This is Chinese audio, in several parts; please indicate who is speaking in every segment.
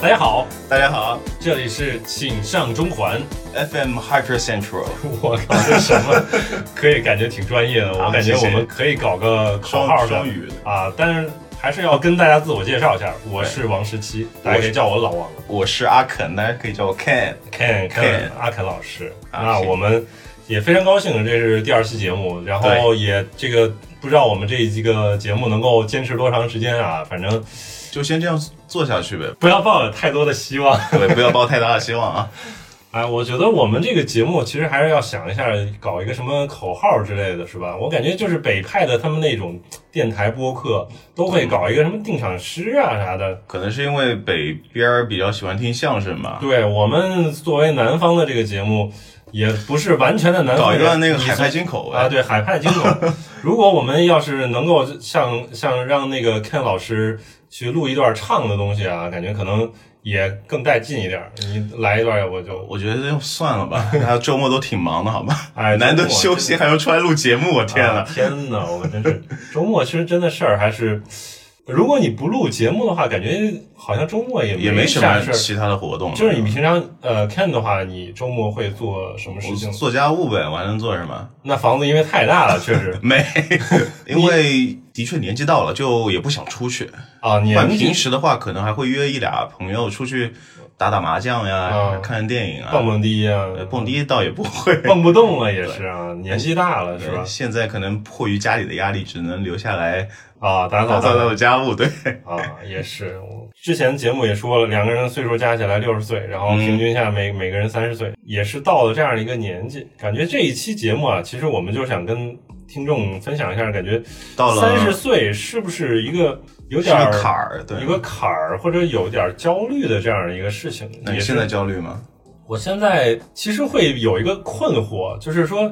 Speaker 1: 大家好，
Speaker 2: 大家好
Speaker 1: 这里是请上中环。
Speaker 2: ，FM Hyper Central
Speaker 1: 我靠，这什么？可以感觉挺专业的，我
Speaker 2: 啊
Speaker 1: 感觉
Speaker 2: 谢
Speaker 1: 我
Speaker 2: 谢
Speaker 1: 们可以搞个口号
Speaker 2: 双
Speaker 1: 的
Speaker 2: 双语，
Speaker 1: 啊，但是还是要跟大家自我介绍一下，我
Speaker 2: 对
Speaker 1: 是王十七，
Speaker 2: 我
Speaker 1: 大家可以
Speaker 2: 是
Speaker 1: 叫我老王
Speaker 2: 我是阿肯，大家可以叫我 Ken。
Speaker 1: ，Ken Ken
Speaker 2: Ken
Speaker 1: 阿肯老师。
Speaker 2: 啊
Speaker 1: 那
Speaker 2: 谢谢
Speaker 1: 我们也非常高兴，这是第二期节目，然后也这个不知道我们这一个节目能够坚持多长时间啊，反正
Speaker 2: 就先这样做下去呗，
Speaker 1: 不要抱有太多的希望。
Speaker 2: 各位不要抱太大的希望啊。
Speaker 1: 哎，我觉得我们这个节目其实还是要想一下，搞一个什么口号之类的，是吧？我感觉就是北派的他们那种电台播客都会搞一个什么定场诗啊啥的。
Speaker 2: 可能是因为北边儿比较喜欢听相声吧，
Speaker 1: 对我们作为南方的这个节目，也不是完全的南方
Speaker 2: 搞
Speaker 1: 人
Speaker 2: 一段那个海派金口
Speaker 1: 啊，
Speaker 2: 呗。
Speaker 1: 对海派金口。如果我们要是能够像像让那个 Ken 老师去录一段唱的东西啊，感觉可能也更带劲一点儿。你来一段，我就
Speaker 2: 我觉得就算了 吧，大家周末都挺忙的，好吧？
Speaker 1: 哎，
Speaker 2: 难得
Speaker 1: 真的
Speaker 2: 休息还要出来录节目，我天
Speaker 1: 啊
Speaker 2: 呐。
Speaker 1: 天哪！我真是周末，其实真的事儿还是，如果你不录节目的话，感觉好像周末也
Speaker 2: 也
Speaker 1: 没
Speaker 2: 没什
Speaker 1: 啥
Speaker 2: 么
Speaker 1: 事儿。
Speaker 2: 其他的活动了，
Speaker 1: 就是你平常呃看的话，你周末会做什么事情
Speaker 2: 我？做家务呗，我还能做什么？
Speaker 1: 那房子因为太大了，确 实
Speaker 2: 没，因为的确年纪到了，就也不想出去。
Speaker 1: 啊，
Speaker 2: 但
Speaker 1: 年纪
Speaker 2: 平时的话，可能还会约一俩朋友出去打打麻将呀，
Speaker 1: 啊
Speaker 2: 看看电影啊，
Speaker 1: 蹦蹦迪啊，
Speaker 2: 呃蹦迪倒也不会。
Speaker 1: 蹦不动了也是啊，年纪大了是吧
Speaker 2: 对？现在可能迫于家里的压力，只能留下来
Speaker 1: 啊，打扫
Speaker 2: 打扫打扫家务。对，
Speaker 1: 啊，也是。我之前节目也说了，两个人的岁数加起来六十岁，然后
Speaker 2: 嗯
Speaker 1: 平均下每、每个人三十岁，也是到了这样的一个年纪。感觉这一期节目啊，其实我们就想跟听众分享一下，感觉
Speaker 2: 到了
Speaker 1: 三十岁是不是一个有
Speaker 2: 是
Speaker 1: 点
Speaker 2: 个
Speaker 1: 儿
Speaker 2: 坎儿，对
Speaker 1: 一。个坎儿，或者有点焦虑的这样的一个事情。
Speaker 2: 那
Speaker 1: 也
Speaker 2: 你
Speaker 1: 是
Speaker 2: 现在焦虑吗？
Speaker 1: 我现在其实会有一个困惑，就是说，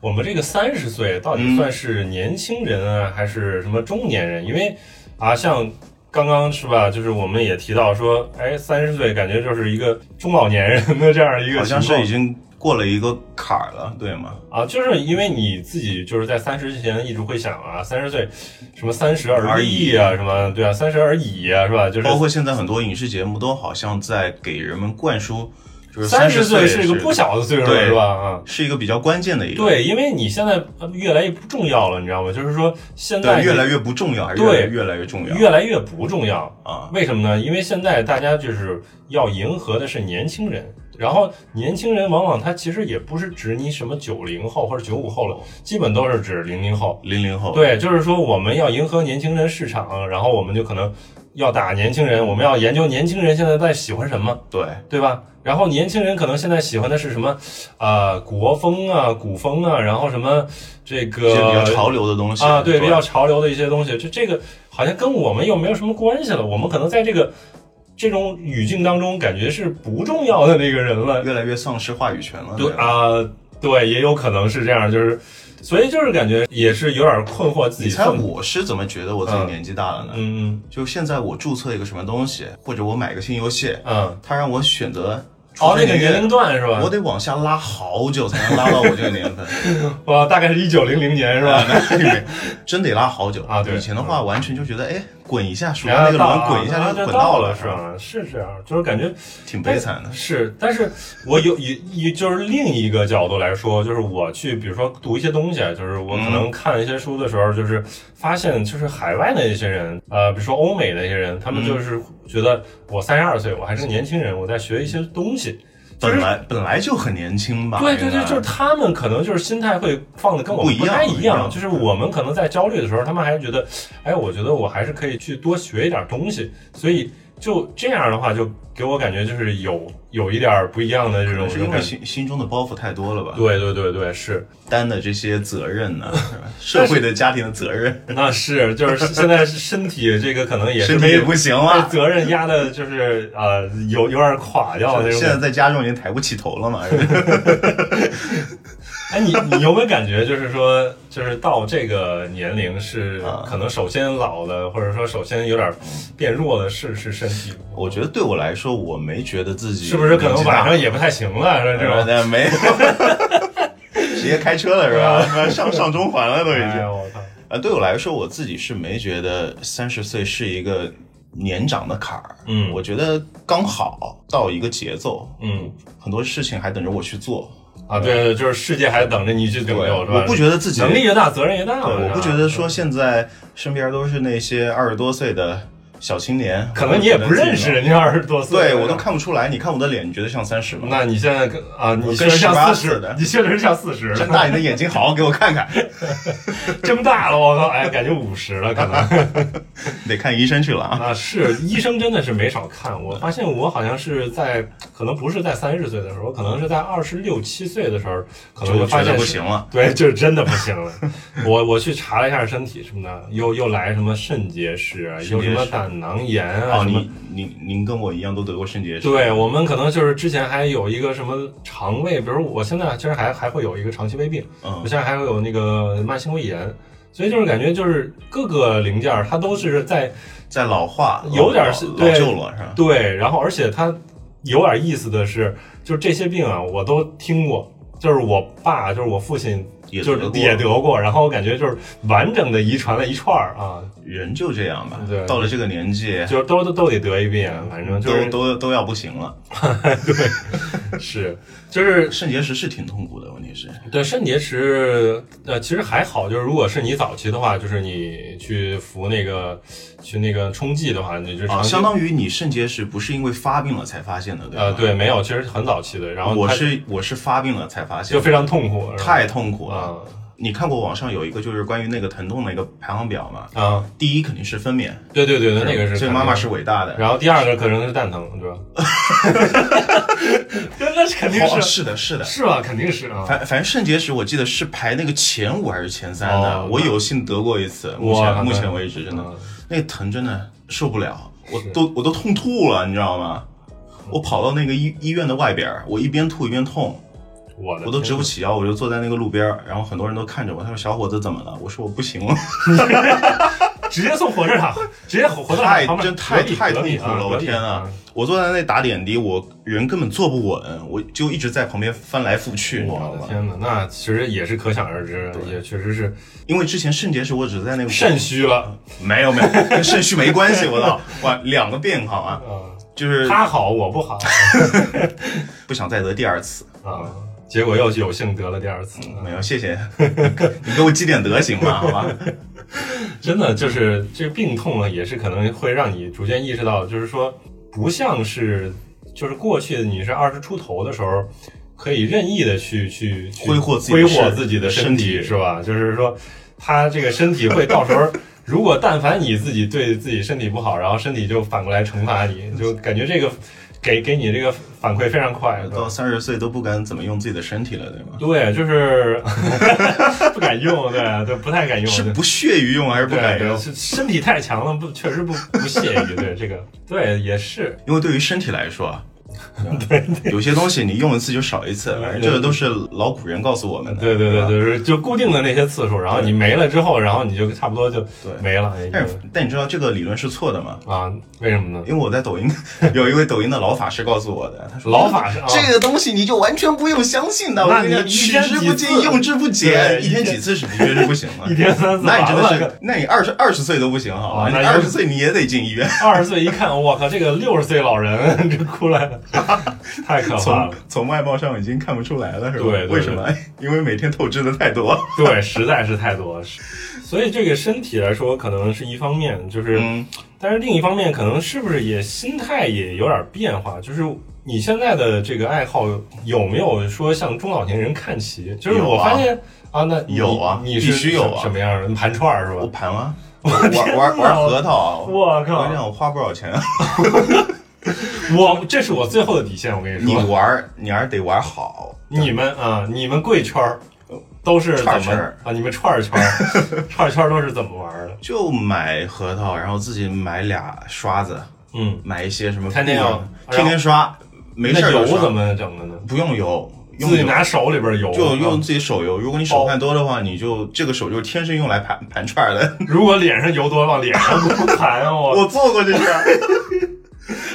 Speaker 1: 我们这个三十岁到底
Speaker 2: 嗯
Speaker 1: 算是年轻人啊，还是什么中年人？因为啊，像刚刚是吧，就是我们也提到说，哎，三十岁感觉就是一个中老年人的这样一个
Speaker 2: 好像
Speaker 1: 情
Speaker 2: 是已
Speaker 1: 况
Speaker 2: 经过了一个坎儿了，对吗？
Speaker 1: 啊，就是因为你自己就是在三十之前一直会想啊，三十岁什么三十而
Speaker 2: 而
Speaker 1: 立
Speaker 2: 已
Speaker 1: 啊，什么对啊，三十而已啊，是吧？就是
Speaker 2: 包括现在很多影视节目都好像在给人们灌输，就是
Speaker 1: 三
Speaker 2: 十
Speaker 1: 十岁
Speaker 2: 是
Speaker 1: 是一个不小的岁数了，
Speaker 2: 对
Speaker 1: 是吧？啊。
Speaker 2: 是一个比较关键的一个，
Speaker 1: 对，因为你现在呃越来越不重要了，你知道吗？就是说现在
Speaker 2: 对，
Speaker 1: 你
Speaker 2: 越来越不重要，还是
Speaker 1: 对
Speaker 2: 越来越来越重要
Speaker 1: 越来越不重要，
Speaker 2: 啊？
Speaker 1: 为什么呢？因为现在大家就是要迎合的是年轻人，然后年轻人往往他其实也不是指你什么九零后或者九五后了，基本都是指零零后。
Speaker 2: 零零后，
Speaker 1: 对，就是说我们要迎合年轻人市场，然后我们就可能要打年轻人，我们要研究年轻人现在在喜欢什么。
Speaker 2: 对，
Speaker 1: 对吧？然后年轻人可能现在喜欢的是什么，呃，国风啊、古风啊，然后什么这
Speaker 2: 一些比较
Speaker 1: 个
Speaker 2: 潮流的东西
Speaker 1: 啊，对，
Speaker 2: 是吧
Speaker 1: 比较潮流的一些东西，这这个好像跟我们又没有什么关系了。我们可能在这个这种语境当中，感觉是不重要的那个人了。
Speaker 2: 越来越丧失话语权了。
Speaker 1: 对
Speaker 2: 吧，
Speaker 1: 啊、对，也有可能是这样，就是，所以就是感觉也是有点困惑自
Speaker 2: 你
Speaker 1: 己
Speaker 2: 猜
Speaker 1: 奋。
Speaker 2: 我是怎么觉得我自己年纪大了呢？
Speaker 1: 嗯
Speaker 2: 就现在我注册一个什么东西，或者我买个新游戏，
Speaker 1: 嗯嗯，
Speaker 2: 它让我选择出
Speaker 1: 哦，
Speaker 2: 生
Speaker 1: 那个
Speaker 2: 年
Speaker 1: 年
Speaker 2: 月
Speaker 1: 龄段是吧
Speaker 2: 我？得往下拉好久才能拉到我这个年 份，
Speaker 1: 哇，大概是一九零零年是吧？
Speaker 2: 真得拉好久
Speaker 1: 啊对
Speaker 2: 以前的话完全就觉得，哎，滚一下，数
Speaker 1: 然后
Speaker 2: 到那个
Speaker 1: 到
Speaker 2: 轮滚一
Speaker 1: 啊
Speaker 2: 下
Speaker 1: 就
Speaker 2: 就滚
Speaker 1: 到
Speaker 2: 了，
Speaker 1: 是？吧？哎是这样，就是感觉
Speaker 2: 挺悲惨的。
Speaker 1: 是，但是我有也也就是另一个角度来说，就是我去比如说读一些东西，啊，就是我可
Speaker 2: 嗯
Speaker 1: 能看一些书的时候，就是发现就是海外的一些人，呃，比如说欧美的一些人，他们
Speaker 2: 嗯
Speaker 1: 就是觉得我三十二岁，我还是个年轻人，我在学一些东西。就是
Speaker 2: 本来本来就很年轻吧？
Speaker 1: 对对
Speaker 2: 应
Speaker 1: 对，
Speaker 2: 该
Speaker 1: 就是他们可能就是心态会放的跟我们
Speaker 2: 不一样
Speaker 1: 太
Speaker 2: 不
Speaker 1: 一
Speaker 2: 一样
Speaker 1: 就是我们可能在焦虑的时候，他们还觉得，哎，我觉得我还是可以去多学一点东西，所以就这样的话，就给我感觉就是有有一点不一样的这
Speaker 2: 可
Speaker 1: 种
Speaker 2: 能是因
Speaker 1: 感
Speaker 2: 为
Speaker 1: 觉。
Speaker 2: 心心中的包袱太多了吧？
Speaker 1: 对对对对，是，
Speaker 2: 担的这些责任呢、是吧 社会的、家庭的责任，
Speaker 1: 那是就是现在身体这个可能也是
Speaker 2: 身体
Speaker 1: 被
Speaker 2: 也不行
Speaker 1: 被
Speaker 2: 了。
Speaker 1: 责任压的，就是呃有有点垮掉的那种
Speaker 2: 现
Speaker 1: 感觉。
Speaker 2: 在在家中已经抬不起头了嘛？是吧
Speaker 1: 哎，你你有没有感觉，就是说， 就是到这个年龄是
Speaker 2: 啊
Speaker 1: 可能首先老了，或者说首先有点变弱的是是身体，
Speaker 2: 我觉得对我来说，我没觉得自己
Speaker 1: 是不是可能
Speaker 2: 年纪大
Speaker 1: 晚上也不太行了，是这种。
Speaker 2: 那没有， 直接开车了 是吧？他妈上上中环了都已
Speaker 1: 哎
Speaker 2: 经。
Speaker 1: 呦我靠！
Speaker 2: 啊，对我来说，我自己是没觉得三十岁是一个年长的坎儿。
Speaker 1: 嗯
Speaker 2: 我觉得刚好到一个节奏，
Speaker 1: 嗯
Speaker 2: 很多事情还等着我去做。
Speaker 1: 啊，对对，就是世界还等着你去拯救，是吧？
Speaker 2: 我不觉得自己
Speaker 1: 能力越大，责任越大嘛。
Speaker 2: 啊对，我不
Speaker 1: 是吧
Speaker 2: 觉得说现在身边都是那些二十多岁的小青年，
Speaker 1: 可能你也不认识
Speaker 2: 我觉得自己。
Speaker 1: 人家啊二十多岁，
Speaker 2: 对我都。看不出来，你看我的脸，你觉得像三十吗？
Speaker 1: 那你现在跟啊，你
Speaker 2: 我
Speaker 1: 确
Speaker 2: 跟
Speaker 1: 实像
Speaker 2: 18
Speaker 1: 四十
Speaker 2: 似的
Speaker 1: 你确实像四十，
Speaker 2: 睁大你的眼睛，好好给我看看，
Speaker 1: 睁大了，我靠，哎，感觉五十了，可能
Speaker 2: 得看医生去了啊。
Speaker 1: 啊，是医生真的是没少看。我发现我好像是在，可能不是在三十岁的时候，可能是在二十六七岁的时候，可能
Speaker 2: 就
Speaker 1: 就
Speaker 2: 觉
Speaker 1: 发
Speaker 2: 得
Speaker 1: 现
Speaker 2: 不
Speaker 1: 是
Speaker 2: 行了。
Speaker 1: 对，就是真的不行了。我我去查了一下身体什么的，又又来什么肾结石啊，又什么胆囊炎啊，
Speaker 2: 哦，
Speaker 1: 什么
Speaker 2: 您您您跟我一样都得过肾结石，
Speaker 1: 对我们可能就是之前还有一个什么肠胃，比如我现在其实还还会有一个长期胃病，
Speaker 2: 嗯
Speaker 1: 我现在还会有那个慢性胃炎，所以就是感觉就是各个零件儿它都是在
Speaker 2: 在老化，
Speaker 1: 有点
Speaker 2: 老
Speaker 1: 是
Speaker 2: 老
Speaker 1: 对
Speaker 2: 旧了是吧？
Speaker 1: 对，然后而且它有点意思的是，就是这些病啊我都听过，就是我爸就是我父亲
Speaker 2: 也
Speaker 1: 就
Speaker 2: 得
Speaker 1: 是
Speaker 2: 过
Speaker 1: 也得过，然后我感觉就是完整的遗传了一串儿啊，
Speaker 2: 人就这样吧
Speaker 1: 对，
Speaker 2: 到了这个年纪，
Speaker 1: 就是都都都得得一遍，反正就
Speaker 2: 都
Speaker 1: 是
Speaker 2: 都都要不行了。
Speaker 1: 是就是
Speaker 2: 肾结石是挺痛苦的，问题是，
Speaker 1: 对，肾结石，呃，其实还好，就是如果是你早期的话，就是你去服那个去那个冲剂的话，你就长
Speaker 2: 啊，
Speaker 1: 期、
Speaker 2: 相当于你肾结石不是因为发病了才发现的，对吧？
Speaker 1: 呃对，没有，其实很早期的，然后
Speaker 2: 我
Speaker 1: 它
Speaker 2: 是我是发病了才发现
Speaker 1: 就，非常痛苦，是吧
Speaker 2: 太痛苦了。
Speaker 1: 啊
Speaker 2: 你看过网上有一个就是关于那个疼痛的一个排行表吗？
Speaker 1: 啊，
Speaker 2: 第一肯定是分娩，
Speaker 1: 对对对，那个是
Speaker 2: 所
Speaker 1: 肯
Speaker 2: 以
Speaker 1: 定
Speaker 2: 妈妈
Speaker 1: 的
Speaker 2: 是伟 大的。
Speaker 1: 然后第二个可能是蛋疼，对吧？对， 那是肯定
Speaker 2: 哦
Speaker 1: 是
Speaker 2: 是的，是的，
Speaker 1: 是吧？肯定是啊。
Speaker 2: 反反正肾结石，我记得是排那个前五还是前三的。
Speaker 1: 哦
Speaker 2: 我有幸得过一次，目
Speaker 1: 哇
Speaker 2: 前目前为止真的，
Speaker 1: 啊
Speaker 2: 那个疼真的受不了，我都我都痛吐了，你知道吗？我跑到那个医医院的外边儿，我一边吐一边痛，
Speaker 1: 我的
Speaker 2: 我都
Speaker 1: 天
Speaker 2: 直不起腰，我就坐在那个路边儿，然后很多人都看着我，他说：“小伙子怎么了？”我说：“我不行了，
Speaker 1: 直接送火车 厂，直接火火车厂
Speaker 2: 太
Speaker 1: 旁边
Speaker 2: 真太
Speaker 1: 合理
Speaker 2: 太痛
Speaker 1: 合理
Speaker 2: 苦了，
Speaker 1: 啊
Speaker 2: 我
Speaker 1: 合理
Speaker 2: 天
Speaker 1: 啊
Speaker 2: 呐，我坐在那打点滴，我人根本坐不稳，我就一直在旁边翻来覆去，你知道
Speaker 1: 啊我的
Speaker 2: 吗？
Speaker 1: 天哪，那其实也是可想而知，也确实是
Speaker 2: 因为之前肾结石，我只是在那个
Speaker 1: 肾虚了。
Speaker 2: 没有没有，跟肾虚没关系，我 操！哇，两个病好啊，
Speaker 1: 啊，
Speaker 2: 就是
Speaker 1: 他好我不好
Speaker 2: 不想再得第二次。
Speaker 1: 啊，结果又有幸得了第二次，
Speaker 2: 没有，谢谢，你给我积点德行嘛，好吧？
Speaker 1: 真的就是这病痛啊，也是可能会让你逐渐意识到，就是说不像是就是过去你是二十出头的时候。可以任意的去去去
Speaker 2: 挥霍自己的
Speaker 1: 挥霍
Speaker 2: 身
Speaker 1: 自己的
Speaker 2: 身体
Speaker 1: 体是吧？就是说，他这个身体会到时候，如果但凡你自己对自己身体不好，然后身体就反过来惩罚你，就感觉这个给给你这个反馈非常快，是吧
Speaker 2: 到三十岁都不敢怎么用自己的身体了，对吗？
Speaker 1: 对，就是 不敢用，对对，不太敢用，
Speaker 2: 是
Speaker 1: 对
Speaker 2: 不屑于用还是不敢
Speaker 1: 对，啊
Speaker 2: 用？
Speaker 1: 是身体太强了，不，确实不不屑于对这 个，对，也是，
Speaker 2: 因为对于身体来说， 对，有些东西你用一次就少一次，反正这个都是老古人告诉我们的。
Speaker 1: 对对对，
Speaker 2: 吧。
Speaker 1: 就是就固定的那些次数，然后你没了之后，然后你就差不多就
Speaker 2: 对
Speaker 1: 没了，也
Speaker 2: 但
Speaker 1: 就是
Speaker 2: 但你知道这个理论是错的吗？
Speaker 1: 啊，为什么呢？
Speaker 2: 因为我在抖音有一位抖音的老法师告诉我的，他说
Speaker 1: 老法师啊
Speaker 2: 这个东西你就完全不用相信的，我
Speaker 1: 那
Speaker 2: 跟
Speaker 1: 你
Speaker 2: 你讲，
Speaker 1: 一
Speaker 2: 取
Speaker 1: 天
Speaker 2: 之
Speaker 1: 几
Speaker 2: 不
Speaker 1: 次
Speaker 2: 尽，用之不竭，
Speaker 1: 对
Speaker 2: 一天
Speaker 1: 一天。
Speaker 2: 几次是的确是不行了
Speaker 1: 一天三次
Speaker 2: 那你真的
Speaker 1: 完了
Speaker 2: 是，那你二十二十岁都不行，好吧？
Speaker 1: 哦
Speaker 2: 你
Speaker 1: 那
Speaker 2: 二
Speaker 1: 就
Speaker 2: 十岁你也得进医院，
Speaker 1: 二十岁一看，我靠，这个六十岁老人这哭了， 太可怕
Speaker 2: 从
Speaker 1: 了，
Speaker 2: 从外貌上已经看不出来了，是吧？
Speaker 1: 对对
Speaker 2: 为什么？因为每天透支的太多。
Speaker 1: 对，实在是太多，是所以这个身体来说，可能是一方面，就是。
Speaker 2: 嗯，
Speaker 1: 但是另一方面，可能是不是也心态也有点变化？就是你现在的这个爱好有没有说向中老年人看齐？就是我发现啊那你
Speaker 2: 有啊
Speaker 1: 你是
Speaker 2: 必须有啊
Speaker 1: 什么样的盘串儿是
Speaker 2: 我
Speaker 1: 吧？
Speaker 2: 盘啊，玩玩玩核桃啊。
Speaker 1: 我
Speaker 2: 我
Speaker 1: 靠
Speaker 2: 跟你！讲，我花不少钱。啊
Speaker 1: 我这是我最后的底线，我跟你
Speaker 2: 你
Speaker 1: 说，
Speaker 2: 玩儿，你还是得玩好。
Speaker 1: 你们啊，你们贵圈儿都是怎
Speaker 2: 串儿
Speaker 1: 么
Speaker 2: 圈儿
Speaker 1: 啊？你们串儿圈 儿，串儿圈儿都是怎么玩儿的？
Speaker 2: 就买核桃，然后自己买俩刷子，
Speaker 1: 嗯，
Speaker 2: 买一些什么布啊，
Speaker 1: 天天要
Speaker 2: 天天刷，没事
Speaker 1: 那
Speaker 2: 儿就
Speaker 1: 油
Speaker 2: 刷
Speaker 1: 怎么整的呢？
Speaker 2: 不用油，用
Speaker 1: 自己拿手里边油，哦
Speaker 2: 就
Speaker 1: 嗯
Speaker 2: 用自己手油。如果你手汗多的话，你就这个手就是天生用来盘盘串儿的。
Speaker 1: 如果脸上油多，往脸上 弹，我
Speaker 2: 我做过这事儿。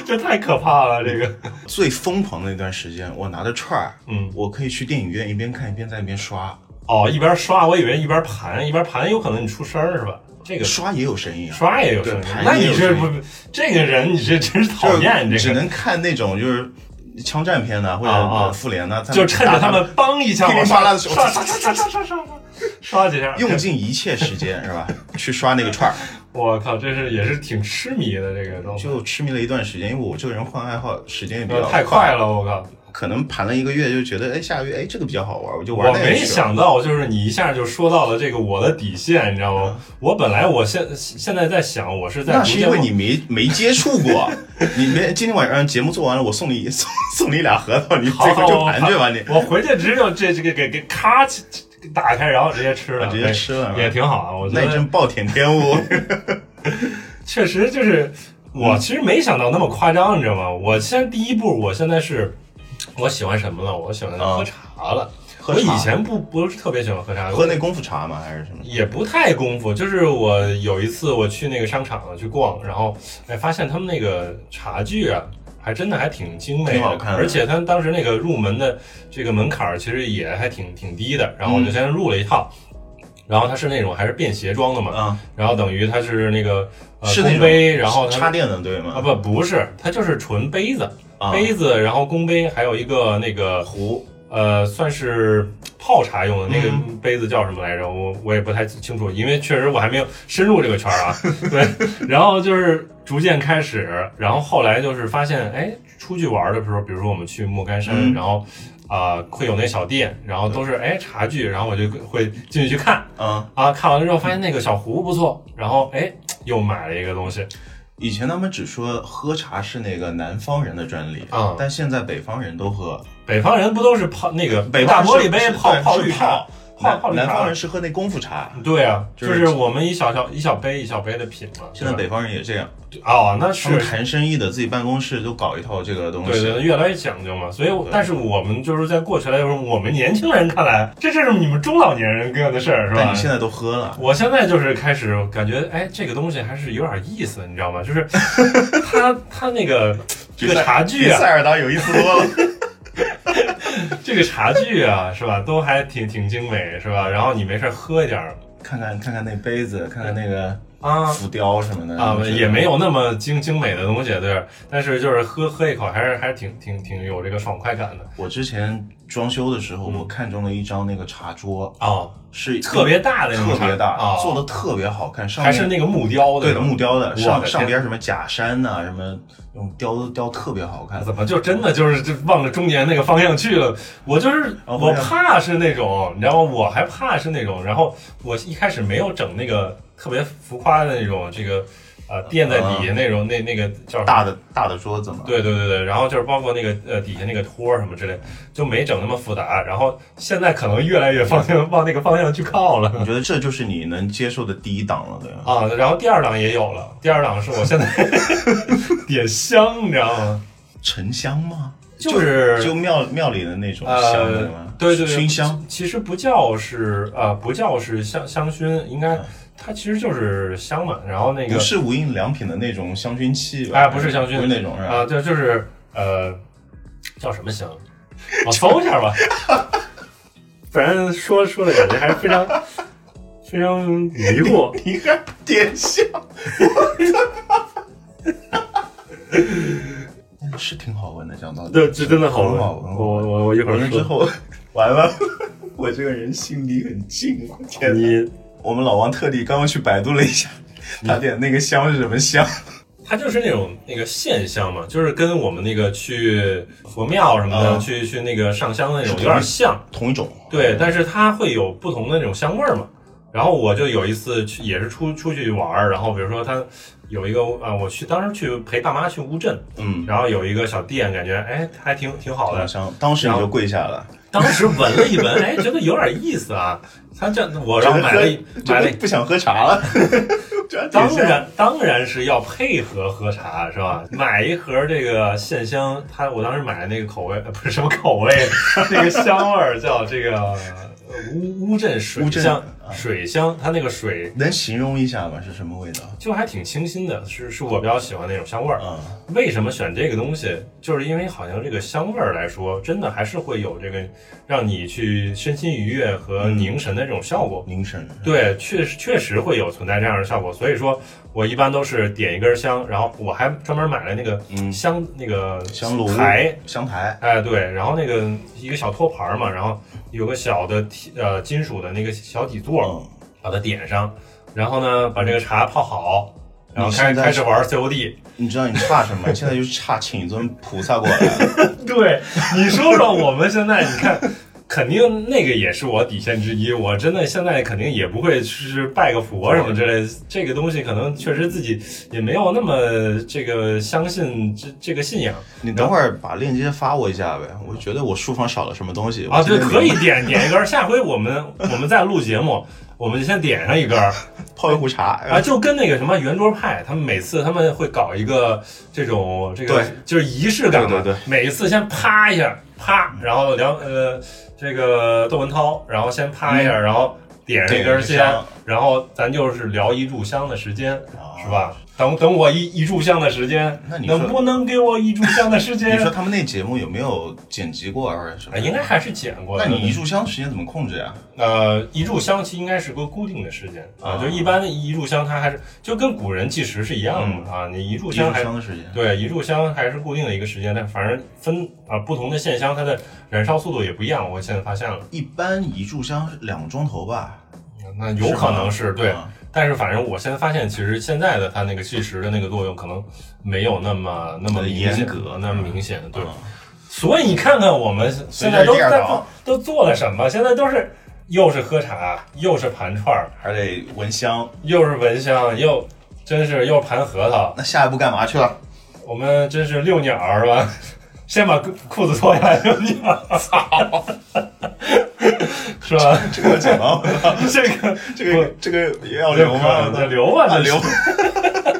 Speaker 1: 这太可怕了，这个。
Speaker 2: 最疯狂的那段时间，我拿着串儿，
Speaker 1: 嗯，
Speaker 2: 我可以去电影院一边看一边在一边刷，
Speaker 1: 哦，一边刷，我以为一边盘，一边盘有可能你出声儿是吧？这个
Speaker 2: 刷也有声音啊。
Speaker 1: 刷也有声音
Speaker 2: 对，盘
Speaker 1: 那
Speaker 2: 也
Speaker 1: 你
Speaker 2: 有
Speaker 1: 这
Speaker 2: 声音
Speaker 1: 不这个人，你这真是
Speaker 2: 就
Speaker 1: 讨厌，你
Speaker 2: 只
Speaker 1: 这个
Speaker 2: 能看那种就是枪战片呐，或者
Speaker 1: 啊啊
Speaker 2: 呃复联呐，在
Speaker 1: 就趁着他
Speaker 2: 打
Speaker 1: 们梆一下
Speaker 2: 噼
Speaker 1: 往
Speaker 2: 里
Speaker 1: 上
Speaker 2: 啪啦的时候
Speaker 1: 刷刷刷刷刷刷刷刷几下，
Speaker 2: 用尽一切时间是吧，去刷那个串儿，
Speaker 1: 我靠，这是也是挺痴迷的这个东西，呃
Speaker 2: 就痴迷了一段时间。因为我这个人换爱好时间也比较
Speaker 1: 太快，了，我靠。
Speaker 2: 可能盘了一个月就觉得，哎，下个月哎这个比较好玩，我就玩
Speaker 1: 我
Speaker 2: 那个。
Speaker 1: 没，想到，就是你一下就说到了这个我的底线，你知道吗？我本来我现现在在想，我是在
Speaker 2: 嗯那
Speaker 1: 逐
Speaker 2: 是
Speaker 1: 渐
Speaker 2: 因为你没没接触过， 你别今天晚上节目做完了，我送你 送送你俩核桃，你
Speaker 1: 好
Speaker 2: 这
Speaker 1: 好
Speaker 2: 回就
Speaker 1: 我
Speaker 2: 盘去吧，你
Speaker 1: 我回去直接就这这个给给咔打开，然后直接吃了，
Speaker 2: 啊直接吃了
Speaker 1: 也也挺好啊。我觉
Speaker 2: 那你
Speaker 1: 得
Speaker 2: 真暴殄天 物。
Speaker 1: 确实就是我
Speaker 2: 嗯
Speaker 1: 其实没想到那么夸张，你知道吗？我现在第一步，我现在是我喜欢什么了？我喜欢
Speaker 2: 啊
Speaker 1: 喝茶了。
Speaker 2: 喝
Speaker 1: 我
Speaker 2: 茶
Speaker 1: 以前不不是特别喜欢喝茶，
Speaker 2: 喝那功夫茶吗？还是什么？
Speaker 1: 也不太功夫，就是我有一次我去那个商场啊去逛，然后哎发现他们那个茶具啊，还真的还挺精美
Speaker 2: 挺好看的
Speaker 1: 而且他们当时那个入门的这个门槛儿其实也还挺挺低的，然后
Speaker 2: 嗯
Speaker 1: 我就先入了一套。然后它是那种还是便携装的嘛，
Speaker 2: 啊，
Speaker 1: 然后等于它是那个呃
Speaker 2: 是那
Speaker 1: 公
Speaker 2: 种
Speaker 1: 杯，然后它
Speaker 2: 插电的对
Speaker 1: 啊
Speaker 2: 吗？
Speaker 1: 不不是，它就是纯杯子，
Speaker 2: 啊，
Speaker 1: 杯子，然后公杯，还有一个那个
Speaker 2: 壶
Speaker 1: 呃，算是泡茶用的那个
Speaker 2: 嗯
Speaker 1: 杯子叫什么来着？我我也不太清楚，因为确实我还没有深入这个圈儿啊。 对，然后就是逐渐开始，然后后来就是发现，哎，出去玩的时候，比如说我们去莫干山，
Speaker 2: 嗯
Speaker 1: 然后啊、会有那小店，然后都是哎茶具，然后我就会进去去看
Speaker 2: 啊。
Speaker 1: 啊，看完了之后发现那个小壶不错，然后哎又买了一个东西，
Speaker 2: 以前他们只说喝茶是那个南方人的专利
Speaker 1: 嗯
Speaker 2: 但现在北方人都喝。
Speaker 1: 北方人不都是泡那个
Speaker 2: 北
Speaker 1: 大
Speaker 2: 方
Speaker 1: 玻
Speaker 2: 是
Speaker 1: 璃杯
Speaker 2: 是
Speaker 1: 泡
Speaker 2: 对
Speaker 1: 泡
Speaker 2: 是
Speaker 1: 绿茶
Speaker 2: 泡，
Speaker 1: 泡泡
Speaker 2: 南
Speaker 1: 绿
Speaker 2: 南
Speaker 1: 茶
Speaker 2: 方人。是喝那功夫茶，
Speaker 1: 对啊，就
Speaker 2: 就是
Speaker 1: 是我们一小小一小杯一小杯的品嘛。
Speaker 2: 现在
Speaker 1: 对
Speaker 2: 北方人也这样，
Speaker 1: 吧哦，那是
Speaker 2: 他们谈生意的自己办公室都搞一套这个东西。
Speaker 1: 对对，对越来越讲究嘛。所以我，但是我们就是在过去来说，我们年轻人看来，这是你们中老年人干的事儿，是吧
Speaker 2: 但你？现在都喝了，
Speaker 1: 我现在就是开始感觉，哎，这个东西还是有点意思，你知道吗？就是 它它那 个这个茶具
Speaker 2: 比
Speaker 1: 啊
Speaker 2: 塞，尔达有意思多了。
Speaker 1: 这个茶具啊，是吧，都还挺挺精美，是吧？然后你没事儿喝一点儿
Speaker 2: 看看看看那杯子，看看那个
Speaker 1: 啊，
Speaker 2: 浮雕什么的
Speaker 1: 啊，也没
Speaker 2: 有。
Speaker 1: 有那么精精美的东西，对，但是就是喝喝一口还是还是挺挺挺有这个爽快感的
Speaker 2: 我之前装修的时候，我看中了一张那个茶桌，
Speaker 1: 哦，
Speaker 2: 是
Speaker 1: 嗯特别大的那种
Speaker 2: 特别大，
Speaker 1: 啊，
Speaker 2: 做的特别好看，上
Speaker 1: 还
Speaker 2: 面
Speaker 1: 是那个木雕的，
Speaker 2: 对的，木雕
Speaker 1: 我
Speaker 2: 的，
Speaker 1: 的
Speaker 2: 上
Speaker 1: 天
Speaker 2: 上边什么假山呐、什么那种雕雕特别好看。
Speaker 1: 怎么就真的就是就往着中年那个方向去了？我就是我
Speaker 2: 哦会啊
Speaker 1: 怕是那种，你知道吗？我还怕是那种，然后我一开始没有整那个特别浮夸的那种，这个呃垫在
Speaker 2: 啊
Speaker 1: 底下那种，那那个叫什么
Speaker 2: 大的大的桌子嘛，，
Speaker 1: 对对对对，然后就是包括那个呃底下那个托儿什么之类，就没整那么复杂。然后现在可能越来越方向往那个方向去靠了
Speaker 2: 我觉得这就是你能接受的第一档了，对吧？
Speaker 1: 啊。然后第二档也有了，第二档是我现在 点香，你知道吗？
Speaker 2: 沉香吗？
Speaker 1: 就是
Speaker 2: 就庙庙里的那种香，
Speaker 1: 呃
Speaker 2: 对吗？
Speaker 1: 对对对
Speaker 2: 熏香，
Speaker 1: 其实不叫是呃不叫是香香薰，应该它其实就是香嘛。然后那个
Speaker 2: 不是无印良品的那种香薰器吧？
Speaker 1: 哎不是香薰
Speaker 2: 不是那种是吧？
Speaker 1: 啊，就就是呃，叫什么香？我搜一下吧。反正说说的感觉还是非常非常迷惑。
Speaker 2: 你看点香，我他妈！是挺好闻的，讲道理。
Speaker 1: 这这真的好闻，
Speaker 2: 很好闻
Speaker 1: 我我我一会
Speaker 2: 闻
Speaker 1: 儿
Speaker 2: 了之
Speaker 1: 说。
Speaker 2: 后，完了， 我这个人心里很静，我天哪！
Speaker 1: 你
Speaker 2: 我们老王特地刚刚去百度了一下，他点那个香是什么香？
Speaker 1: 它就是那种那个现象嘛，就是跟我们那个去佛庙什么的，
Speaker 2: 嗯
Speaker 1: 去去那个上香的那种有点像，
Speaker 2: 同一种。
Speaker 1: 对，但是它会有不同的那种香味儿嘛。然后我就有一次去，也是出出去玩儿，然后比如说他有一个啊、我去当时去陪爸妈去乌镇，
Speaker 2: 嗯，
Speaker 1: 然后有一个小店，感觉哎还挺挺好
Speaker 2: 好
Speaker 1: 的
Speaker 2: 的，香。当时你就跪下了，
Speaker 1: 嗯当时闻了一闻， 哎觉得有点意思啊。他这我
Speaker 2: 我
Speaker 1: 然后买了一买了一
Speaker 2: 不想喝茶了。 这挺
Speaker 1: 当
Speaker 2: 像
Speaker 1: 然当然是要配合喝茶是 吧？买一盒这个线香，它我当时买的那个口味 呃不是什么口味，那个香味儿叫这个呃乌乌镇水
Speaker 2: 乌镇
Speaker 1: 香
Speaker 2: 啊
Speaker 1: 水香，它那个水
Speaker 2: 能形容一下吗？是什么味道？
Speaker 1: 就还挺清新的，是是我比较喜欢那种香味儿。
Speaker 2: 啊，
Speaker 1: 为什么选这个东西？就是因为好像这个香味儿来说，真的还是会有这个让你去身心愉悦和凝神的这种效果。
Speaker 2: 凝神。
Speaker 1: 对，确实确实会有存在这样的效果，所以说我一般都是点一根香，然后我还专门买了那个
Speaker 2: 嗯
Speaker 1: 香、那个
Speaker 2: 香炉
Speaker 1: 台，
Speaker 2: 香台，
Speaker 1: 哎对，然后那个一个小托盘儿嘛，然后有个小的提呃金属的那个小底座，
Speaker 2: 嗯，
Speaker 1: 把它点上，然后呢把这个茶泡好，然后
Speaker 2: 你
Speaker 1: 开
Speaker 2: 现在
Speaker 1: 开始玩 COD。
Speaker 2: 你知道你差什么吗？现在就是差请一尊菩萨过 来。
Speaker 1: 对，你说说我们现在，你看，肯定那个也是我底线之一。我真的现在肯定也不会是拜个佛什么之类的，这个东西可能确实自己也没有那么这个相信这这个信仰
Speaker 2: 你等会儿把链接发我一下呗，我觉得我书房少了什么东西。
Speaker 1: 啊。
Speaker 2: 我今
Speaker 1: 对，
Speaker 2: 天
Speaker 1: 可以点点一根儿，下回我们我们再录节目。我们就先点上一根儿
Speaker 2: 泡一壶茶。
Speaker 1: 啊，就跟那个什么圆桌派，他们每次他们会搞一个这种这个
Speaker 2: 对
Speaker 1: 就是仪式感嘛，
Speaker 2: 对对对
Speaker 1: 每一次先啪一下，啪，然后梁呃这个窦文涛，然后先啪一下，然后点上一根
Speaker 2: 点上一
Speaker 1: 烟
Speaker 2: 根香，
Speaker 1: 然后咱就是聊一炷香的时间，
Speaker 2: 啊
Speaker 1: 是吧？等等我一一炷香的时间，
Speaker 2: 那你说
Speaker 1: 能不能给我一炷香的时间
Speaker 2: 你说？他们那节目有没有剪辑过或者什
Speaker 1: 啊，
Speaker 2: 么？
Speaker 1: 应该还是剪过
Speaker 2: 那
Speaker 1: 的。
Speaker 2: 你一炷香时间怎么控制呀？
Speaker 1: 呃，一炷香其实应该是个固定的时间啊，
Speaker 2: 啊
Speaker 1: 就一般一炷香它还是就跟古人计时是一样的嘛啊，你一炷
Speaker 2: 一
Speaker 1: 香
Speaker 2: 炷
Speaker 1: 还
Speaker 2: 香的时间。
Speaker 1: 对，一炷香还是固定的一个时间，但反正分啊、不同的线香，它的燃烧速度也不一样。我现在发现了，
Speaker 2: 一般一炷香是两个钟头吧，
Speaker 1: 那有可能
Speaker 2: 是
Speaker 1: 是
Speaker 2: 吗
Speaker 1: 对，
Speaker 2: 啊
Speaker 1: 但是反正我现在发现，其实现在的它那个计时的那个作用，可能没有那么那么
Speaker 2: 呃
Speaker 1: 明
Speaker 2: 严
Speaker 1: 显
Speaker 2: 格
Speaker 1: 那么明显。对，
Speaker 2: 嗯
Speaker 1: 所以你看看我们现在
Speaker 2: 所
Speaker 1: 都
Speaker 2: 以这是第二
Speaker 1: 在
Speaker 2: 档
Speaker 1: 做都做了什么？现在都是又是喝茶，又是盘串儿，
Speaker 2: 还得闻香。
Speaker 1: 又是蚊香，又真是又盘核桃，
Speaker 2: 那下一步干嘛去了？
Speaker 1: 我们真是遛鸟儿是吧？ 先把裤裤子脱下来遛鸟儿， 操，是吧？
Speaker 2: 这个剪 刀，
Speaker 1: 这个
Speaker 2: 这个这个也要
Speaker 1: 这
Speaker 2: 留
Speaker 1: 个
Speaker 2: 吗？
Speaker 1: 这留吧，
Speaker 2: 啊
Speaker 1: 这
Speaker 2: 留。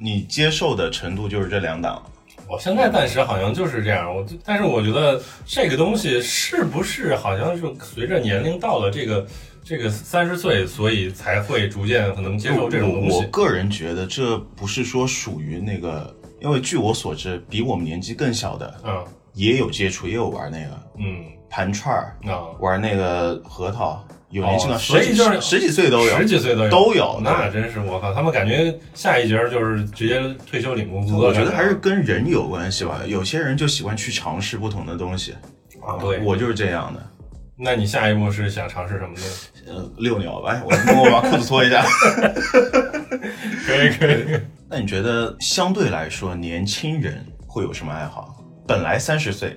Speaker 2: 你接受的程度就是这两档，
Speaker 1: 我现在暂时好像就是这样，我就但是我觉得这个东西是不是好像是随着年龄到了这个这个三十岁，所以才会逐渐可能接受这种东
Speaker 2: 我我
Speaker 1: 西。
Speaker 2: 个人觉得这不是说属于那个，因为据我所知，比我们年纪更小的
Speaker 1: 嗯
Speaker 2: 也有接触，也有玩那个
Speaker 1: 嗯
Speaker 2: 盘串儿，
Speaker 1: 啊，
Speaker 2: 玩那个核桃，有年轻
Speaker 1: 哦
Speaker 2: 的十
Speaker 1: 所
Speaker 2: 几
Speaker 1: 以就是
Speaker 2: 十几岁都有
Speaker 1: 十，几岁都有
Speaker 2: 都有
Speaker 1: 那真是我靠，他们感觉下一节儿就是直接退休领工资了。
Speaker 2: 我觉得
Speaker 1: 感
Speaker 2: 还是跟人有关系吧，有些人就喜欢去尝试不同的东西，
Speaker 1: 啊，对。
Speaker 2: 我就是这样的。
Speaker 1: 那你下一步是想尝试什么呢？
Speaker 2: 呃，遛鸟吧，哎我等我把裤子脱一下。
Speaker 1: 可以可以。
Speaker 2: 那你觉得相对来说，年轻人会有什么爱好？本来三十岁，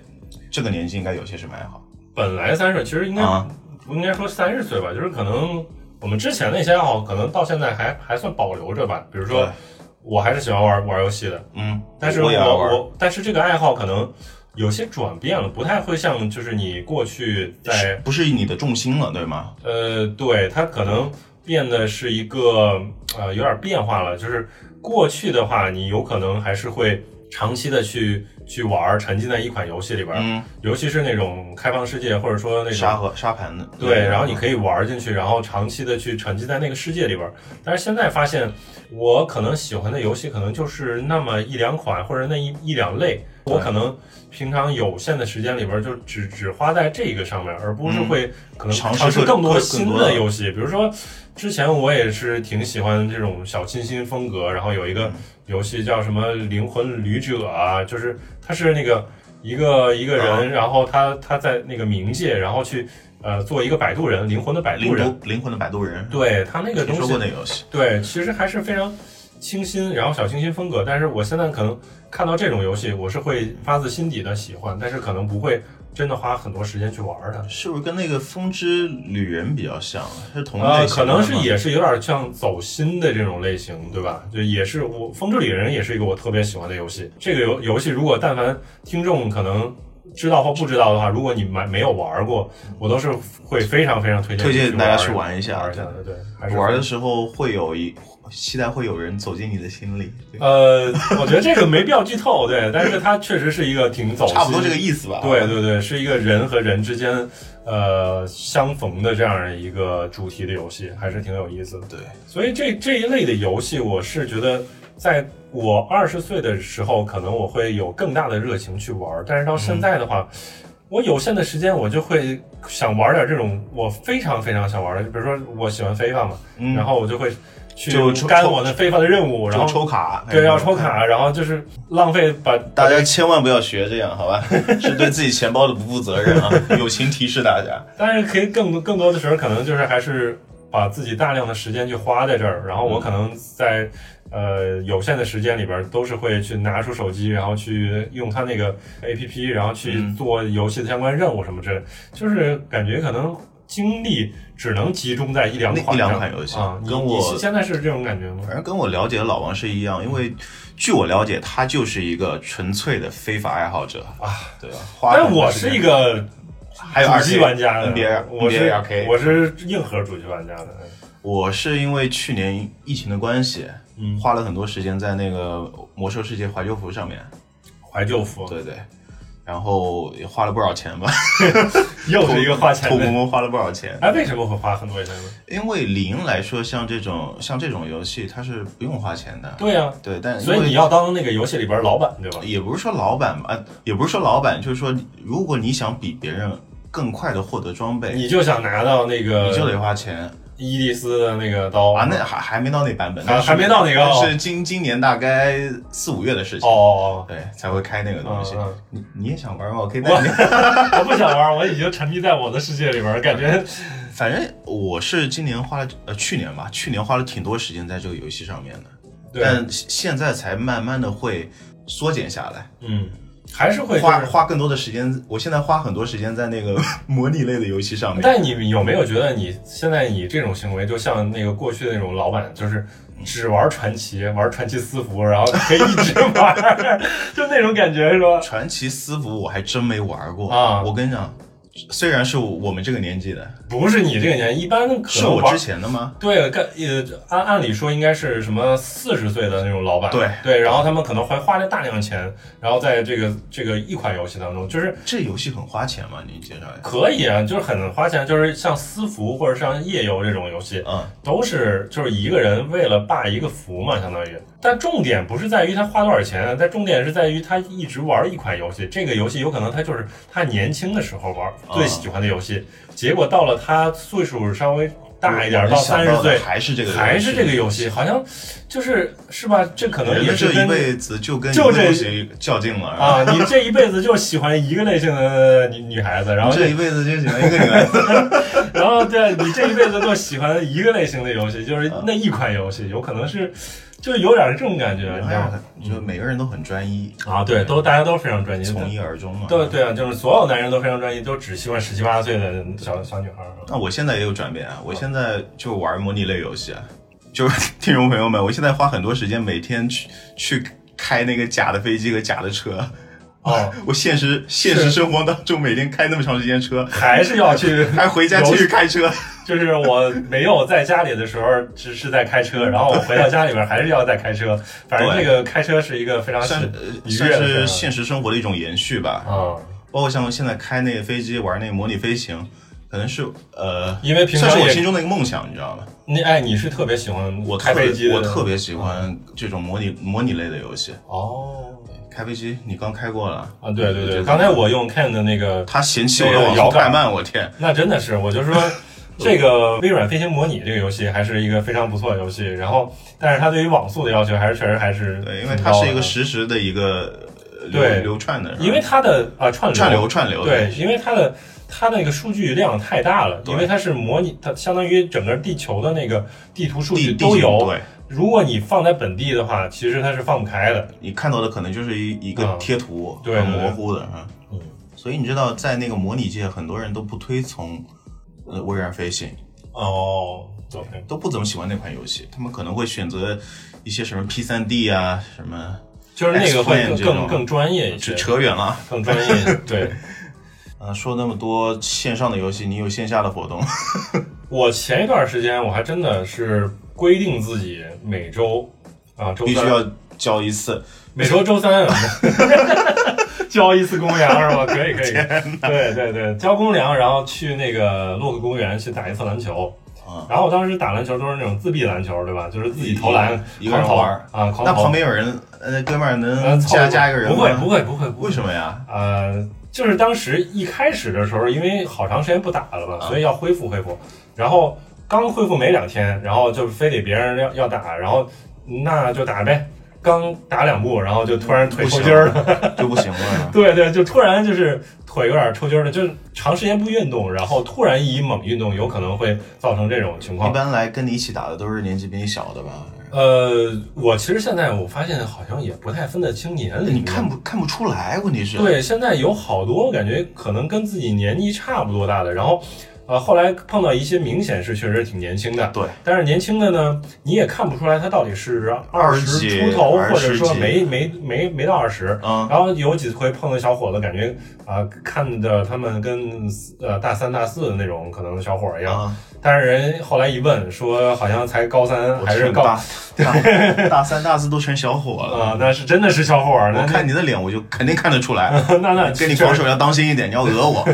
Speaker 2: 这个年纪应该有些什么爱好
Speaker 1: 本来三十，其实应该、
Speaker 2: 啊？
Speaker 1: 不应该说三十岁吧，就是可能我们之前那些爱好，可能到现在还还算保留着吧。比如说
Speaker 2: 对，
Speaker 1: 我还是喜欢玩玩游戏的，
Speaker 2: 嗯，
Speaker 1: 但是
Speaker 2: 我也爱玩
Speaker 1: 我但是这个爱好可能有些转变了，不太会像就是你过去在
Speaker 2: 不是你的重心了，对吗？
Speaker 1: 呃，对，它可能变得是一个呃有点变化了。就是过去的话，你有可能还是会长期的去去玩儿，沉浸在一款游戏里边儿，
Speaker 2: 嗯，
Speaker 1: 尤其是那种开放世界，或者说那
Speaker 2: 沙
Speaker 1: 种。
Speaker 2: 和沙盘的，嗯
Speaker 1: 对，然后你可以玩儿进去，然后长期的去沉浸在那个世界里边儿。但是现在发现，我可能喜欢的游戏可能就是那么一两款，或者那一一两类。我可能平常有限的时间里边儿，就只只花在这个上面，而不是
Speaker 2: 嗯
Speaker 1: 会可能
Speaker 2: 尝试
Speaker 1: 尝试
Speaker 2: 更
Speaker 1: 更多
Speaker 2: 更
Speaker 1: 新
Speaker 2: 更多
Speaker 1: 的
Speaker 2: 的
Speaker 1: 游戏。比如说，之前我也是挺喜欢这种小清新风格，然后有一个游戏叫什么《灵魂旅者》啊，就是它是那个一个一个
Speaker 2: 啊
Speaker 1: 人，然后他他在那个冥界，然后去呃做一个摆渡人，灵魂的摆渡
Speaker 2: 灵
Speaker 1: 人。
Speaker 2: 魂灵魂的摆渡人，
Speaker 1: 对他那个
Speaker 2: 听
Speaker 1: 东
Speaker 2: 说
Speaker 1: 西
Speaker 2: 过，那游戏，
Speaker 1: 对，其实还是非常清新，然后小清新风格。但是我现在可能看到这种游戏，我是会发自心底的喜欢，但是可能不会真的花很多时间去玩它。
Speaker 2: 是不是跟那个《风之旅人》比较像？是同类
Speaker 1: 呃，
Speaker 2: 型
Speaker 1: 可
Speaker 2: 的吗
Speaker 1: 能是也是有点像走心的这种类型，对吧？就也是我《风之旅人》也是一个我特别喜欢的游戏。这个游游戏如果但凡听众可能知道或不知道的话，如果你没没有玩过，我都是会非常非常推荐
Speaker 2: 推荐
Speaker 1: 你
Speaker 2: 大家去
Speaker 1: 去
Speaker 2: 玩一下
Speaker 1: 玩一下的，对，还是
Speaker 2: 玩的时候会有一期待会有人走进你的心里，对
Speaker 1: 呃，我觉得这个没必要剧透，对，但是它确实是一个挺走心
Speaker 2: 差不多这个意思啊吧？
Speaker 1: 对对对，是一个人和人之间呃相逢的这样的一个主题的游戏，还是挺有意思的。
Speaker 2: 对，
Speaker 1: 所以这这一类的游戏，我是觉得在我二十岁的时候，可能我会有更大的热情去玩儿，但是到
Speaker 2: 嗯
Speaker 1: 现在的话。我有限的时间，我就会想玩点这种我非常非常想玩的，比如说我喜欢飞范嘛，
Speaker 2: 嗯
Speaker 1: 然后我就会去
Speaker 2: 就抽
Speaker 1: 干
Speaker 2: 抽
Speaker 1: 我那飞范的任务，然
Speaker 2: 就
Speaker 1: 后
Speaker 2: 抽卡，哎
Speaker 1: 对要抽。卡，然后就是浪费把
Speaker 2: 大家千万不要学这样，好吧？ 是对自己钱包的不负责任啊！友情提示大家，
Speaker 1: 但是可以更多更多的时候，可能就是还是把自己大量的时间去花在这儿。然后
Speaker 2: 嗯
Speaker 1: 我可能在呃有限的时间里边，都是会去拿出手机，然后去用它那个 A P P，然后去
Speaker 2: 嗯
Speaker 1: 做游戏的相关任务什么之类的。就是感觉可能精力只能集中在一两款
Speaker 2: 一两
Speaker 1: 上
Speaker 2: 款游戏
Speaker 1: 啊。你
Speaker 2: 跟
Speaker 1: 你
Speaker 2: 我
Speaker 1: 是现在是这种感觉吗？
Speaker 2: 反正跟我了解的老王是一样，因为据我了解，他就是一个纯粹的非法爱好者
Speaker 1: 啊，
Speaker 2: 对吧？花
Speaker 1: 但
Speaker 2: 很多
Speaker 1: 我
Speaker 2: 时间
Speaker 1: 是一个
Speaker 2: 还有
Speaker 1: 主机
Speaker 2: RK
Speaker 1: 玩家的
Speaker 2: NBA，
Speaker 1: 我是
Speaker 2: NBA RK
Speaker 1: 我是硬核主机玩家的。
Speaker 2: 我是因为去年疫情的关系，
Speaker 1: 嗯
Speaker 2: 花了很多时间在那个《魔兽世界》怀旧服上面，
Speaker 1: 怀旧服
Speaker 2: 对对，然后也花了不少钱吧，
Speaker 1: 又是一个花钱
Speaker 2: 偷摸
Speaker 1: 的，
Speaker 2: 摸花了不少钱。
Speaker 1: 哎，为什么会花很多钱呢？
Speaker 2: 因为理应来说，像这种像这种游戏，它是不用花钱的，
Speaker 1: 对呀、
Speaker 2: 对，但因
Speaker 1: 所以
Speaker 2: 为
Speaker 1: 你要当那个游戏里边老板，对吧？
Speaker 2: 也不是说老板吧，呃也不是说老板，就是说你，如果你想比别人更快的获得装备，
Speaker 1: 你就想拿到那个
Speaker 2: 你就得花钱
Speaker 1: 伊迪丝的那个刀
Speaker 2: 啊。那还还没到那版本，
Speaker 1: 啊嗯还没到那个哦
Speaker 2: 但是今今年大概四五月的事情，
Speaker 1: 哦，
Speaker 2: 对，才会开那个东西。
Speaker 1: 嗯嗯
Speaker 2: 你你也想玩吗？我可以带
Speaker 1: 我
Speaker 2: 你。
Speaker 1: 我不想玩，我已经沉迷在我的世界里边，感觉
Speaker 2: 反正我是今年花了，呃，去年吧，去年花了挺多时间在这个游戏上面的，
Speaker 1: 对，
Speaker 2: 但现在才慢慢的会缩减下来，
Speaker 1: 嗯，还是会
Speaker 2: 花
Speaker 1: 就是
Speaker 2: 花更多的时间。我现在花很多时间在那个 模拟类的游戏上面。
Speaker 1: 但你有没有觉得你现在你这种行为，就像那个过去的那种老板，就是只玩传奇，玩传奇私服，然后可以一直玩， 就那种感觉是吧？
Speaker 2: 传奇私服我还真没玩过
Speaker 1: 啊
Speaker 2: 我跟你讲，虽然是我们这个年纪的，
Speaker 1: 不是你这个年，一般可能
Speaker 2: 是我
Speaker 1: 玩
Speaker 2: 之前的吗？
Speaker 1: 对，干呃，按按理说应该是什么四十岁的那种老板，
Speaker 2: 对
Speaker 1: 对，然后他们可能还花了大量钱，然后在这个这个一款游戏当中，就是
Speaker 2: 这游戏很花钱吗？你介绍一下。
Speaker 1: 可以啊，就是很花钱，就是像私服或者像夜游这种游戏，
Speaker 2: 嗯，
Speaker 1: 都是就是一个人为了霸一个服嘛，相当于。但重点不是在于他花多少钱，但重点是在于他一直玩一款游戏。这个游戏有可能他就是他年轻的时候玩最喜欢的游戏，结果到了他岁数稍微大一点，
Speaker 2: 我
Speaker 1: 到
Speaker 2: 能想
Speaker 1: 三
Speaker 2: 到
Speaker 1: 十
Speaker 2: 的
Speaker 1: 岁。
Speaker 2: 还是这个游戏，
Speaker 1: 还是这个游戏，好像就是是吧？这可能
Speaker 2: 人
Speaker 1: 也
Speaker 2: 的
Speaker 1: 是
Speaker 2: 这一
Speaker 1: 跟
Speaker 2: 辈子就跟
Speaker 1: 就
Speaker 2: 一个
Speaker 1: 这
Speaker 2: 东西较劲了，然后
Speaker 1: 啊，你这一辈子就喜欢一个类型的女女孩子，然后
Speaker 2: 这一辈子就喜欢一个女孩子。
Speaker 1: 然后对你这一辈子就喜欢一个类型的游戏，就是
Speaker 2: 啊
Speaker 1: 那一款游戏，有可能是就有点这种感觉，你知道吗？
Speaker 2: 你哎就每个人都很专一，
Speaker 1: 啊，对，都大家都非常专业，
Speaker 2: 从一而终
Speaker 1: 嗯
Speaker 2: 嘛。
Speaker 1: 对对啊，就是所有男人都非常专业，都只喜欢十七八岁的小小女孩儿。啊
Speaker 2: 那我现在也有转变啊，
Speaker 1: 哦
Speaker 2: 我现在就玩模拟类游戏啊，就是 听众朋友们，我现在花很多时间每天去去开那个假的飞机和假的车。
Speaker 1: 哦，
Speaker 2: 我现实现实生活当中每天开那么长时间车，
Speaker 1: 还是要去，
Speaker 2: 还回家继续开车，
Speaker 1: 就是我没有在家里的时候只是在开车，然后我回到家里边还是要在开车，反正这个开车是一个非常
Speaker 2: 算
Speaker 1: 喜
Speaker 2: 呃
Speaker 1: 愉
Speaker 2: 算
Speaker 1: 悦的事
Speaker 2: 是
Speaker 1: 儿
Speaker 2: 现实生活的一种延续吧。
Speaker 1: 啊。
Speaker 2: 包括像我现在开那个飞机玩那个模拟飞行，可能是呃，
Speaker 1: 因为平
Speaker 2: 算
Speaker 1: 常
Speaker 2: 是我
Speaker 1: 也
Speaker 2: 心中的一个梦想，你知道吗？
Speaker 1: 你哎，你是特别喜欢
Speaker 2: 我
Speaker 1: 开
Speaker 2: 特别
Speaker 1: 飞机的，嗯
Speaker 2: 我特别喜欢这种模拟模拟类的游戏。
Speaker 1: 哦
Speaker 2: 开飞机，你刚开过了
Speaker 1: 啊，对对对，刚才我用 Ken 的那个，
Speaker 2: 他嫌弃我的
Speaker 1: 那个
Speaker 2: 网
Speaker 1: 摇
Speaker 2: 速
Speaker 1: 杆
Speaker 2: 太慢，我天！
Speaker 1: 那真的是，我 就说这个微软飞行模拟这个游戏还是一个非常不错的游戏，然后但是它对于网速的要求还是确实还是
Speaker 2: 对，因为
Speaker 1: 挺
Speaker 2: 它
Speaker 1: 高的
Speaker 2: 是一个实时的一个呃
Speaker 1: 对
Speaker 2: 流流串的，是吧
Speaker 1: 因为它的啊、串流
Speaker 2: 串流串流
Speaker 1: 对，因为它的它那个数据量太大了，
Speaker 2: 对
Speaker 1: 因为它是模拟，它相当于整个地球的那个地图数据
Speaker 2: 地地
Speaker 1: 都
Speaker 2: 形
Speaker 1: 有。
Speaker 2: 对，
Speaker 1: 如果你放在本地的话，其实它是放不开的。
Speaker 2: 你看到的可能就是一一个
Speaker 1: 嗯
Speaker 2: 贴图，
Speaker 1: 对
Speaker 2: 很
Speaker 1: 对对
Speaker 2: 模糊的啊。
Speaker 1: 嗯，
Speaker 2: 所以你知道，在那个模拟界，很多人都不推崇呃微软飞行，
Speaker 1: 哦，OK，
Speaker 2: 都不怎么喜欢那款游戏，他们可能会选择一些什么 P 三 D 啊，什么
Speaker 1: 就是那个
Speaker 2: Explain
Speaker 1: 会
Speaker 2: 这
Speaker 1: 更
Speaker 2: 种
Speaker 1: 更专业一
Speaker 2: 就
Speaker 1: 些，
Speaker 2: 扯远了。
Speaker 1: 更专业一些。 对
Speaker 2: 啊，说那么多线上的游戏，你有线下的活动？
Speaker 1: 我前一段时间我还真的是规定自己每周啊周
Speaker 2: 必须
Speaker 1: 三
Speaker 2: 要交一次。
Speaker 1: 每周周三啊， 交一次公粮是吧？可以可以，对对对，交公粮，然后去那个洛克公园去打一次篮球。
Speaker 2: 啊
Speaker 1: 然后我当时打篮球都是那种自闭篮球，对吧？就是自己投篮，
Speaker 2: 一个人
Speaker 1: 狂投
Speaker 2: 玩儿
Speaker 1: 啊，狂
Speaker 2: 那
Speaker 1: 投
Speaker 2: 旁边有人，呃，哥们儿
Speaker 1: 呃
Speaker 2: 能
Speaker 1: 凑
Speaker 2: 加
Speaker 1: 合
Speaker 2: 加一个人吗？
Speaker 1: 不会不会不会不会
Speaker 2: 为，什么呀？
Speaker 1: 呃，就是当时一开始的时候，因为好长时间不打了嘛，
Speaker 2: 啊
Speaker 1: 所以要恢复恢复。然后刚恢复没两天，然后就非得别人要要打，然后那就打呗。刚打两步，然后就突然腿抽筋儿了。。
Speaker 2: 就不行了
Speaker 1: 对对，就突然就是腿有点抽筋儿了，就是长时间不运动，然后突然一猛运动，有可能会造成这种情
Speaker 2: 一
Speaker 1: 况。
Speaker 2: 般来跟你一起打的都是年纪比你小的吧？
Speaker 1: 呃，我其实现在我发现好像也不太分得清年龄，
Speaker 2: 你看不看不出来？问题是，
Speaker 1: 嗯对，现在有好多我感觉可能跟自己年纪差不多大的，然后，呃，后来碰到一些明显是确实挺年轻的，
Speaker 2: 对，
Speaker 1: 但是年轻的呢，你也看不出来他到底是
Speaker 2: 二十
Speaker 1: 十
Speaker 2: 几
Speaker 1: 出头，
Speaker 2: 二
Speaker 1: 或者
Speaker 2: 十
Speaker 1: 说
Speaker 2: 几
Speaker 1: 没没没没到二十。
Speaker 2: 嗯，
Speaker 1: 然后有几回碰到小伙子，感觉啊、看着他们跟呃大三大四的那种可能小伙儿一样，
Speaker 2: 啊，
Speaker 1: 但是人后来一问说，好像才高三
Speaker 2: 我
Speaker 1: 还是
Speaker 2: 天
Speaker 1: 高啊、
Speaker 2: 大大大三大四都成小伙了。
Speaker 1: 呃那是真的是小伙儿，那
Speaker 2: 我看你的脸，我就肯定看得出 来。
Speaker 1: 那那那
Speaker 2: 跟你
Speaker 1: 确
Speaker 2: 防
Speaker 1: 实
Speaker 2: 守要当心一点，你要讹 我。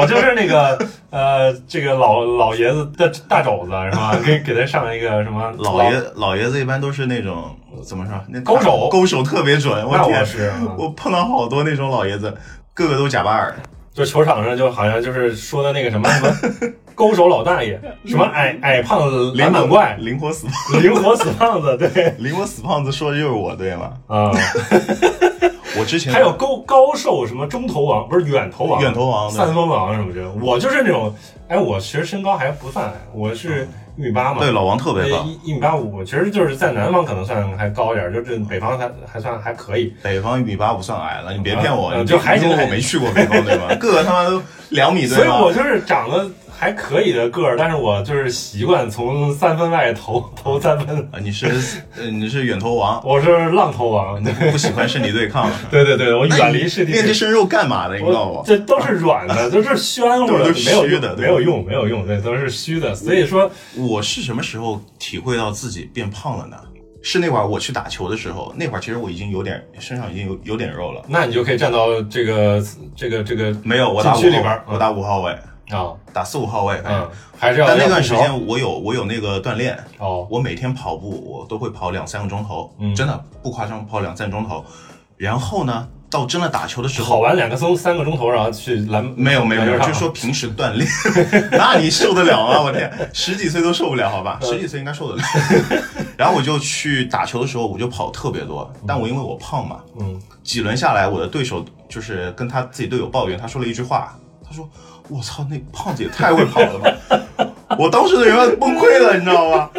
Speaker 1: 我就是那个呃，这个老老爷子的大肘子是吧？给给他上一个什么
Speaker 2: 老爷老爷子一般都是那种怎么说？那
Speaker 1: 勾手
Speaker 2: 勾手特别准。我
Speaker 1: 那我
Speaker 2: 天，
Speaker 1: 是啊
Speaker 2: 我碰到好多那种老爷子，个个都假巴尔。
Speaker 1: 就球场上就好像就是说的那个什么什 么勾手老大爷，什么矮矮胖子
Speaker 2: 灵
Speaker 1: 篮
Speaker 2: 活
Speaker 1: 板怪，
Speaker 2: 灵活死胖，
Speaker 1: 灵活死胖子， 对
Speaker 2: 灵活死胖子说的就是我，对吗？
Speaker 1: 啊，
Speaker 2: 我之前
Speaker 1: 还有高高瘦什么中投王不是远投王
Speaker 2: 远投王
Speaker 1: 三
Speaker 2: 的，
Speaker 1: 分王什么的，我就是那种哎，我其实身高还不算矮，我是一米八嘛，
Speaker 2: 嗯对老王特别
Speaker 1: 呃
Speaker 2: 棒。
Speaker 1: 一一米八五，其实就是在南方可能算还高点儿，就是北方还还算还可以。
Speaker 2: 北方一米八不算矮了，你别骗我，
Speaker 1: 嗯
Speaker 2: 你
Speaker 1: 就还
Speaker 2: 说
Speaker 1: 行
Speaker 2: 我没去过北方对 吗？个个他妈都两米
Speaker 1: 所
Speaker 2: 对
Speaker 1: 以
Speaker 2: 吗？
Speaker 1: 我就是长得还可以的个儿，但是我就是习惯从三分外投 投三分，
Speaker 2: 啊，你是呃你是远投王，
Speaker 1: 我是浪投王。
Speaker 2: 你不喜欢身体对抗，
Speaker 1: 对对对，我 远离
Speaker 2: 是
Speaker 1: 是
Speaker 2: 练这
Speaker 1: 地，
Speaker 2: 身肉干嘛的？你告诉
Speaker 1: 我
Speaker 2: 我，
Speaker 1: 这都是软的， 都是宣乎的，
Speaker 2: 都是
Speaker 1: 没有
Speaker 2: 虚
Speaker 1: 用
Speaker 2: 的对吧嗯
Speaker 1: 没有用，没有用，对，都是虚的。所以说，
Speaker 2: 我是什么时候体会到自己变胖了呢？是那会儿我去打球的时候，那会儿其实我已经有点身上已经有有点肉了。
Speaker 1: 那你就可以站到这个这个这个
Speaker 2: 没有，我打五
Speaker 1: 禁区里边
Speaker 2: 号
Speaker 1: 儿，
Speaker 2: 我打五号位，
Speaker 1: 啊，
Speaker 2: 打四五号位，反正
Speaker 1: 嗯，还是要
Speaker 2: 但那
Speaker 1: 要
Speaker 2: 段
Speaker 1: 控
Speaker 2: 时
Speaker 1: 球
Speaker 2: 间我有我有那个锻炼，
Speaker 1: 哦，
Speaker 2: 我每天跑步我都会跑两三个钟头，
Speaker 1: 嗯
Speaker 2: 真的不夸张，跑两三个钟头。然后呢，到真的打球的时
Speaker 1: 跑
Speaker 2: 候，
Speaker 1: 完两个钟三个钟头，然后去篮
Speaker 2: 没有没有没有，
Speaker 1: 篮球
Speaker 2: 就
Speaker 1: 场
Speaker 2: 是说平时锻炼， 那你受得了吗？我天，十几岁都受不了，好吧，十几岁应该受得了。 然后我就去打球的时候，我就跑特别多，但我因为我胖嘛，
Speaker 1: 嗯，
Speaker 2: 几轮下来，我的对手就是跟他自己队友抱怨，他说了一句话，他说：“我操，那胖子也太会跑了吧！” 我当时的人要崩溃了，你知道吗？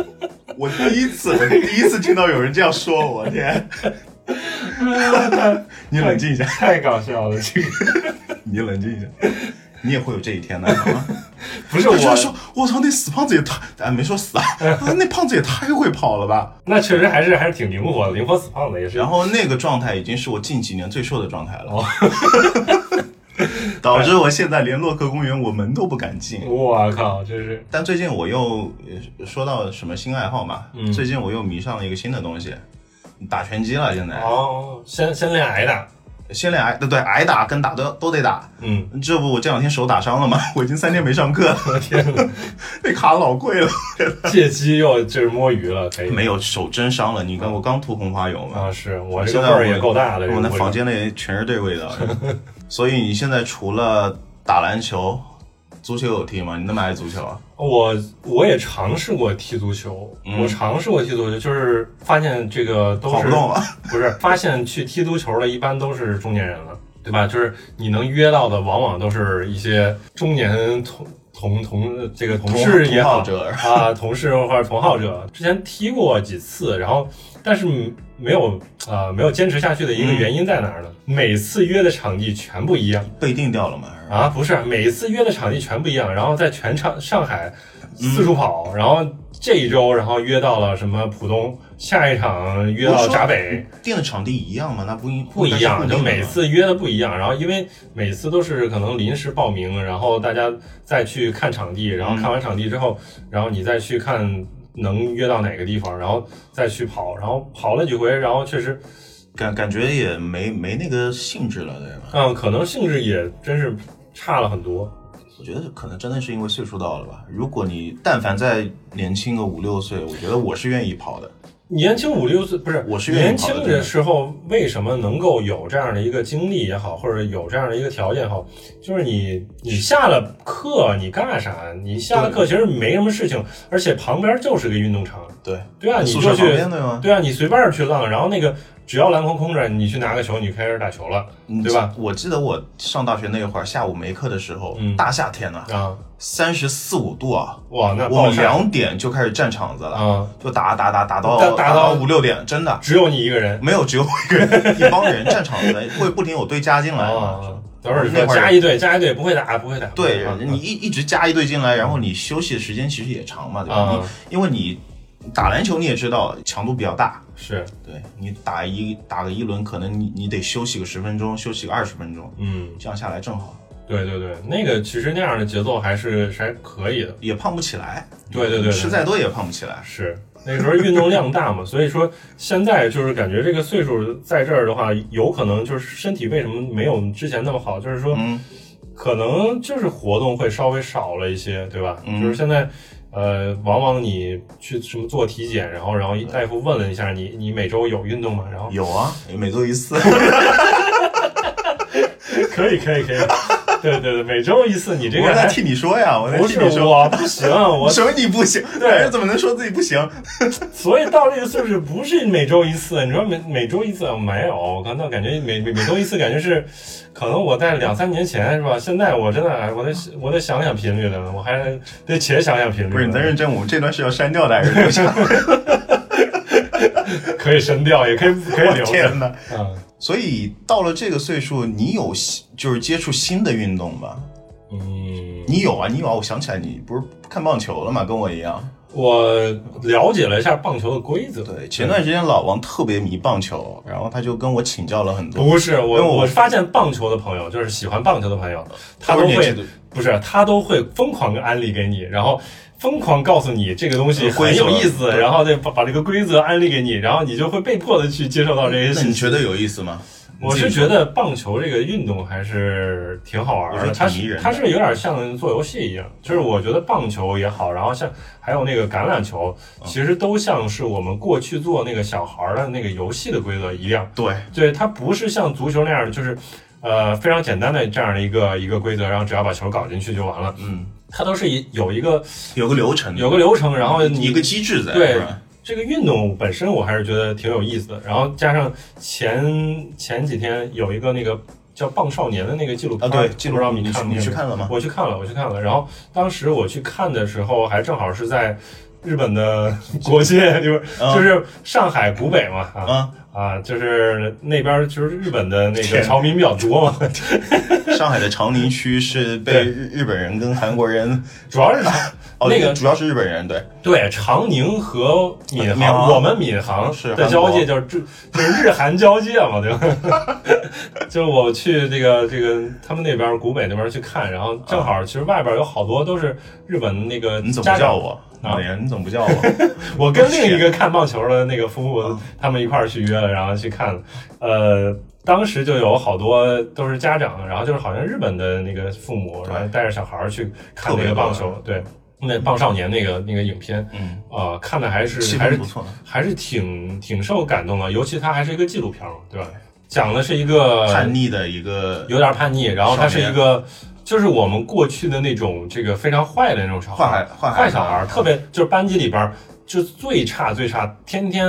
Speaker 2: 我第一次，我第一次听到有人这样说我，我天！你冷静一下，
Speaker 1: 太搞笑了， 这个
Speaker 2: 你冷静一下，你也会有这一天的，好吗？
Speaker 1: 不 是
Speaker 2: 他
Speaker 1: 我
Speaker 2: 就说：“我操，那死胖子也太……哎，没说死啊，啊那胖子也太会跑了吧
Speaker 1: 那确实还是还是挺灵活的，灵活死胖子也！”是。
Speaker 2: 然后那个状态已经是我近几年最瘦的状态 了，哎导致我现在连洛克公园我门都不敢进。
Speaker 1: 我靠，这是
Speaker 2: 但最近我又呃说到什么新爱好嘛，
Speaker 1: 嗯
Speaker 2: 最近我又迷上了一个新的东西，打拳击了。现在、
Speaker 1: 哦，先先练挨打，
Speaker 2: 先练挨，对对，挨打跟打都都得打。
Speaker 1: 嗯，
Speaker 2: 这不我这两天手打伤了吗？ 我已经三天没上课了，
Speaker 1: 我天哪，
Speaker 2: 那卡老贵了。
Speaker 1: 借机又就是摸鱼了，可以
Speaker 2: 没有手真伤了，你看我刚涂红花油嘛。
Speaker 1: 啊？是我这
Speaker 2: 现
Speaker 1: 个
Speaker 2: 在
Speaker 1: 味
Speaker 2: 我
Speaker 1: 儿也够大的，
Speaker 2: 我那
Speaker 1: 这个
Speaker 2: 房间里全是这味道。 所以你现在除了打篮球，足球有踢吗？你那么爱足球啊？
Speaker 1: 我我也尝试过踢足球，
Speaker 2: 嗯
Speaker 1: 我尝试过踢足球，就是发现这个都
Speaker 2: 跑
Speaker 1: 是
Speaker 2: 不动了。
Speaker 1: 不是发现去踢足球的，一般都是中年人了，对吧？就是你能约到的，往往都是一些中年同同同这个同事也好
Speaker 2: 同好者
Speaker 1: 啊，同事或者同好者。之前踢过几次，然后但是没有呃没有坚持下去的一个原因在哪儿呢？每次约的场地全不一样
Speaker 2: 被定掉了嘛？
Speaker 1: 啊，不是每次约的场地全不一样，然后在全场上海四处跑，然后这一周然后约到了什么浦东，下一场约到闸北，
Speaker 2: 定的场地一样吗？那不应
Speaker 1: 不一样，
Speaker 2: 应该
Speaker 1: 就是
Speaker 2: 固定的
Speaker 1: 每
Speaker 2: 吗
Speaker 1: 次约的不一样。然后因为每次都是可能临时报名，然后大家再去看场地，然后看完场地之后，然后你再去看能约到哪个地方，然后再去跑，然后跑了几回，然后确实，
Speaker 2: 感感觉也没没那个兴致了，对吧？
Speaker 1: 嗯，可能性质也真是差了很多。
Speaker 2: 我觉得可能真的是因为岁数到了吧。如果你但凡再年轻个五六岁，我觉得我是愿意跑的。
Speaker 1: 年轻五六岁不是，
Speaker 2: 我是愿意
Speaker 1: 年
Speaker 2: 跑的
Speaker 1: 轻的时候为什么能够有这样的一个经历也好，或者有这样的一个条件也好，就是你你下了课你干啥？你下了课其实没什么事情，而且旁边就是个运动场，
Speaker 2: 对，
Speaker 1: 对啊，你
Speaker 2: 宿
Speaker 1: 就
Speaker 2: 舍旁
Speaker 1: 去
Speaker 2: 边对吗？
Speaker 1: 对啊，你随便去浪，然后那个只要篮筐空着，你去拿个球，你开始打球了
Speaker 2: 嗯
Speaker 1: 对吧？
Speaker 2: 我记得我上大学那会儿，下午没课的时候，
Speaker 1: 嗯
Speaker 2: 大夏天呢、
Speaker 1: 啊，
Speaker 2: 三十四五度啊，
Speaker 1: 哇，那
Speaker 2: 我
Speaker 1: 爆
Speaker 2: 们
Speaker 1: 晒
Speaker 2: 两点就开始占场子了，
Speaker 1: 啊，
Speaker 2: 就打打打打到
Speaker 1: 打打
Speaker 2: 打
Speaker 1: 到
Speaker 2: 五六点，真的
Speaker 1: 只有你一个人
Speaker 2: 没有，只有我一个人，一帮人占场 子，会不停有队加进来嘛。
Speaker 1: 啊，等会儿
Speaker 2: 那
Speaker 1: 说
Speaker 2: 会儿
Speaker 1: 加一队加一队不会打不会打，
Speaker 2: 对
Speaker 1: 啊，
Speaker 2: 你一一直加一队进来，然后你休息的时间其实也长嘛，对吧？
Speaker 1: 啊
Speaker 2: 你因为你打篮球你也知道强度比较大，
Speaker 1: 是
Speaker 2: 对你打一打个一轮，可能你你得休息个十分钟，休息个二十分钟，
Speaker 1: 嗯。
Speaker 2: 这样下来正好，
Speaker 1: 对对对，那个其实那样的节奏还是还可以的，
Speaker 2: 也胖不起来。
Speaker 1: 对对对对
Speaker 2: 吃再多也胖不起来。
Speaker 1: 是那时候运动量大嘛， 所以说现在就是感觉这个岁数在这儿的话，有可能就是身体为什么没有之前那么好，就是说
Speaker 2: 嗯，
Speaker 1: 可能就是活动会稍微少了一些，对吧？
Speaker 2: 嗯
Speaker 1: 就是现在。呃，往往你去什么做体检，然后然后一大夫问了一下你，你每周有运动吗？然后
Speaker 2: 有啊，每周一次。
Speaker 1: 可以可以可以， 对对对，每周一次，你这
Speaker 2: 我
Speaker 1: 个
Speaker 2: 在
Speaker 1: 还
Speaker 2: 替你说呀，我在
Speaker 1: 不
Speaker 2: 替你
Speaker 1: 是
Speaker 2: 说。
Speaker 1: 我不行，我
Speaker 2: 什么你不行？
Speaker 1: 对
Speaker 2: 男人怎么能说自己不行？
Speaker 1: 所以到这个岁数不是每周一次，你说每每周一次没有，我感到感觉每每每周一次感觉是，可能我在两三年前是吧？现在我真的哎我得我得想想频率了，我还得且想想频率了。
Speaker 2: 不是你在认真，我们这段是要删掉的还是留下？
Speaker 1: 可以删掉，也可以 可以留
Speaker 2: 我
Speaker 1: 着。
Speaker 2: 天哪！
Speaker 1: 嗯
Speaker 2: 所以到了这个岁数，你有新就是接触新的运动吗？
Speaker 1: 嗯，
Speaker 2: 你有啊，你有啊！我想起来，你不是看棒球了吗？跟我一样。
Speaker 1: 我了解了一下棒球的规则。
Speaker 2: 对，前段时间老王特别迷棒球，然后他就跟我请教了很多。
Speaker 1: 不是
Speaker 2: 因为
Speaker 1: 我，
Speaker 2: 我
Speaker 1: 我发现棒球的朋友，就是喜欢棒球的朋友，他都
Speaker 2: 都是
Speaker 1: 会
Speaker 2: 年轻的
Speaker 1: 不是他都会疯狂地安利给你，然后疯狂告诉你这个东西
Speaker 2: 嗯规
Speaker 1: 很
Speaker 2: 则
Speaker 1: 有意思，
Speaker 2: 对
Speaker 1: 然后再把把这个规则安利给你，然后你就会被迫的去接受到这些
Speaker 2: 那你
Speaker 1: 信息。
Speaker 2: 觉得有意思吗？
Speaker 1: 我是
Speaker 2: 你自己
Speaker 1: 觉得棒球这个运动还是挺好玩
Speaker 2: 我觉
Speaker 1: 的，
Speaker 2: 得
Speaker 1: 它
Speaker 2: 挺迷
Speaker 1: 是
Speaker 2: 人的
Speaker 1: 它是有点像做游戏一样，就是我觉得棒球也好，然后像还有那个橄榄球，
Speaker 2: 嗯
Speaker 1: 其实都像是我们过去做那个小孩儿的那个游戏的规则一样。
Speaker 2: 对，
Speaker 1: 对，它不是像足球那样的，就是呃非常简单的这样的一个一个规则，然后只要把球搞进去就完了。
Speaker 2: 嗯，
Speaker 1: 它都是一有一个
Speaker 2: 有个流程的，
Speaker 1: 有个流程，然后
Speaker 2: 一
Speaker 1: 你
Speaker 2: 个机制在，
Speaker 1: 对
Speaker 2: 是吧
Speaker 1: 这个运动本身我还是觉得挺有意思的。然后加上前前几天有一个那个叫《棒少年》的那个纪录
Speaker 2: 啊，
Speaker 1: 片，
Speaker 2: 对，
Speaker 1: 不知道你看
Speaker 2: 去
Speaker 1: 没
Speaker 2: 你
Speaker 1: 有
Speaker 2: 去看了吗？
Speaker 1: 我去看了，我去看了。然后当时我去看的时候，还正好是在日本的 国界，就是、
Speaker 2: 啊
Speaker 1: 就是上海古北嘛啊。
Speaker 2: 啊，
Speaker 1: 啊，就是那边儿就是日本的那个
Speaker 2: 天
Speaker 1: 侨民比较多嘛，
Speaker 2: 上海的长宁区是被
Speaker 1: 对
Speaker 2: 日日本人跟韩国人，
Speaker 1: 主要是
Speaker 2: 哦，
Speaker 1: 那个
Speaker 2: 主要是日本人，对，
Speaker 1: 对长宁和闵
Speaker 2: 闵
Speaker 1: 行，
Speaker 2: 行
Speaker 1: 我们闵行
Speaker 2: 是
Speaker 1: 的
Speaker 2: 韩
Speaker 1: 交
Speaker 2: 国
Speaker 1: 界就是这就是日韩交界嘛，对吧？ 就是我去这个这个他们那边儿古北那边儿去看，然后正好其实外边儿有好多都是日本的那个
Speaker 2: 啊你怎么
Speaker 1: 家
Speaker 2: 不叫
Speaker 1: 长，
Speaker 2: 我？
Speaker 1: 啊
Speaker 2: 哎呀，你怎么不叫我？
Speaker 1: 我跟另一个看棒球的那个夫
Speaker 2: 啊
Speaker 1: 妇，他们一块儿去约了，然后去看了，呃。当时就有好多都是家长，然后就是好像日本的那个父母，然后带着小孩儿去看那
Speaker 2: 特
Speaker 1: 个
Speaker 2: 别多啊
Speaker 1: 棒球，对，那棒少年那个那个影片，
Speaker 2: 嗯，
Speaker 1: 啊、看的还
Speaker 2: 气
Speaker 1: 是还
Speaker 2: 氛
Speaker 1: 是
Speaker 2: 不错。
Speaker 1: 还是挺挺受感动的，尤其它还是一个纪录片嘛，对吧？讲的是一个
Speaker 2: 叛逆的一个
Speaker 1: 呃有点叛逆，然后它是
Speaker 2: 少
Speaker 1: 一
Speaker 2: 年
Speaker 1: 个就是我们过去的那种这个非常坏的那种小
Speaker 2: 坏
Speaker 1: 孩
Speaker 2: 孩
Speaker 1: 儿，
Speaker 2: 坏
Speaker 1: 坏
Speaker 2: 孩啊
Speaker 1: 小孩儿，特别就是班级里边儿就最差最差，天天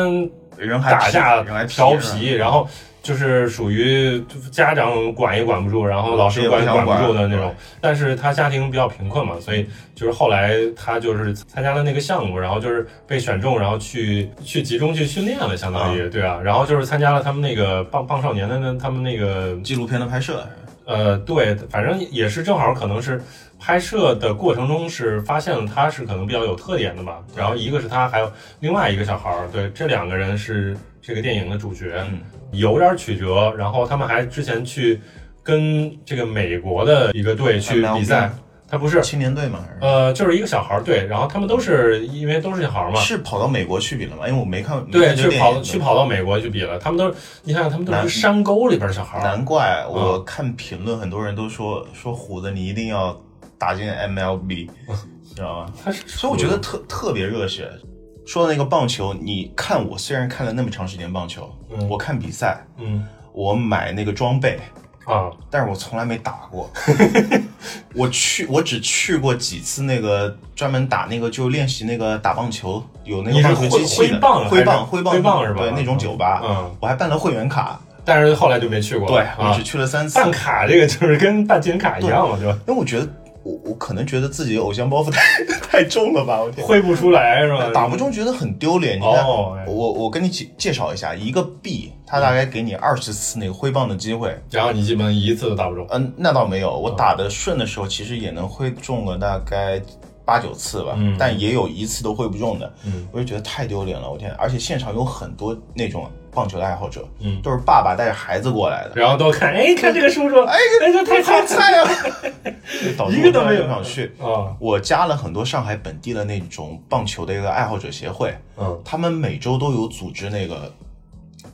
Speaker 2: 人还
Speaker 1: 打架
Speaker 2: 人还啊
Speaker 1: 调
Speaker 2: 皮
Speaker 1: 皮，，然后就是属于家长管也管不住，然后老师
Speaker 2: 也不
Speaker 1: 管也
Speaker 2: 想
Speaker 1: 管不
Speaker 2: 管
Speaker 1: 住的那种。但是他家庭比较贫困嘛，所以就是后来他就是参加了那个项目，然后就是被选中，然后去去集中去训练了，相当于对啊，然后就是参加了他们那个棒棒少年的那他们那个
Speaker 2: 纪录片的拍摄，
Speaker 1: 呃，对，反正也是正好可能是拍摄的过程中是发现了他是可能比较有特点的嘛，然后一个是他，还有另外一个小孩儿，对，这两个人是这个电影的主角，
Speaker 2: 嗯
Speaker 1: 有点曲折，然后他们还之前去跟这个美国的一个队去
Speaker 2: 呃
Speaker 1: 比赛，他不是，
Speaker 2: 青年队嘛，还是
Speaker 1: 呃，就是一个小孩儿，对，然后他们都是因为都是小孩儿嘛。
Speaker 2: 是跑到美国去比了吗？因为我没看，没
Speaker 1: 对，
Speaker 2: 看这个
Speaker 1: 去
Speaker 2: 电
Speaker 1: 跑
Speaker 2: 影
Speaker 1: 去跑到美国去比了，他们都是，你看他们都
Speaker 2: 男
Speaker 1: 是山沟里边儿小孩儿，
Speaker 2: 嗯难怪
Speaker 1: 嗯
Speaker 2: 我看评论，很多人都说说虎子你一定要打 进 MLB，知道吗？
Speaker 1: 他是，
Speaker 2: 所以我觉
Speaker 1: 嗯
Speaker 2: 得特特别热血。说到那个棒球，你看我虽然看了那么长时间棒球，
Speaker 1: 嗯
Speaker 2: 我看比赛，
Speaker 1: 嗯
Speaker 2: 我买那个装备，
Speaker 1: 啊，
Speaker 2: 但是我从来没打 过。我去，我只去过几次那个专门打那个，就练习那个打棒球，有那
Speaker 1: 你
Speaker 2: 个
Speaker 1: 是
Speaker 2: 棒球
Speaker 1: 挥
Speaker 2: 机器的
Speaker 1: 挥棒还是
Speaker 2: 挥棒，
Speaker 1: 挥
Speaker 2: 棒，挥
Speaker 1: 棒是吧
Speaker 2: 对，那种酒吧，
Speaker 1: 嗯，
Speaker 2: 我还办了会员卡，
Speaker 1: 但是后来就没去过
Speaker 2: 对
Speaker 1: 了。
Speaker 2: 我
Speaker 1: 啊
Speaker 2: 只，去了三次。
Speaker 1: 办卡这个就是跟办金卡一样嘛，对吧？
Speaker 2: 因为我觉得我我可能觉得自己偶像包袱太 太重了吧，我天，
Speaker 1: 挥不出来是吧？
Speaker 2: 呃打不中觉得很丢脸。你看，
Speaker 1: 哦哎
Speaker 2: 我我跟你介介绍一下，一个币它大概给你二十次那个挥棒的机会。
Speaker 1: 然后你基本一次都打不中。
Speaker 2: 嗯，那倒没有，我打的顺的时候其实也能挥中个大概八九次吧，
Speaker 1: 嗯
Speaker 2: 但也有一次都挥不中的。
Speaker 1: 嗯
Speaker 2: 我就觉得太丢脸了，我天！而且现场有很多那种棒球的爱好者，
Speaker 1: 嗯，
Speaker 2: 都是爸爸带着孩子过来 的，
Speaker 1: 然后都看，哎，看这个叔叔，哎，这太
Speaker 2: 好
Speaker 1: 太
Speaker 2: 菜 啊！导致
Speaker 1: 一
Speaker 2: 我
Speaker 1: 个都
Speaker 2: 当
Speaker 1: 没
Speaker 2: 时
Speaker 1: 有
Speaker 2: 不想去。
Speaker 1: 啊，
Speaker 2: 我加了很多上海本地的那种棒球的一个爱好者协会，
Speaker 1: 嗯
Speaker 2: 他们每周都有组织那个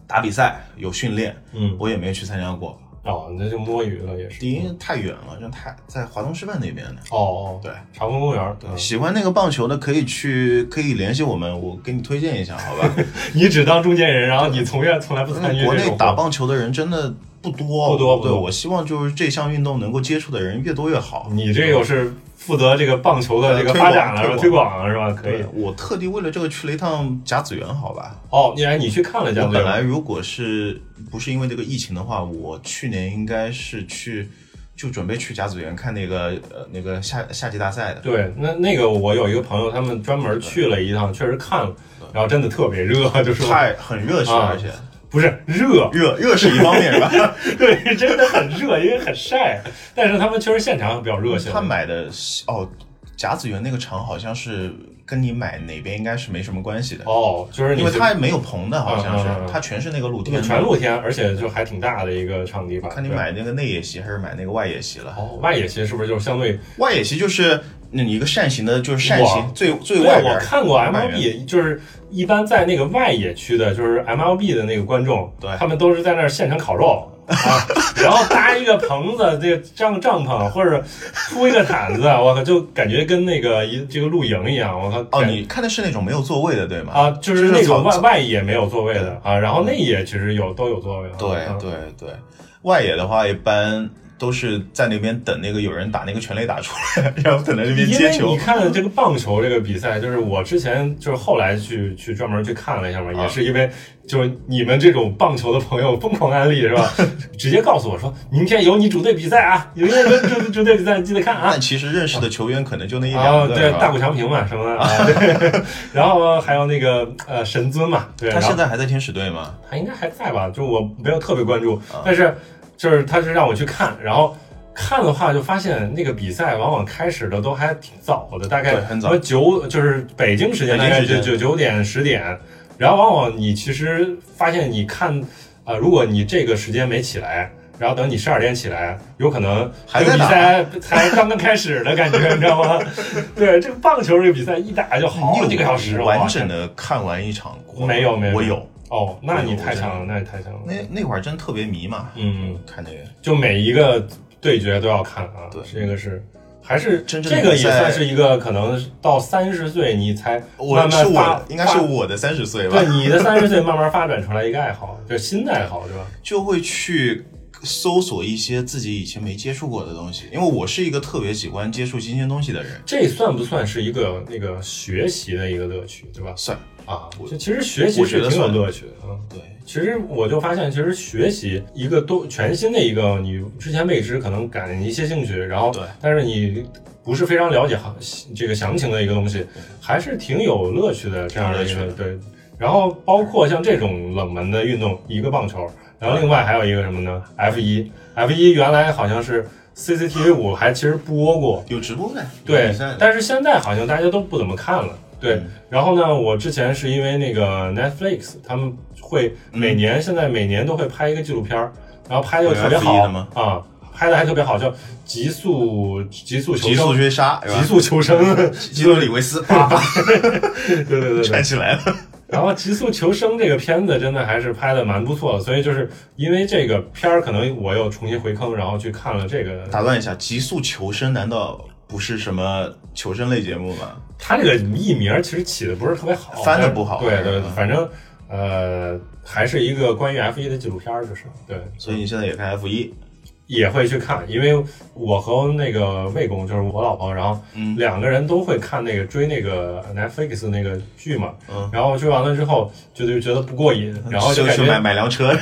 Speaker 2: 打比赛，有训练，
Speaker 1: 嗯，
Speaker 2: 我也没去参加过。
Speaker 1: 哦，你这就摸鱼了也是。
Speaker 2: 第一太远了，就太在华东师范那边的。
Speaker 1: 哦哦，
Speaker 2: 对，
Speaker 1: 长风公园。嗯
Speaker 2: 喜欢那个棒球的可以去，可以联系我们，我给你推荐一下，好吧？
Speaker 1: 你只当中间人，然后你从来从来不
Speaker 2: 因
Speaker 1: 参与
Speaker 2: 为国
Speaker 1: 这
Speaker 2: 内
Speaker 1: 种活
Speaker 2: 打
Speaker 1: 动。
Speaker 2: 棒球的人真的不多，
Speaker 1: 不多不
Speaker 2: 对，
Speaker 1: 多
Speaker 2: 我希望就是这项运动能够接触的人越多越好。
Speaker 1: 你这又是负责这个棒球的这个
Speaker 2: 呃推
Speaker 1: 发
Speaker 2: 广
Speaker 1: 展了，是吧推
Speaker 2: 推
Speaker 1: 广了是吧？可以
Speaker 2: 对。我特地为了这个去了一趟甲子园，好吧？
Speaker 1: 哦，你哎，你去看了一下
Speaker 2: 我
Speaker 1: 对
Speaker 2: 本
Speaker 1: 吧？
Speaker 2: 来如果是不是因为这个疫情的话，我去年应该是去就准备去甲子园看那个呃那个夏夏季大赛的。
Speaker 1: 对，那那个我有一个朋友，他们专门去了一趟，确实看了，然后真的特别热，就是
Speaker 2: 太很热血，
Speaker 1: 啊
Speaker 2: 而且
Speaker 1: 不是热，
Speaker 2: 热热是一方面是吧？
Speaker 1: 对，真的很热，因为很晒。但是他们确实现场比较 热情。
Speaker 2: 他买的哦，甲子园那个场好像是跟你买哪边应该是没什么关系的，
Speaker 1: 哦，就是你
Speaker 2: 因为
Speaker 1: 去
Speaker 2: 它没有棚的，好像
Speaker 1: 嗯
Speaker 2: 是
Speaker 1: 嗯嗯嗯
Speaker 2: 它全是那个露
Speaker 1: 对
Speaker 2: 天的。
Speaker 1: 全露天，而且就还挺大的一个场地吧。
Speaker 2: 看你
Speaker 1: 对
Speaker 2: 买那个内野席还是买那个外野席了。
Speaker 1: 哦，外野席是不是就是相对？
Speaker 2: 外野席就是你一个扇形的，就是扇
Speaker 1: 哇
Speaker 2: 形最最
Speaker 1: 对
Speaker 2: 外，边
Speaker 1: 我
Speaker 2: 儿。
Speaker 1: 看过
Speaker 2: 外
Speaker 1: MLB，就是一般在那个外野区的，就是 MLB 的那个观众，
Speaker 2: 对
Speaker 1: 他们都是在那儿现场烤肉。啊，然后搭一个棚子，这个帐帐篷或者铺一个毯子，我靠，就感觉跟那个一这个露营一样，我靠。
Speaker 2: 哦，
Speaker 1: 感
Speaker 2: 你看的是那种没有座位的，对吗？
Speaker 1: 啊，就是那
Speaker 2: 草嗯
Speaker 1: 种外外野没有座位的啊，然后内野其实有都有座位的。
Speaker 2: 对
Speaker 1: 啊
Speaker 2: 对对，外野的话一般都是在那边等那个有人打那个全垒打出来， 然后等在那边
Speaker 1: 因
Speaker 2: 接
Speaker 1: 为
Speaker 2: 球
Speaker 1: 你。看这个棒球这个比赛，就是我之前就是后来去去专门去看了一下嘛，
Speaker 2: 啊
Speaker 1: 也是因为就是你们这种棒球的朋友疯狂安利是吧？ 直接告诉我说明天有你主队比赛啊，有你主主主队比赛你记得看啊。
Speaker 2: 但其实认识的球员可能就那一
Speaker 1: 啊，
Speaker 2: 两个，
Speaker 1: 对
Speaker 2: 是，吧
Speaker 1: 大谷翔平嘛什么的啊，对， 然后还有那个呃神尊嘛，对，
Speaker 2: 他
Speaker 1: 然后
Speaker 2: 现在还在天使队吗？
Speaker 1: 他应该还在吧？就我没有特别关注，
Speaker 2: 啊
Speaker 1: 但是就是他是让我去看，然后看的话就发现那个比赛往往开始的都还挺早的，大概
Speaker 2: 对很早
Speaker 1: 什么九就是北京时间大
Speaker 2: 北京
Speaker 1: 概
Speaker 2: 时
Speaker 1: 就
Speaker 2: 间
Speaker 1: 九九点十点，然后往往你其实发现你看啊、呃如果你这个时间没起来。然后等你十二点起来，有可能
Speaker 2: 还
Speaker 1: 这个
Speaker 2: 在
Speaker 1: 比
Speaker 2: 打
Speaker 1: 赛才刚刚开始的感觉，你知道吗？ 对，这个棒球这个比赛一打就好
Speaker 2: 你
Speaker 1: 几个小时，哇
Speaker 2: 完整的看完一场过吗
Speaker 1: 没有没有
Speaker 2: 我有，
Speaker 1: 哦，那你太强了，那你太强了。
Speaker 2: 那那会儿真特别迷嘛，
Speaker 1: 嗯，
Speaker 2: 看这个
Speaker 1: 就每一个对决都要看啊。
Speaker 2: 对
Speaker 1: 这个是还是
Speaker 2: 真正的
Speaker 1: 这个也
Speaker 2: 比赛
Speaker 1: 算是一个可能到三十岁你才慢
Speaker 2: 我是
Speaker 1: 慢发
Speaker 2: 我，应该是
Speaker 1: 发
Speaker 2: 我的三十岁吧，
Speaker 1: 对你的三十岁慢慢发展出来一个爱好，就是新的爱好是吧？
Speaker 2: 就会去搜索一些自己以前没接触过的东西，因为我是一个特别喜欢接触新鲜东西的人。
Speaker 1: 这算不算是一个那个学习的一个乐趣，对吧？
Speaker 2: 算
Speaker 1: 啊，就其实学习
Speaker 2: 我觉
Speaker 1: 是
Speaker 2: 得
Speaker 1: 挺有
Speaker 2: 算
Speaker 1: 乐趣的啊。
Speaker 2: 对，
Speaker 1: 其实我就发现，其实学习一个都全新的一个你之前未知，可能感一些兴趣，然后
Speaker 2: 对
Speaker 1: 但是你不是非常了解行这个详情的一个东西，还是挺有乐趣的这样的一
Speaker 2: 挺
Speaker 1: 个
Speaker 2: 有乐趣
Speaker 1: 对。然后包括像这种冷门的运动，一个棒球，然后另外还有一个什么呢？F 一，F 一原来好像是 CCTV 五还其实播过，
Speaker 2: 有直播呗，有
Speaker 1: 对
Speaker 2: 比赛，的，
Speaker 1: 但是现在好像大家都不怎么看了。对
Speaker 2: 嗯，
Speaker 1: 然后呢，我之前是因为那个 Netflix，他们会每年、现在每年都会拍一个纪录片儿，然后拍的特别好
Speaker 2: 有 F1 的吗
Speaker 1: 啊，拍的还特别好，叫《极速极速求
Speaker 2: 极
Speaker 1: 生
Speaker 2: 速》。追杀，是吧
Speaker 1: 极速求 生，
Speaker 2: 基努里 维斯啪啪
Speaker 1: 对对对对
Speaker 2: 站。起 来了，
Speaker 1: 然后《极速求生》这个片子真的还是拍的蛮不错的，所以就是因为这个片儿，可能我又重新回坑，然后去看了这个
Speaker 2: 打断一下，极速求生难道不是什么求生类节目吗？
Speaker 1: 他这个艺名其实起的不是特别好，
Speaker 2: 翻得不好
Speaker 1: 对对，
Speaker 2: 嗯
Speaker 1: 反正呃还是一个关于 F 一的纪录片儿，就是对，
Speaker 2: 所以你现在也看 F 一，
Speaker 1: 也会去看，因为我和那个魏公就是我老婆，然后
Speaker 2: 嗯
Speaker 1: 两个人都会看那个追那个 Netflix 那个剧嘛，
Speaker 2: 嗯
Speaker 1: 然后追完了之后就就觉得不过瘾，然后就
Speaker 2: 就
Speaker 1: 感
Speaker 2: 去买
Speaker 1: 觉
Speaker 2: 买 辆车，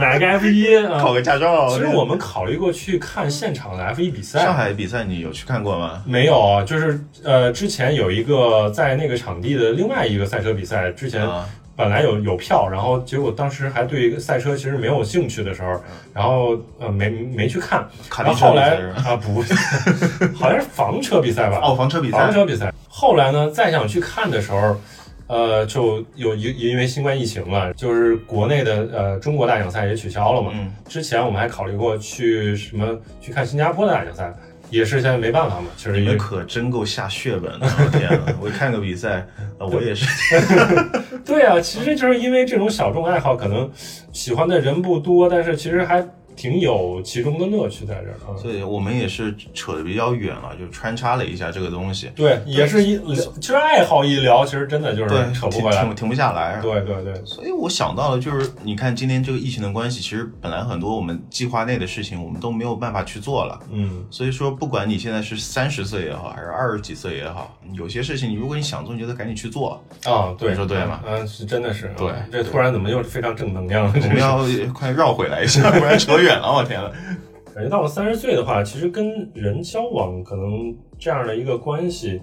Speaker 1: 买个 F 一啊。
Speaker 2: 考个驾照。
Speaker 1: 其实我们考虑过去看现场的 F 一比赛，
Speaker 2: 上海比赛你有去看过吗？
Speaker 1: 没有，就是呃，之前有一个在那个场地的另外一个赛车比赛，之前
Speaker 2: 啊
Speaker 1: 本来有有票，然后结果当时还对一个赛车其实没有兴趣的时候，然后呃没没去看，
Speaker 2: 卡
Speaker 1: 然后后
Speaker 2: 丁车嗯比赛
Speaker 1: 来
Speaker 2: 是吧？
Speaker 1: 啊不， 好像是房车比赛吧，
Speaker 2: 哦，房车比
Speaker 1: 房
Speaker 2: 赛，
Speaker 1: 车比赛。后来呢，再想去看的时候，呃，就有因因为新冠疫情嘛，就是国内的呃中国大奖赛也取消了嘛，
Speaker 2: 嗯，
Speaker 1: 之前我们还考虑过去什么去看新加坡的大奖赛，也是现在没办法嘛，其实
Speaker 2: 你
Speaker 1: 也
Speaker 2: 们可真够下血本的！我天啊，我看个比赛，呃我也是，
Speaker 1: 对啊，其实就是因为这种小众爱好，可能喜欢的人不多，但是其实还挺有其中的乐趣在这儿啊。
Speaker 2: 所以我们也是扯得比较远了，就穿插了一下这个东西，
Speaker 1: 对，也是一其实爱好一聊，其实真的就是
Speaker 2: 对，
Speaker 1: 扯不
Speaker 2: 停
Speaker 1: 回来。
Speaker 2: 停停不下来，
Speaker 1: 对对对，
Speaker 2: 所以我想到了，就是你看今天这个疫情的关系，其实本来很多我们计划内的事情，我们都没有办法去做了。
Speaker 1: 嗯，
Speaker 2: 所以说，不管你现在是三十岁也好，还是二十几岁也好，有些事情，如果你想做，你就得赶紧去做。
Speaker 1: 啊，对，
Speaker 2: 你说对吗
Speaker 1: 嗯，是真的嗯是。
Speaker 2: 对
Speaker 1: 这突然怎么又是非常正能量了？
Speaker 2: 我
Speaker 1: 真
Speaker 2: 们
Speaker 1: 是
Speaker 2: 要快绕回来 一下，不然扯远了。我天呐，啊
Speaker 1: 感觉到了三十岁的话，其实跟人交往可能这样的一个关系，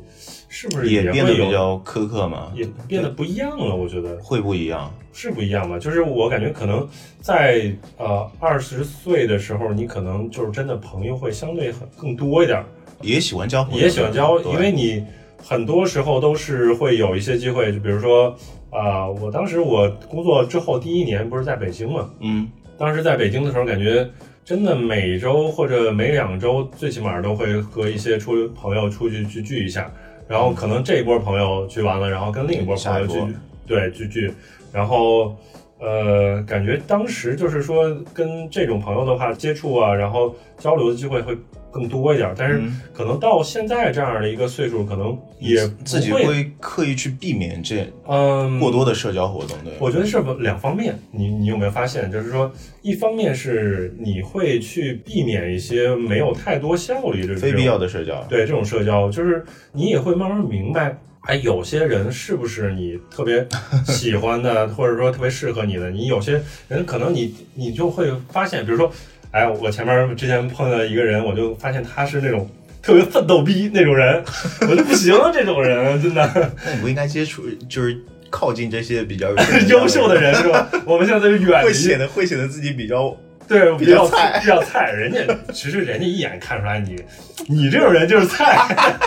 Speaker 1: 是 不是
Speaker 2: 也变得
Speaker 1: 会
Speaker 2: 比
Speaker 1: 有？
Speaker 2: 较苛刻嘛，
Speaker 1: 也变得不一样了，我觉得
Speaker 2: 会不一样。
Speaker 1: 是不一样吧。就是我感觉可能在呃二十岁的时候，你可能就是真的朋友会相对很更多一点儿，
Speaker 2: 也喜欢交朋友，
Speaker 1: 也喜欢交，
Speaker 2: 对
Speaker 1: 因为你很多时候都是会有一些机会，就比如说啊、我当时我工作之后第一年不是在北京嘛，
Speaker 2: 嗯，
Speaker 1: 当时在北京的时候，感觉真的每周或者每两周，最起码都会和一些出朋友出去去聚一下，然后可能这一波朋友聚完了，然后跟另一波朋友
Speaker 2: 下一波
Speaker 1: 聚，对，聚聚，然后呃，感觉当时就是说跟这种朋友的话接触啊，然后交流的机会会更多一点，但是
Speaker 2: 嗯
Speaker 1: 可能到现在这样的一个岁数，可能也不
Speaker 2: 自己会刻意去避免这
Speaker 1: 嗯
Speaker 2: 过多的社交活动，对。
Speaker 1: 我觉得是两方面，你你有没有发现？就是说，一方面是你会去避免一些没有太多效率的这种
Speaker 2: 非必要的社交，
Speaker 1: 对这种社交，就是你也会慢慢明白，哎，有些人是不是你特 别喜欢的，或者说特别适合你的？你有些人可能你你就会发现，比如说，哎，我前面之前碰到一个人，我就发现他是那种特别奋斗逼那种人，我就不行，这种人真的。
Speaker 2: 那你不应该接触，就是靠近这些比较
Speaker 1: 优秀的，人是吧？我们现在都是远
Speaker 2: 会
Speaker 1: 离
Speaker 2: 显，得会显得自己比较
Speaker 1: 对，
Speaker 2: 比
Speaker 1: 比
Speaker 2: 较
Speaker 1: 较
Speaker 2: 菜
Speaker 1: 比较菜。人家其实人家一眼看出来你， 你这种人就是菜，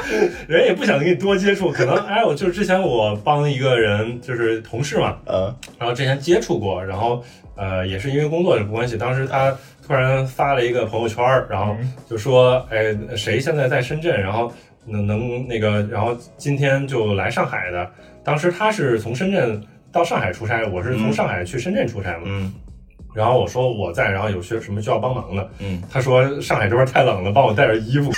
Speaker 1: 人也不想跟你多接触。可能哎，我就是之前我帮一个人，就是同事嘛，
Speaker 2: 呃，
Speaker 1: 然后之前接触过，然后呃也是因为工作的关系，当时他突然发了一个朋友圈儿，然
Speaker 2: 嗯
Speaker 1: 后就说，哎，谁现在在深圳，然后能能那个，然后今天就来上海的。当时他是从深圳到上海出差，我是
Speaker 2: 嗯
Speaker 1: 从上海去深圳出差嘛。
Speaker 2: 嗯
Speaker 1: 然后我说我在，然后有些什么需要帮忙的，
Speaker 2: 嗯，
Speaker 1: 他说上海这边太冷了，帮我带点衣 服。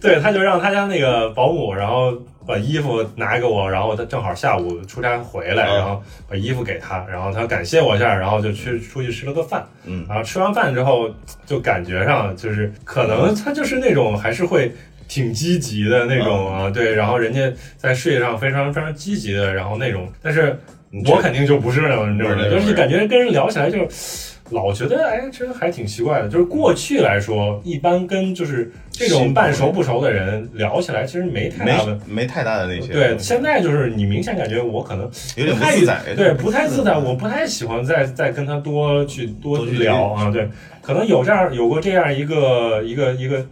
Speaker 1: 对，他就让他家那个保姆，然后把衣服拿给我，然后他正好下午出差回来，
Speaker 2: 嗯
Speaker 1: 然后把衣服给他，然后他感谢我一下，然后就去出去吃了个饭。
Speaker 2: 嗯
Speaker 1: 然后吃完饭之后，就感觉上就是可
Speaker 2: 嗯
Speaker 1: 能他就是那种还是会。挺积极的那种
Speaker 2: 嗯
Speaker 1: 啊，对，然后人家在事业上非常非常积极的，然后那种，但是
Speaker 2: 你
Speaker 1: 我
Speaker 2: 这
Speaker 1: 肯定就不是那种这种
Speaker 2: 不是那
Speaker 1: 人，
Speaker 2: 种
Speaker 1: 就是
Speaker 2: 人
Speaker 1: 感觉跟人聊起来就是，老觉得哎，这还挺奇怪的。就是过去来说，一般跟就是这种半熟不熟的人聊起来，其实没太大
Speaker 2: 没
Speaker 1: 问。
Speaker 2: 没太大的那些，
Speaker 1: 对，现在就是你明显感觉我可能
Speaker 2: 有点不
Speaker 1: 太
Speaker 2: 哎自在，
Speaker 1: 对，不太自在，我不太喜欢再再跟他多去多
Speaker 2: 多去
Speaker 1: 聊啊。对，可能有这样有过这样一个一个一个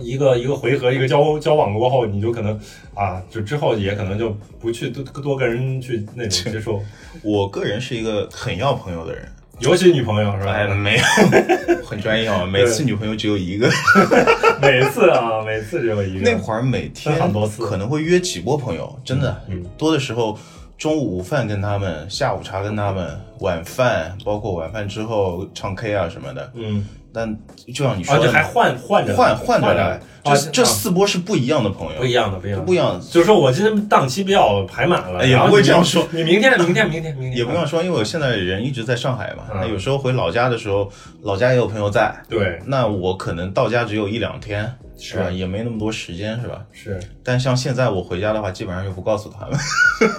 Speaker 1: 一个一个回合，一个交交往过后，你就可能啊，就之后也可能就不去多多跟人去那种接触，
Speaker 2: 我个人是一个很要朋友的人，
Speaker 1: 尤其女朋友是吧？
Speaker 2: 哎， 没有，很专业啊，每次女朋友只有一个，
Speaker 1: 每次啊，每次只有一
Speaker 2: 那
Speaker 1: 个。
Speaker 2: 会儿每天
Speaker 1: 分很多次
Speaker 2: 可能会约几波朋友，真的，
Speaker 1: 嗯
Speaker 2: 多的时候中午午饭跟他们，下午茶跟他们，晚饭包括晚饭之后唱 K 啊什么的，
Speaker 1: 嗯，
Speaker 2: 但就像你说
Speaker 1: 而且
Speaker 2: 的，
Speaker 1: 啊还换换着
Speaker 2: 换
Speaker 1: 换
Speaker 2: 换着来，
Speaker 1: 啊
Speaker 2: 这这四波是不一样的朋
Speaker 1: 不一
Speaker 2: 友，
Speaker 1: 样的，不一样的，
Speaker 2: 不一样，
Speaker 1: 就是说我今天档期比较排满了，
Speaker 2: 哎也
Speaker 1: 然后
Speaker 2: 不会
Speaker 1: 你
Speaker 2: 这样说
Speaker 1: 你明天，明天，明天，明天
Speaker 2: 也不用说，因为我现在人一直在上海嘛，
Speaker 1: 嗯
Speaker 2: 那有时候回老家的时候，老家也有朋友在，
Speaker 1: 对，
Speaker 2: 那我可能到家只有一两天，
Speaker 1: 是
Speaker 2: 是吧？也没那么多时间，是吧？
Speaker 1: 是
Speaker 2: 但像现在我回家的话，基本上就不告诉他们，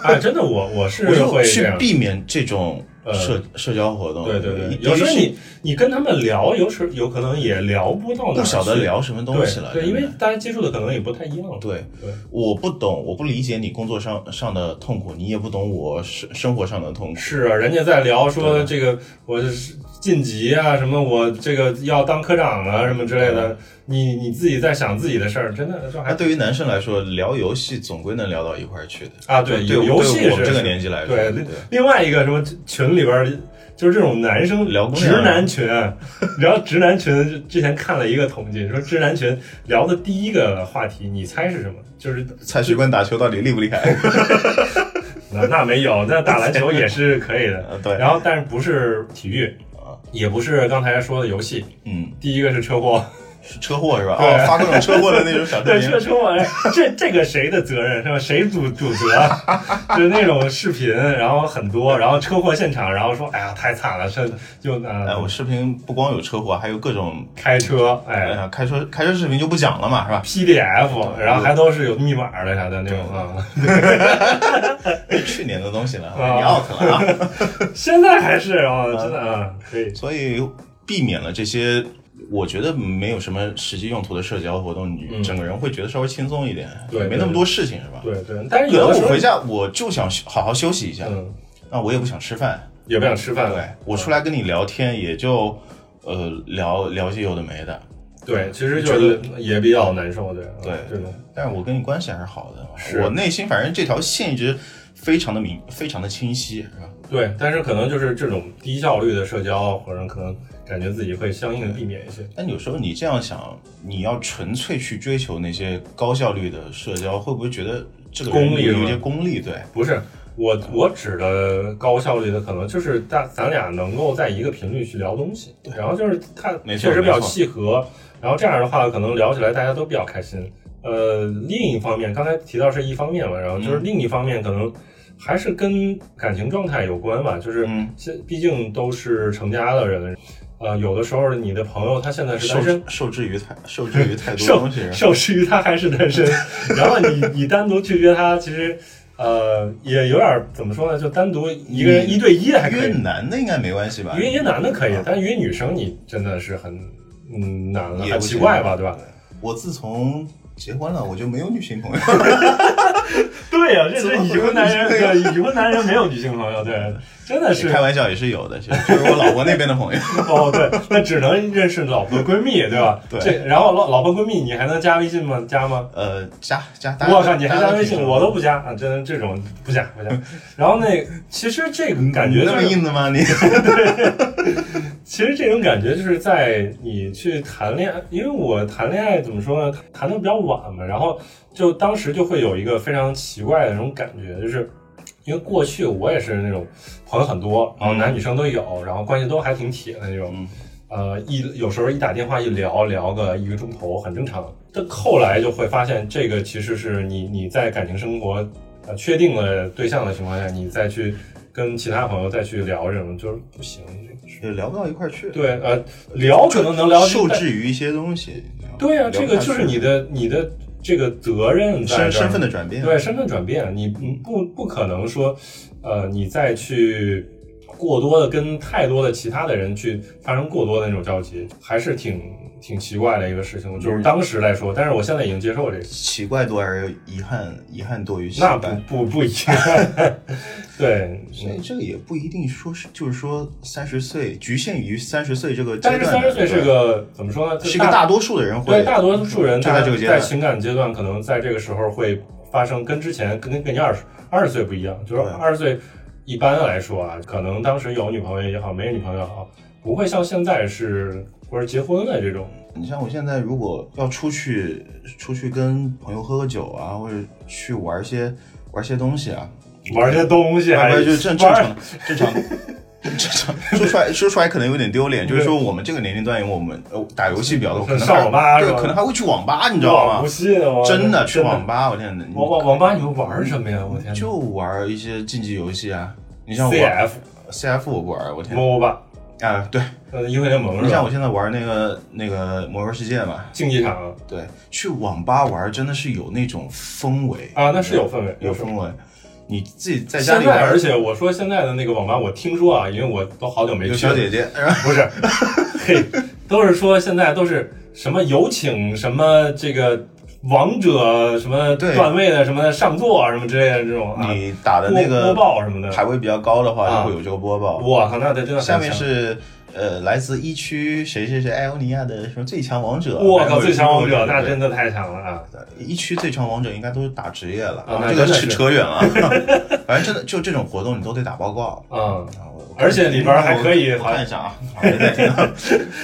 Speaker 1: 啊，真的，我我是
Speaker 2: 我就
Speaker 1: 会这
Speaker 2: 去
Speaker 1: 样。呃
Speaker 2: 避免这种社社交活动。
Speaker 1: 对对对，
Speaker 2: 一
Speaker 1: 有时候
Speaker 2: 是
Speaker 1: 你你跟他们聊，有时有可能也聊不到哪儿
Speaker 2: 不晓得
Speaker 1: 去
Speaker 2: 聊什么东西了，
Speaker 1: 对，对，因
Speaker 2: 真的
Speaker 1: 为大家接触的可能也不太一样。
Speaker 2: 对
Speaker 1: 对，
Speaker 2: 我不懂，我不理解你工作上上的痛苦，你也不懂我生生活上的痛苦。
Speaker 1: 是啊，人家在聊说这个我是晋级啊，什么我这个要当科长啊，什么之类的。你你自己在想自己的事儿，真的就
Speaker 2: 那
Speaker 1: 还
Speaker 2: 啊对于男生来说，聊游戏总归能聊到一块儿去的。
Speaker 1: 啊，对，
Speaker 2: 对我，
Speaker 1: 游戏
Speaker 2: 对
Speaker 1: 是
Speaker 2: 我们这个年纪来说，
Speaker 1: 对
Speaker 2: 对，
Speaker 1: 另外一个什么群里边儿，就是这种男生
Speaker 2: 聊姑
Speaker 1: 直
Speaker 2: 娘
Speaker 1: 男群，聊直男群。之前看了一个统计，说直男群聊的第一个话题，你猜是什么？就是
Speaker 2: 蔡徐坤打球到底厉不厉害？
Speaker 1: 那那没有，那打篮球也是可以的。
Speaker 2: 呃 对，
Speaker 1: 然后，但是不是体育
Speaker 2: 啊，
Speaker 1: 也不是刚才说的游戏。
Speaker 2: 嗯，
Speaker 1: 第一个是车祸，
Speaker 2: 是车祸是吧？
Speaker 1: 对
Speaker 2: 哦，发各种车祸的那种小视
Speaker 1: 对，
Speaker 2: 频
Speaker 1: 这，车祸，哎这这个谁的责任是吧？谁主主责？啊 就是那种视频，然后很多，然后车祸现场，然后说，哎呀，太惨了，是就
Speaker 2: 哎，
Speaker 1: 呃
Speaker 2: 我视频不光有车祸，还有各种，
Speaker 1: 开车，哎，
Speaker 2: 哎，开车开车视频就不讲了嘛，是吧？
Speaker 1: PDF，然后还都是有密码的啥的那种啊。
Speaker 2: 去年的东西了，
Speaker 1: 啊
Speaker 2: 你 out 了啊，
Speaker 1: 现在还是啊，真的
Speaker 2: 嗯
Speaker 1: 啊，可以。
Speaker 2: 所以避免了这些。我觉得没有什么实际用途的社交活动，
Speaker 1: 嗯
Speaker 2: 你整个人会觉得稍微轻松一点，
Speaker 1: 对
Speaker 2: 没那么多事情，是吧？
Speaker 1: 对对，但是
Speaker 2: 可
Speaker 1: 有
Speaker 2: 能
Speaker 1: 的时
Speaker 2: 我
Speaker 1: 候
Speaker 2: 回，家我就想休好好休息一下，
Speaker 1: 嗯，
Speaker 2: 那我也不想吃饭，
Speaker 1: 也不想吃饭
Speaker 2: 对
Speaker 1: 了。
Speaker 2: 我出来跟你聊天也就，呃，聊聊些有的没的，
Speaker 1: 对，其实就是也比较难受，对
Speaker 2: 对
Speaker 1: 这种
Speaker 2: 但是我跟你关系还是好的，
Speaker 1: 是
Speaker 2: 我内心反正这条线一直非常的明，非常的清晰，是吧？
Speaker 1: 对，但是可能就是这种低效率的社交，或者可能感觉自己会相应的避免一些。
Speaker 2: 但有时候你这样想，你要纯粹去追求那些高效率的社交，会不会觉得这个人
Speaker 1: 功利是吧
Speaker 2: 有一些功利？对，
Speaker 1: 不是我我指的高效率的，可能就是大咱俩能够在一个频率去聊东西，然后就是看
Speaker 2: 没错
Speaker 1: 确实比较
Speaker 2: 没错
Speaker 1: 契合，然后这样的话可能聊起来大家都比较开心。呃，另一方面，刚才提到是一方面嘛，然后就是
Speaker 2: 嗯
Speaker 1: 另一方面可能还是跟感情状态有关吧，就是
Speaker 2: 嗯
Speaker 1: 现毕竟都是成家的人，呃，有的时候你的朋友他现在是单身
Speaker 2: 受，受制于太受制于 太多
Speaker 1: 受
Speaker 2: 东西，是吧
Speaker 1: 受制于他还是单 身，然后你你单独去约他，其实呃也有点怎么说呢，就单独一个人
Speaker 2: 你
Speaker 1: 一对一还可
Speaker 2: 约
Speaker 1: 以，
Speaker 2: 男的应该没关系吧？啊
Speaker 1: 约约男的可以，但是约女生你真的是很嗯难了，
Speaker 2: 也
Speaker 1: 很
Speaker 2: 不
Speaker 1: 奇
Speaker 2: 行
Speaker 1: 怪吧，对吧？
Speaker 2: 我自从结婚了，我就没有女性朋友。
Speaker 1: 对呀、这
Speaker 2: 怎
Speaker 1: 是
Speaker 2: 么
Speaker 1: 已
Speaker 2: 会有
Speaker 1: 婚男 人，
Speaker 2: 女生
Speaker 1: 对已婚男人没有女性朋友，对， 真的 是
Speaker 2: 开玩笑也是有的，其实就是我老婆那边的朋友。
Speaker 1: 哦，对，那只能认识老婆闺蜜，对吧？
Speaker 2: 对
Speaker 1: 这然后老老婆闺蜜你还能加微信吗？加吗？
Speaker 2: 呃，加加，大家
Speaker 1: 我靠，你还
Speaker 2: 大家
Speaker 1: 加微信，
Speaker 2: 挺
Speaker 1: 我都不加啊！真的这种不加不加。然后那其实这个感觉
Speaker 2: 嗯
Speaker 1: 就
Speaker 2: 你那么
Speaker 1: 是，
Speaker 2: 硬的吗？你
Speaker 1: 其实这种感觉就是在你去谈恋爱，因为我谈恋爱怎么说呢，谈的比较晚嘛，然后就当时就会有一个非常奇怪的那种感觉，就是。因为过去我也是那种朋友很多，然后男女生都有，然后关系都还挺铁的那种，
Speaker 2: 嗯
Speaker 1: 呃，一有时候一打电话一聊聊个一个钟头，很正常。但后来就会发现，这个其实是你你在感情生活呃确定了对象的情况下，你再去跟其他朋友再去聊这种，就是不行。这个是
Speaker 2: 也聊不到一块儿去，
Speaker 1: 对，呃，聊可能能聊，
Speaker 2: 受
Speaker 1: 但
Speaker 2: 制于一些东西。你知道吗
Speaker 1: 对啊，
Speaker 2: 聊
Speaker 1: 这
Speaker 2: 不
Speaker 1: 个
Speaker 2: 下
Speaker 1: 就是
Speaker 2: 去
Speaker 1: 你的你的这个责任在
Speaker 2: 身
Speaker 1: 这儿
Speaker 2: 身份的转变。
Speaker 1: 对身份转变，你不不可能说，呃，你再去过多的跟太多的其他的人去发生过多的那种交集，还是挺挺奇怪的一个事情。
Speaker 2: 嗯
Speaker 1: 就是当时来说，但是我现在已经接受这个，
Speaker 2: 奇怪多而又遗憾，遗憾多于期
Speaker 1: 那
Speaker 2: 待。
Speaker 1: 不不不一样。 对，嗯
Speaker 2: 所以这个也不一定说是，就是说三十岁局限于三十岁这个阶
Speaker 1: 但
Speaker 2: 段
Speaker 1: 是
Speaker 2: 的，
Speaker 1: 三十岁是
Speaker 2: 对
Speaker 1: 个怎么说呢？
Speaker 2: 是一个大多数的人会
Speaker 1: 对大多数人，
Speaker 2: 就
Speaker 1: 他
Speaker 2: 在这个阶段
Speaker 1: 在情感阶段，可能在这个时候会发生跟之前跟跟你二十二十岁不一样，就是
Speaker 2: 对
Speaker 1: 二十岁一般来说啊，可能当时有女朋友也好，没女朋友也好，不会像现在是或者结婚了这种。
Speaker 2: 你像我现在如果要出去出去跟朋友喝喝酒啊，或者去玩一些玩一些东西啊，
Speaker 1: 玩些东西
Speaker 2: 要不
Speaker 1: 还
Speaker 2: 然就是正正
Speaker 1: 玩
Speaker 2: 常正常。正常说出来说出来可能有点丢脸，就是说我们这个年龄段，我们呃打游戏比较多，可能
Speaker 1: 上
Speaker 2: 还
Speaker 1: 网吧是
Speaker 2: 对，
Speaker 1: 吧
Speaker 2: 可能还会去网吧，你
Speaker 1: 你
Speaker 2: 知道
Speaker 1: 不
Speaker 2: 吗？
Speaker 1: 信我
Speaker 2: 真的去网吧，我天哪！你
Speaker 1: 网网网吧你们玩什么呀？我天哪，
Speaker 2: 就玩一些竞技游戏啊，你像我
Speaker 1: CF
Speaker 2: CF 我不玩，我天
Speaker 1: MOBA
Speaker 2: 啊，对，
Speaker 1: 呃英雄联盟
Speaker 2: 你
Speaker 1: 是
Speaker 2: 像
Speaker 1: 吧？
Speaker 2: 我现在玩那个那个魔兽世界嘛，
Speaker 1: 竞技场啊
Speaker 2: 对，去网吧玩真的是有那种氛围，
Speaker 1: 啊，那是有氛围，
Speaker 2: 有
Speaker 1: 氛围。
Speaker 2: 氛围。你自己在家
Speaker 1: 现
Speaker 2: 里
Speaker 1: 在，
Speaker 2: 玩
Speaker 1: 而，且我说现在的那个网吧，我听说啊，因为我都好久没
Speaker 2: 有
Speaker 1: 去啊了，
Speaker 2: 小姐姐，然后
Speaker 1: 不是， 嘿，都是说现在都是什么有请什么这个王者什么
Speaker 2: 对
Speaker 1: 段位的什么上座啊什么之类的这种啊，
Speaker 2: 你打的
Speaker 1: 播
Speaker 2: 那
Speaker 1: 播
Speaker 2: 个
Speaker 1: 报什么的，
Speaker 2: 排位比较高的
Speaker 1: 啊
Speaker 2: 话，就会有这个播报。
Speaker 1: 我靠，那得真的很
Speaker 2: 下面
Speaker 1: 强
Speaker 2: 是呃，来自一区谁谁谁艾欧尼亚的什么最强王者，
Speaker 1: 我
Speaker 2: 还
Speaker 1: 靠
Speaker 2: 有
Speaker 1: 最强王者，
Speaker 2: 对
Speaker 1: 那真的太强了啊！
Speaker 2: 一区最强王者应该都是打职业了，
Speaker 1: 啊那
Speaker 2: 这个
Speaker 1: 真的
Speaker 2: 扯
Speaker 1: 是
Speaker 2: 扯远了。 反正真的就这种活动，你都得打报告。
Speaker 1: 嗯，
Speaker 2: 啊我我看
Speaker 1: 而且里边还可以
Speaker 2: 我看一下啊，好没在听啊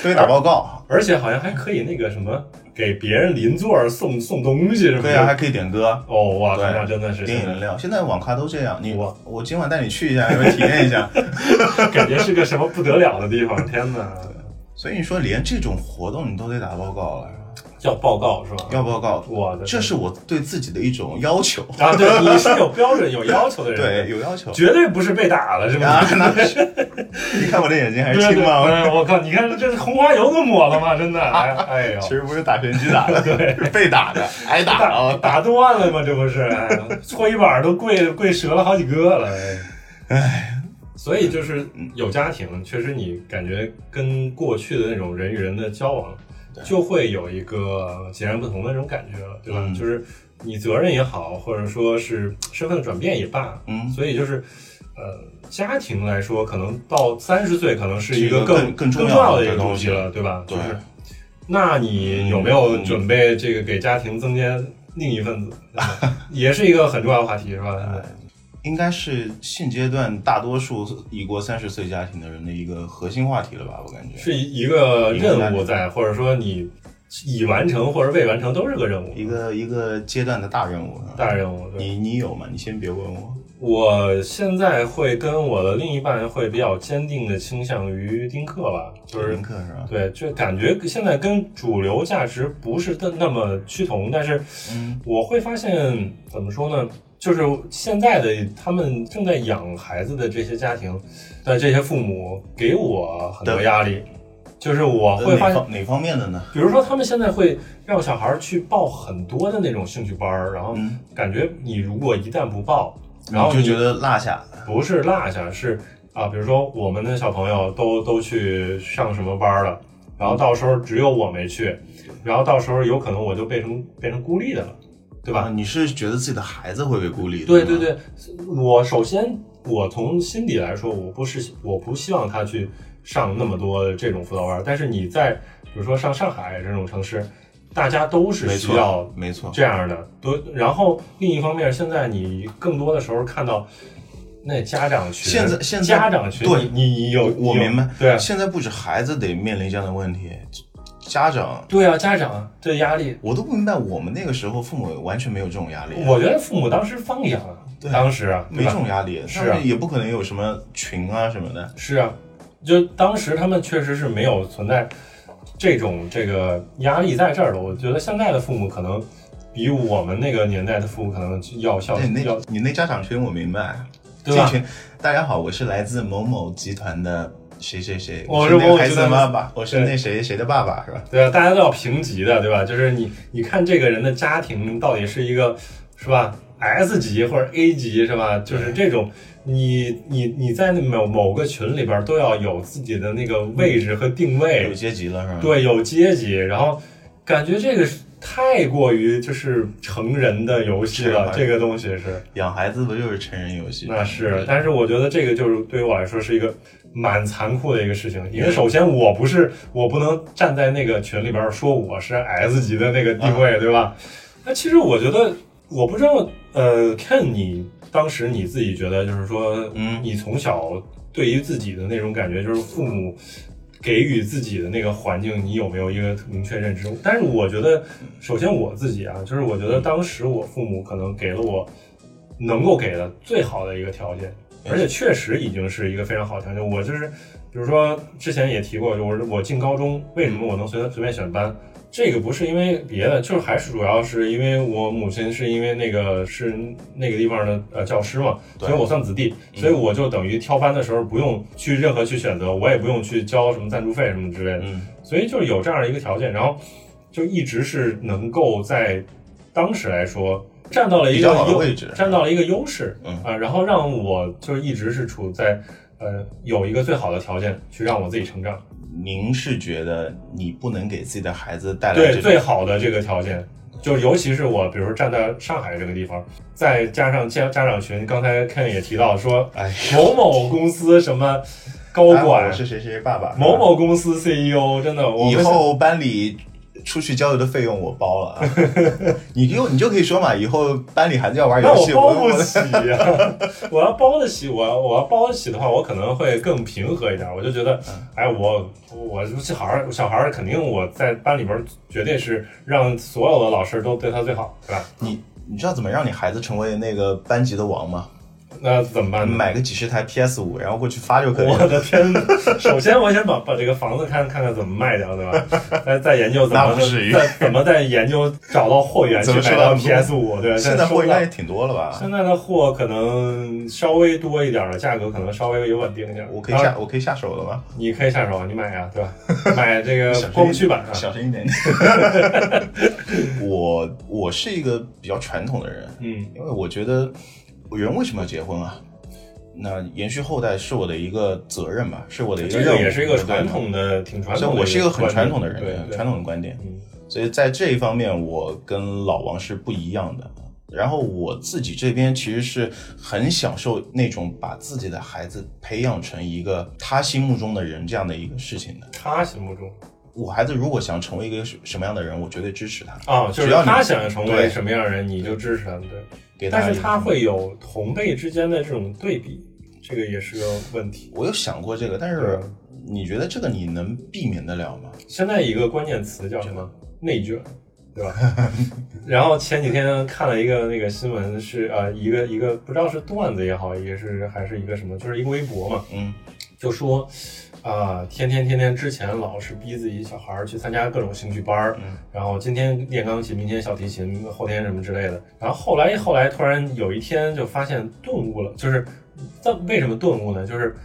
Speaker 2: 都得打 报告。
Speaker 1: 而且好像还可以那个什么给别人邻座送送东西什么
Speaker 2: 对啊，
Speaker 1: 的。
Speaker 2: 还可以点歌、
Speaker 1: 哦，我靠，
Speaker 2: 对
Speaker 1: 那真的是
Speaker 2: 点饮料。现在网咖都这样，你
Speaker 1: 哇
Speaker 2: 我我今晚带你去一下，让你体验一下。
Speaker 1: 感觉是个什么不得了的地方，天哪！
Speaker 2: 所以你说，连这种活动你都得打报告了，
Speaker 1: 要报告是吧？
Speaker 2: 要报告，
Speaker 1: 我的
Speaker 2: 这是我对自己的一种要求。
Speaker 1: 啊，对，你是有标准、有要求的人，
Speaker 2: 对，有要求
Speaker 1: 绝对不是被打了，是吧？
Speaker 2: 啊，那是。 你看我的眼睛还是
Speaker 1: 对
Speaker 2: 青
Speaker 1: 对，
Speaker 2: 吗？
Speaker 1: 哎我靠！你看这红花油都抹了吗？真的， 哎哎呦
Speaker 2: 其，实不是打拳击打 的，是被打的， 挨打了。
Speaker 1: 打断了吗？这不是，哎呀搓衣板都跪跪折了好几个了。哎， 所以就是有家庭，确实你感觉跟过去的那种人与人的交往，就会有一个截然不同的那种感觉了，对吧？
Speaker 2: 嗯
Speaker 1: 就是你责任也好，或者说是身份转变也罢，
Speaker 2: 嗯，
Speaker 1: 所以就是，呃，家庭来说，可能到三十岁，可能是一
Speaker 2: 是一
Speaker 1: 个
Speaker 2: 个
Speaker 1: 更
Speaker 2: 更更重
Speaker 1: 重
Speaker 2: 要
Speaker 1: 的
Speaker 2: 的
Speaker 1: 一个
Speaker 2: 东
Speaker 1: 东
Speaker 2: 西
Speaker 1: 西了，对吧？
Speaker 2: 对嗯
Speaker 1: 就是，那你有没有准备这个给家庭增加另一份子？ 也是一个很重要的话题，是
Speaker 2: 哎
Speaker 1: 吧？
Speaker 2: 应该是现阶段大多数已过三十岁家庭的人的一个核心话题了吧？我感觉
Speaker 1: 是一个
Speaker 2: 一个
Speaker 1: 任务在，或者说你已完成或者未完成都是个任务，
Speaker 2: 一个一个阶段的大任务。
Speaker 1: 大任务。对。
Speaker 2: 你你有吗？你先别问我。
Speaker 1: 我现在会跟我的另一半会比较坚定的倾向于丁克吧，就是
Speaker 2: 林克是吧？
Speaker 1: 对，就感觉现在跟主流价值不是那那么趋同，但是
Speaker 2: 嗯，
Speaker 1: 我会发现怎么说呢？就是现在的他们正在养孩子的这些家庭的这些父母给我很多
Speaker 2: 对
Speaker 1: 压力，就是我会发
Speaker 2: 哪
Speaker 1: 现，
Speaker 2: 方哪方面的呢？
Speaker 1: 比如说他们现在会让小孩去报很多的那种兴趣班儿，然后
Speaker 2: 嗯，
Speaker 1: 感觉你如果一旦不报，然后
Speaker 2: 你
Speaker 1: 你
Speaker 2: 就觉得落下。
Speaker 1: 不是落下，是啊，比如说我们的小朋友都都去上什么班儿了，然后到时候只有我没去，然后到时候有可能我就变成变成孤立的了，对吧？
Speaker 2: 啊你是觉得自己的孩子会被孤立的？
Speaker 1: 对对
Speaker 2: 吗，
Speaker 1: 对，我首先我从心底来说，我不是我不希望他去上那么多这种辅导班儿，但是你在比如说上上海这种城市，大家都是
Speaker 2: 没
Speaker 1: 需要
Speaker 2: 错，没错。
Speaker 1: 这样的。多，然后另一方面，现在你更多的时候看到那家长群，
Speaker 2: 现在现在
Speaker 1: 家长群，
Speaker 2: 对
Speaker 1: 你你有
Speaker 2: 我
Speaker 1: 你有
Speaker 2: 明白
Speaker 1: 对啊
Speaker 2: 现在不止孩子得面临这样的问题，家长
Speaker 1: 对啊，家长这压力，
Speaker 2: 我都不明白，我们那个时候父母完全没有这种压力，
Speaker 1: 我觉得父母当时放养啊，
Speaker 2: 对
Speaker 1: 当时啊，
Speaker 2: 没
Speaker 1: 对
Speaker 2: 这
Speaker 1: 吧？
Speaker 2: 种压力，
Speaker 1: 是啊
Speaker 2: 他们也不可能有什么群啊什么的。
Speaker 1: 是啊，就当时他们确实是没有存在这种这个压力在这儿的。我觉得现在的父母可能。比我们那个年代的父母可能要要
Speaker 2: 对，你
Speaker 1: 要
Speaker 2: 那，你那家长群我明白，
Speaker 1: 对
Speaker 2: 进
Speaker 1: 吧？
Speaker 2: 群，大家好，我是来自某某集团的谁谁谁，
Speaker 1: 哦我
Speaker 2: 我
Speaker 1: 是
Speaker 2: 是那
Speaker 1: 某
Speaker 2: 个
Speaker 1: 某
Speaker 2: 孩
Speaker 1: 集
Speaker 2: 子的
Speaker 1: 团
Speaker 2: 爸爸，我是
Speaker 1: 对
Speaker 2: 那谁谁的爸爸，是吧？
Speaker 1: 对啊，大家都要评级的，对吧？就是你，你看这个人的家庭到底是一个，是吧？ S 级或者 A 级是吧？就是这种，你你你在某某个群里边都要有自己的那个位置和定
Speaker 2: 有
Speaker 1: 位，
Speaker 2: 阶级了是吧？，
Speaker 1: 对，有阶级，然后感觉这个是太过于就是成人的游戏了，
Speaker 2: 是
Speaker 1: 这个东西是
Speaker 2: 养孩子不就是成人游戏？
Speaker 1: 那是，但是我觉得这个就是对于我来说是一个蛮残酷的一个事情，因为首先我不是我不能站在那个群里边说我是 S 级的那个地位，对吧？那其实我觉得，我不知道，呃看你当时你自己觉得，就是说，
Speaker 2: 嗯
Speaker 1: 你从小对于自己的那种感觉，就是父母给予自己的那个环境，你有没有一个明确认知？但是我觉得，首先我自己啊，就是我觉得当时我父母可能给了我能够给的最好的一个条件，而且确实已经是一个非常好的条件。我就是，比如说之前也提过，就是我进高中为什么我能随随便选班？这个不是因为别的，就是还是主要是因为我母亲是因为那个是那个地方的呃教师嘛，
Speaker 2: 对嗯
Speaker 1: 所以我算子弟，所以我就等于挑班的时候不用去任何去选择，我也不用去交什么赞助费什么之类的，
Speaker 2: 嗯，
Speaker 1: 所以就是有这样的一个条件，然后就一直是能够在当时来说占到了一
Speaker 2: 比
Speaker 1: 个
Speaker 2: 较好的
Speaker 1: 优
Speaker 2: 位置，
Speaker 1: 占到了一个优势，
Speaker 2: 嗯
Speaker 1: 啊，然后让我就一直是处在呃有一个最好的条件去让我自己成长，
Speaker 2: 您是觉得你不能给自己的孩子带来
Speaker 1: 对
Speaker 2: 这
Speaker 1: 最
Speaker 2: 种
Speaker 1: 好的这个条件，就尤其是我，比如说站在上海这个地方，再加上家家长群，刚才 Ken 也提到说
Speaker 2: 哎，
Speaker 1: 某某公司什么高
Speaker 2: 哎
Speaker 1: 管
Speaker 2: 我，是谁谁谁爸爸
Speaker 1: 某某公司 CEO，真的，我
Speaker 2: 以
Speaker 1: 们
Speaker 2: 后班里出去郊游的费用我包了啊， 你就你就可以说嘛，以后班里孩子要玩
Speaker 1: 那
Speaker 2: 游
Speaker 1: 我
Speaker 2: 戏，
Speaker 1: 包
Speaker 2: 我
Speaker 1: 不起呀、 我要包得起，我要我要包得起的话，我可能会更平和一点。我就觉得，
Speaker 2: 嗯
Speaker 1: 哎，我我小孩儿小孩儿肯定我在班里边儿绝对是让所有的老师都对他最好，对吧？
Speaker 2: 你你知道怎么让你孩子成为那个班级的王吗？
Speaker 1: 那怎么办呢？
Speaker 2: 买个几十台 PS 五，然后过去发就可以
Speaker 1: 我
Speaker 2: 了。
Speaker 1: 的天哪！首先，我先把把这个房子看看看怎么卖掉，对吧？再再研究怎
Speaker 2: 那
Speaker 1: 么
Speaker 2: 不至于
Speaker 1: 再怎么再研究找到货源去
Speaker 2: 怎么
Speaker 1: 买
Speaker 2: 说
Speaker 1: 到
Speaker 2: 呢
Speaker 1: PS 五，对吧？
Speaker 2: 现在
Speaker 1: 收
Speaker 2: 货应
Speaker 1: 到
Speaker 2: 该也挺多了吧？
Speaker 1: 现在的货可能稍微多一点儿了，价格可能稍微有稳定一点儿。
Speaker 2: 我可以
Speaker 1: 当然
Speaker 2: 下，我可以下手了吗？
Speaker 1: 你可以下手，你买呀、 对吧？买这个
Speaker 2: 小声一点
Speaker 1: 光驱版啊。
Speaker 2: 小 声一点。我我是一个比较传统的人，
Speaker 1: 嗯
Speaker 2: 因为我觉得人为什么要结婚啊？那延续后代是我的一个责任吧，是我的一个
Speaker 1: 这
Speaker 2: 任
Speaker 1: 个
Speaker 2: 务。
Speaker 1: 也是一个
Speaker 2: 对吧
Speaker 1: 传，统的，挺传
Speaker 2: 所以
Speaker 1: 统的。
Speaker 2: 我是一个很传统的
Speaker 1: 对
Speaker 2: 人，
Speaker 1: 对
Speaker 2: 传统的观点。
Speaker 1: 嗯
Speaker 2: 所以在这一方面，我跟老王是不一样的。然后我自己这边其实是很享受那种把自己的孩子培养成一个他心目中的人这样的一个事情的。
Speaker 1: 他心目中
Speaker 2: 我孩子如果想成为一个什什么样的人，我绝对支持他，
Speaker 1: 啊，就是
Speaker 2: 只要你
Speaker 1: 他想成为
Speaker 2: 对
Speaker 1: 什么样的人，你就支持他们。对，
Speaker 2: 给他。
Speaker 1: 但是他，会有同辈之间的这种对比，这个也是个问题。
Speaker 2: 我有想过这个，但
Speaker 1: 对
Speaker 2: 是你觉得这个你能避免得了吗？
Speaker 1: 现在一个关键词叫什么？内卷，对 吧？然后前几天看了一个那个新闻是，呃，一个一个不知道是段子也好，也是还是一个什么，就是一个微博嘛，
Speaker 2: 嗯，
Speaker 1: 就说啊、天天天天之前老是逼自己小孩儿去参加各种兴趣班儿，
Speaker 2: 嗯
Speaker 1: 然后今天练钢琴，明天小提琴，后天什么之类的。然后后来后来突然有一天就发现顿悟了，就是这为什么顿悟呢？就是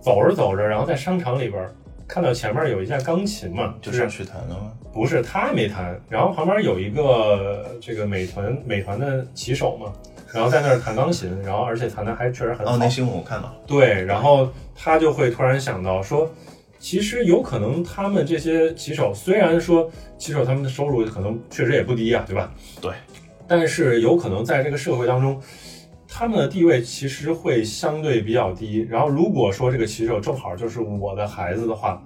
Speaker 1: 走着走着，然后在商场里边儿看到前面有一架钢琴嘛，
Speaker 2: 就
Speaker 1: 就是
Speaker 2: 上去谈了吗？
Speaker 1: 不是他没弹，然后旁边有一个呃这个美团美团的骑手嘛，然后在那儿弹钢琴，然后而且弹的还确实很好。
Speaker 2: 哦，那新闻我看到，
Speaker 1: 对，然后他就会突然想到说，其实有可能他们这些骑手，虽然说骑手他们的收入可能确实也不低啊，对吧？
Speaker 2: 对，
Speaker 1: 但是有可能在这个社会当中，他们的地位其实会相对比较低。然后如果说这个骑手正好就是我的孩子的话，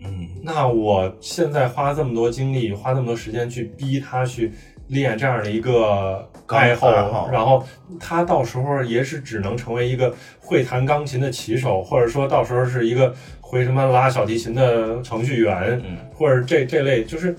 Speaker 2: 嗯，
Speaker 1: 那我现在花这么多精力，花那么多时间去逼他去练这样的一个
Speaker 2: 钢
Speaker 1: 爱好，
Speaker 2: 爱好
Speaker 1: 然后他到时候也是只能成为一个会弹钢琴的骑手，或者说到时候是一个会什么拉小提琴的程序员，
Speaker 2: 嗯
Speaker 1: 或者这这类，就是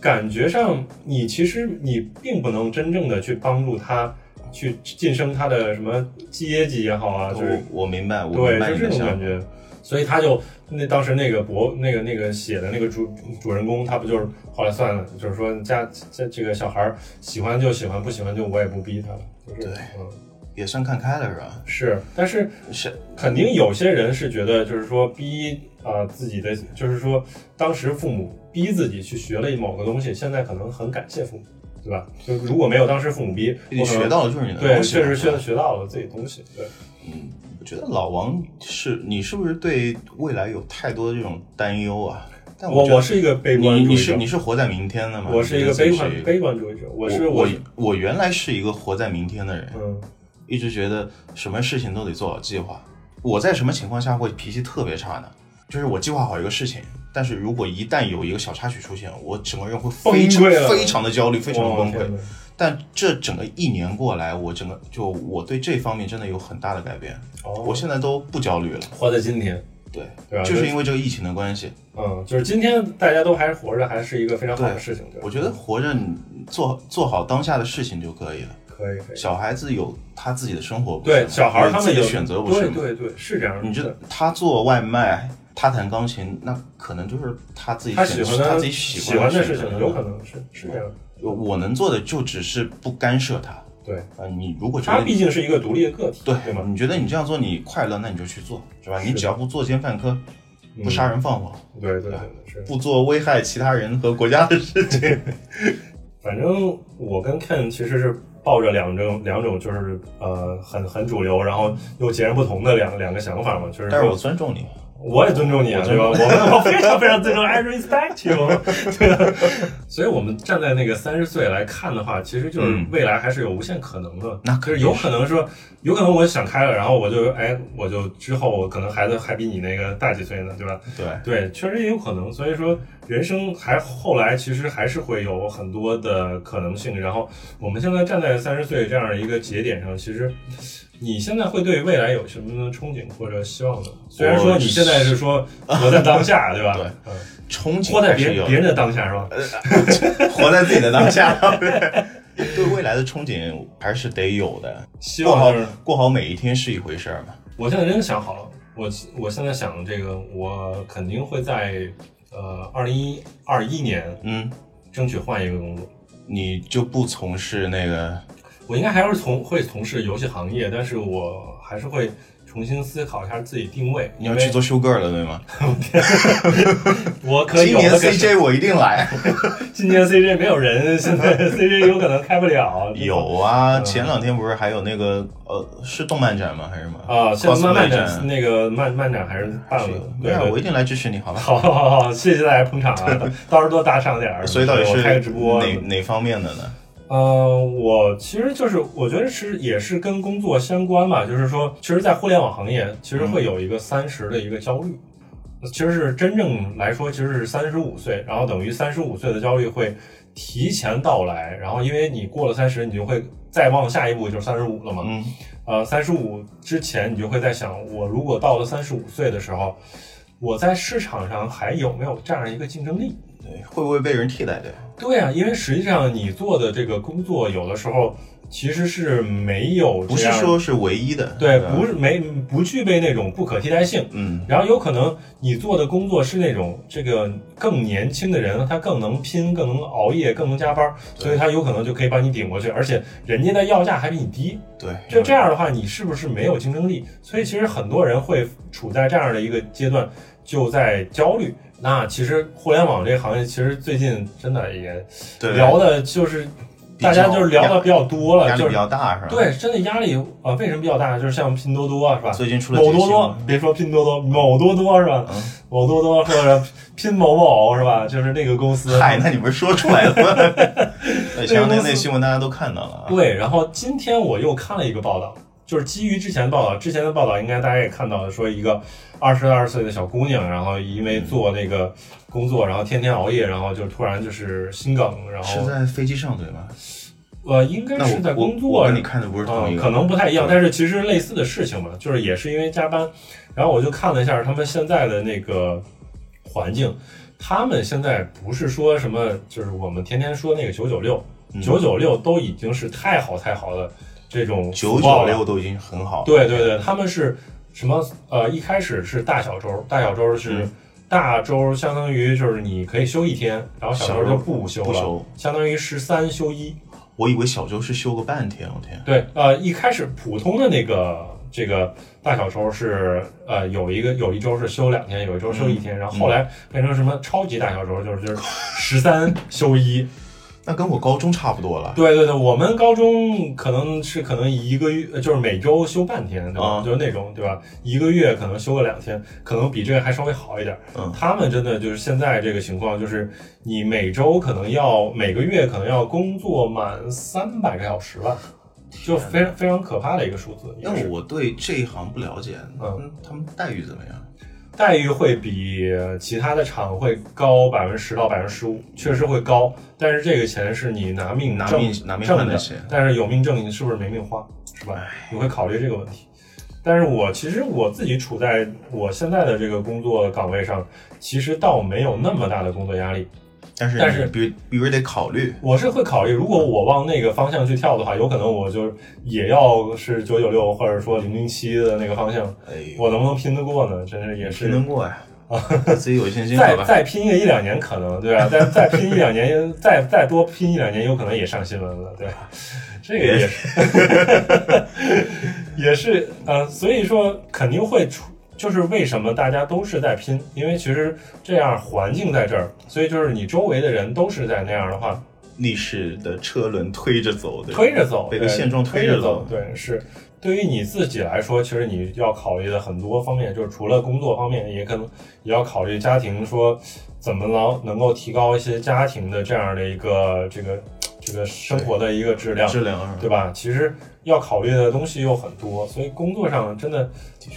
Speaker 1: 感觉上你其实你并不能真正的去帮助他去晋升他的什么阶级也好啊，就是
Speaker 2: 我我明白，我
Speaker 1: 对，
Speaker 2: 明白
Speaker 1: 就
Speaker 2: 你
Speaker 1: 这
Speaker 2: 的
Speaker 1: 种
Speaker 2: 想
Speaker 1: 感
Speaker 2: 法。
Speaker 1: 觉。所以他就那当时那个博那个那个写的那个主主人公，他不就是后来算了，就是说家这这个小孩儿喜欢就喜欢，不喜欢就我也不逼他了。就是、
Speaker 2: 对，
Speaker 1: 嗯，
Speaker 2: 也算看开了是吧？
Speaker 1: 是，但是
Speaker 2: 是，
Speaker 1: 肯定有些人是觉得就是说逼啊、自己的，就是说当时父母逼自己去学了某个东西，现在可能很感谢父母。对吧？就如果没有当时父母逼，
Speaker 2: 你
Speaker 1: 我可能
Speaker 2: 学到的就是你的
Speaker 1: 对，
Speaker 2: 东西
Speaker 1: 确实
Speaker 2: 嘛对
Speaker 1: 学
Speaker 2: 吧
Speaker 1: 学到了自己东西。对，
Speaker 2: 嗯，我觉得老王是你是不是对未来有太多的这种担忧啊？但
Speaker 1: 我
Speaker 2: 觉得
Speaker 1: 我是一个悲观
Speaker 2: 你
Speaker 1: 主
Speaker 2: 你
Speaker 1: 义者
Speaker 2: 是你，是活在明天的吗？
Speaker 1: 我是一个
Speaker 2: 啊你觉
Speaker 1: 悲
Speaker 2: 得自己是
Speaker 1: 观悲观主义者，我是
Speaker 2: 我
Speaker 1: 我，
Speaker 2: 我原来是一个活在明天的人，
Speaker 1: 嗯
Speaker 2: 一直觉得什么事情都得做好计划。我在什么情况下会脾气特别差呢？就是我计划好一个事情，但是如果一旦有一个小插曲出现，我整个人会非常
Speaker 1: 崩溃了
Speaker 2: 非常的焦虑，非常的
Speaker 1: 哇
Speaker 2: 崩
Speaker 1: 天
Speaker 2: 溃。
Speaker 1: 哪
Speaker 2: 但这整个一年过来，我整个就我对这方面真的有很大的改变。
Speaker 1: 哦
Speaker 2: 我现在都不焦虑了，
Speaker 1: 活在今天，
Speaker 2: 对，
Speaker 1: 对吧？
Speaker 2: 就是因为这个疫情的关系。
Speaker 1: 嗯，就是今天大家都还是活着，还是一个非常好的事情，对吧？
Speaker 2: 我觉得活着你做做好当下的事情就可以了。
Speaker 1: 可以可以。
Speaker 2: 小孩子有他自己的生活，不是
Speaker 1: 对
Speaker 2: 吗
Speaker 1: 小孩儿
Speaker 2: 有
Speaker 1: 他
Speaker 2: 自
Speaker 1: 们
Speaker 2: 己
Speaker 1: 有
Speaker 2: 的选择，不是
Speaker 1: 对
Speaker 2: 吗？
Speaker 1: 对对，是这样的。
Speaker 2: 你这他做外卖，他弹钢琴，那可能就是他自己
Speaker 1: 他
Speaker 2: 选
Speaker 1: 喜欢
Speaker 2: 他
Speaker 1: 的
Speaker 2: 自己
Speaker 1: 喜
Speaker 2: 欢
Speaker 1: 欢的
Speaker 2: 选
Speaker 1: 事
Speaker 2: 择
Speaker 1: 情，有可能是是这样的。
Speaker 2: 我我能做的就只是不干涉他。
Speaker 1: 对，
Speaker 2: 呃，你如果觉
Speaker 1: 他
Speaker 2: 得
Speaker 1: 毕竟是一个独立的个体，
Speaker 2: 对
Speaker 1: 对吗？
Speaker 2: 你觉得你这样做你快乐，那你就去做，是吧？
Speaker 1: 是
Speaker 2: 你只要不作奸犯科，不杀人放火，
Speaker 1: 嗯对对对，是。
Speaker 2: 不做危害其他人和国家的事情，
Speaker 1: 反正我跟 Ken 其实是抱着两种两种就是呃很很主流，然后又截然不同的两两个想法嘛，就是
Speaker 2: 但是我
Speaker 1: 说
Speaker 2: 尊重你。
Speaker 1: 我也尊重你，啊
Speaker 2: 我
Speaker 1: 对吧？我们我非常非常尊重，I respect you，对 吧？所以我们站在那个三十岁来看的话，其实就是
Speaker 2: 嗯
Speaker 1: 未来还是有无限可能的。
Speaker 2: 那
Speaker 1: 就
Speaker 2: 可
Speaker 1: 是有可能说，有可能我想开了，然后我就哎，我就之后我可能孩子还比你那个大几岁呢，对吧？
Speaker 2: 对，
Speaker 1: 对，确实也有可能。所以说，人生还后来其实还是会有很多的可能性。然后我们现在站在三十岁这样的一个节点上，其实你现在会对未来有什么憧憬或者希望呢？虽然说你现在是说活在当下，对吧？
Speaker 2: 对
Speaker 1: 嗯，
Speaker 2: 憧憬
Speaker 1: 活在
Speaker 2: 还
Speaker 1: 别
Speaker 2: 是有
Speaker 1: 人别人的当下是吧？
Speaker 2: 活在自己的当下。对未来的憧憬还是得有的，
Speaker 1: 希
Speaker 2: 过
Speaker 1: 望
Speaker 2: 好
Speaker 1: 就是
Speaker 2: 过好每一天是一回事儿嘛。
Speaker 1: 我现在真的想好了，我我现在想这个，我肯定会在呃二零二一年
Speaker 2: 嗯，
Speaker 1: 争取换一个工作。
Speaker 2: 你就不从事那个，
Speaker 1: 我应该还是从会从事游戏行业，但是我还是会重新思考一下自己定位。
Speaker 2: 你要去做修 girl 了，对吗？
Speaker 1: 因为我可以
Speaker 2: 今
Speaker 1: 有
Speaker 2: 年
Speaker 1: 那个
Speaker 2: CJ 我一 定来。
Speaker 1: 今年 CJ 没有人，现 在 CJ 有可能开不了。
Speaker 2: 有啊，
Speaker 1: 嗯
Speaker 2: 前两天不是还有那个呃，是动漫展吗？还是什么？
Speaker 1: 啊，现在
Speaker 2: cosplay
Speaker 1: 漫漫展
Speaker 2: 展。
Speaker 1: 那个漫漫展还是办
Speaker 2: 是
Speaker 1: 了。
Speaker 2: 对
Speaker 1: 对
Speaker 2: 啊，
Speaker 1: 对
Speaker 2: 我一定来支持你，好吧？
Speaker 1: 好好好好，谢谢大家捧场 啊！到时候多打赏点儿。
Speaker 2: 所以到底
Speaker 1: 我
Speaker 2: 是
Speaker 1: 开个直播，
Speaker 2: 哪哪方面的呢？
Speaker 1: 呃，我其实就是我觉得是也是跟工作相关吧，就是说，其实，在互联网行业，其实会有一个三十的一个焦虑，其实是真正来说，其实是三十五岁，然后等于三十五岁的焦虑会提前到来，然后因为你过了三十，你就会再往下一步就是三十五了嘛，
Speaker 2: 嗯，
Speaker 1: 呃，三十五之前，你就会在想，我如果到了三十五岁的时候，我在市场上还有没有这样一个竞争力？
Speaker 2: 对，会不会被人替代掉？
Speaker 1: 对啊，因为实际上你做的这个工作，有的时候其实是没有
Speaker 2: 不
Speaker 1: 这
Speaker 2: 是
Speaker 1: 样
Speaker 2: 说嗯是唯一的，
Speaker 1: 对，
Speaker 2: 吧
Speaker 1: 不是没不具备那种不可替代性。
Speaker 2: 嗯，
Speaker 1: 然后有可能你做的工作是那种这个更年轻的人，他更能拼，更能熬夜，更能加班，所以他有可能就可以把你顶过去，而且人家的要价还比你低。
Speaker 2: 对，
Speaker 1: 就这样的话，你是不是没有竞争力？所以其实很多人会处在这样的一个阶段，就在焦虑。那其实互联网这个行业，其实最近真的也
Speaker 2: 对
Speaker 1: 聊的就是
Speaker 2: 比较
Speaker 1: 大家就是聊的比较多
Speaker 2: 压
Speaker 1: 了，
Speaker 2: 力
Speaker 1: 就
Speaker 2: 比
Speaker 1: 是
Speaker 2: 较大是吧？，
Speaker 1: 对，真的压力啊、呃为什么比较大？就是像拼多多啊，是吧？
Speaker 2: 最近出了
Speaker 1: 某
Speaker 2: 几个
Speaker 1: 多
Speaker 2: 新
Speaker 1: 多
Speaker 2: 闻，，
Speaker 1: 别说拼多多，某多多是吧？
Speaker 2: 嗯
Speaker 1: 某多多或者拼某某是吧？就是那个公司。
Speaker 2: 嗨，那你不是说出 来了吗？对，前两天
Speaker 1: 公司
Speaker 2: 那新闻大家都看到了啊。
Speaker 1: 对，然后今天我又看了一个报道，就是基于之前的报道，之前的报道应该大家也看到了，说一个二十二岁的小姑娘，然后因为做那个工作，然后天天熬夜，然后就突然就是心梗，然
Speaker 2: 是
Speaker 1: 后
Speaker 2: 在飞机上对吗？
Speaker 1: 呃应该
Speaker 2: 那
Speaker 1: 是
Speaker 2: 我
Speaker 1: 在
Speaker 2: 我
Speaker 1: 工
Speaker 2: 我
Speaker 1: 作
Speaker 2: 跟你看的不是同一
Speaker 1: 嗯，
Speaker 2: 个，
Speaker 1: 可能不太一样，
Speaker 2: 对
Speaker 1: 但是其实类似的事情嘛，就是也是因为加班。然后我就看了一下他们现在的那个环境，他们现在不是说什么，就是我们天天说那个九九六，
Speaker 2: 嗯
Speaker 1: 九九六都已经是太好太好的这种
Speaker 2: 九
Speaker 1: 福报
Speaker 2: 九
Speaker 1: 了
Speaker 2: 六都已经很好了。
Speaker 1: 对对对，他们是什么？呃，一开始是大小周，大小周是、
Speaker 2: 嗯
Speaker 1: 大周，相当于就是你可以休一天，然后小
Speaker 2: 小
Speaker 1: 周就
Speaker 2: 周
Speaker 1: 不休
Speaker 2: 不
Speaker 1: 了，
Speaker 2: 休
Speaker 1: 相当于十三休一。
Speaker 2: 我以为小周是休个半天，我天，
Speaker 1: 对，呃，一开始普通的那个这个大小周是呃有一个有一周是休两天，有一周休一天，然后后来变成什么超级大小周，就是就是十三休一，
Speaker 2: 那跟我高中差不多了。
Speaker 1: 对对对，我们高中可能是可能一个月，呃就是每周休半天，对吧？
Speaker 2: 啊
Speaker 1: 就是那种对吧？一个月可能休个两天，可能比这个还稍微好一点。
Speaker 2: 嗯
Speaker 1: 他们真的就是现在这个情况，就是你每周可能要每个月可能要工作满三百个小时吧，就非常非常可怕的一个数字。
Speaker 2: 那我对这一行不了解，
Speaker 1: 嗯，
Speaker 2: 他们待遇怎么样？
Speaker 1: 待遇会比其他的厂会高百分之十到百分之十五，确实会高，但是这个钱是你拿命
Speaker 2: 拿
Speaker 1: 挣
Speaker 2: 命拿命
Speaker 1: 挣哎
Speaker 2: 换
Speaker 1: 的
Speaker 2: 的钱，
Speaker 1: 但是有命挣，你是不是没命花，是吧？你会考虑这个问题。但是我其实我自己处在我现在的这个工作岗位上，其实倒没有那么大的工作压力。
Speaker 2: 但是
Speaker 1: 但是
Speaker 2: 你必必须得考虑，
Speaker 1: 我是会考虑，如果我往那个方向去跳的话，有可能我就也要是九九六或者说零零七的那个方向，
Speaker 2: 哎呦，
Speaker 1: 我能不能拼得过呢？真是也是啊
Speaker 2: 谁能 过呀？自己有信心好
Speaker 1: 再
Speaker 2: 吧？
Speaker 1: 再拼个一两年可能对吧？再再拼一两年，再再多拼一两年，有可能也上新闻了，对吧？这个也是，也是，呃，所以说肯定会出，就是为什么大家都是在拼，因为其实这样环境在这儿，所以就是你周围的人都是在那样的话，
Speaker 2: 历史的车轮推着走，对吧
Speaker 1: 推着走，
Speaker 2: 被
Speaker 1: 对
Speaker 2: 现状
Speaker 1: 推
Speaker 2: 推着
Speaker 1: 走
Speaker 2: 走，
Speaker 1: 对，是。对于你自己来说，其实你要考虑的很多方面，就是除了工作方面，也可能也要考虑家庭，说怎么能能够提高一些家庭的这样的一个这个这个生活的一个质量，
Speaker 2: 质量啊
Speaker 1: 对吧？其实要考虑的东西有很多，所以工作上真的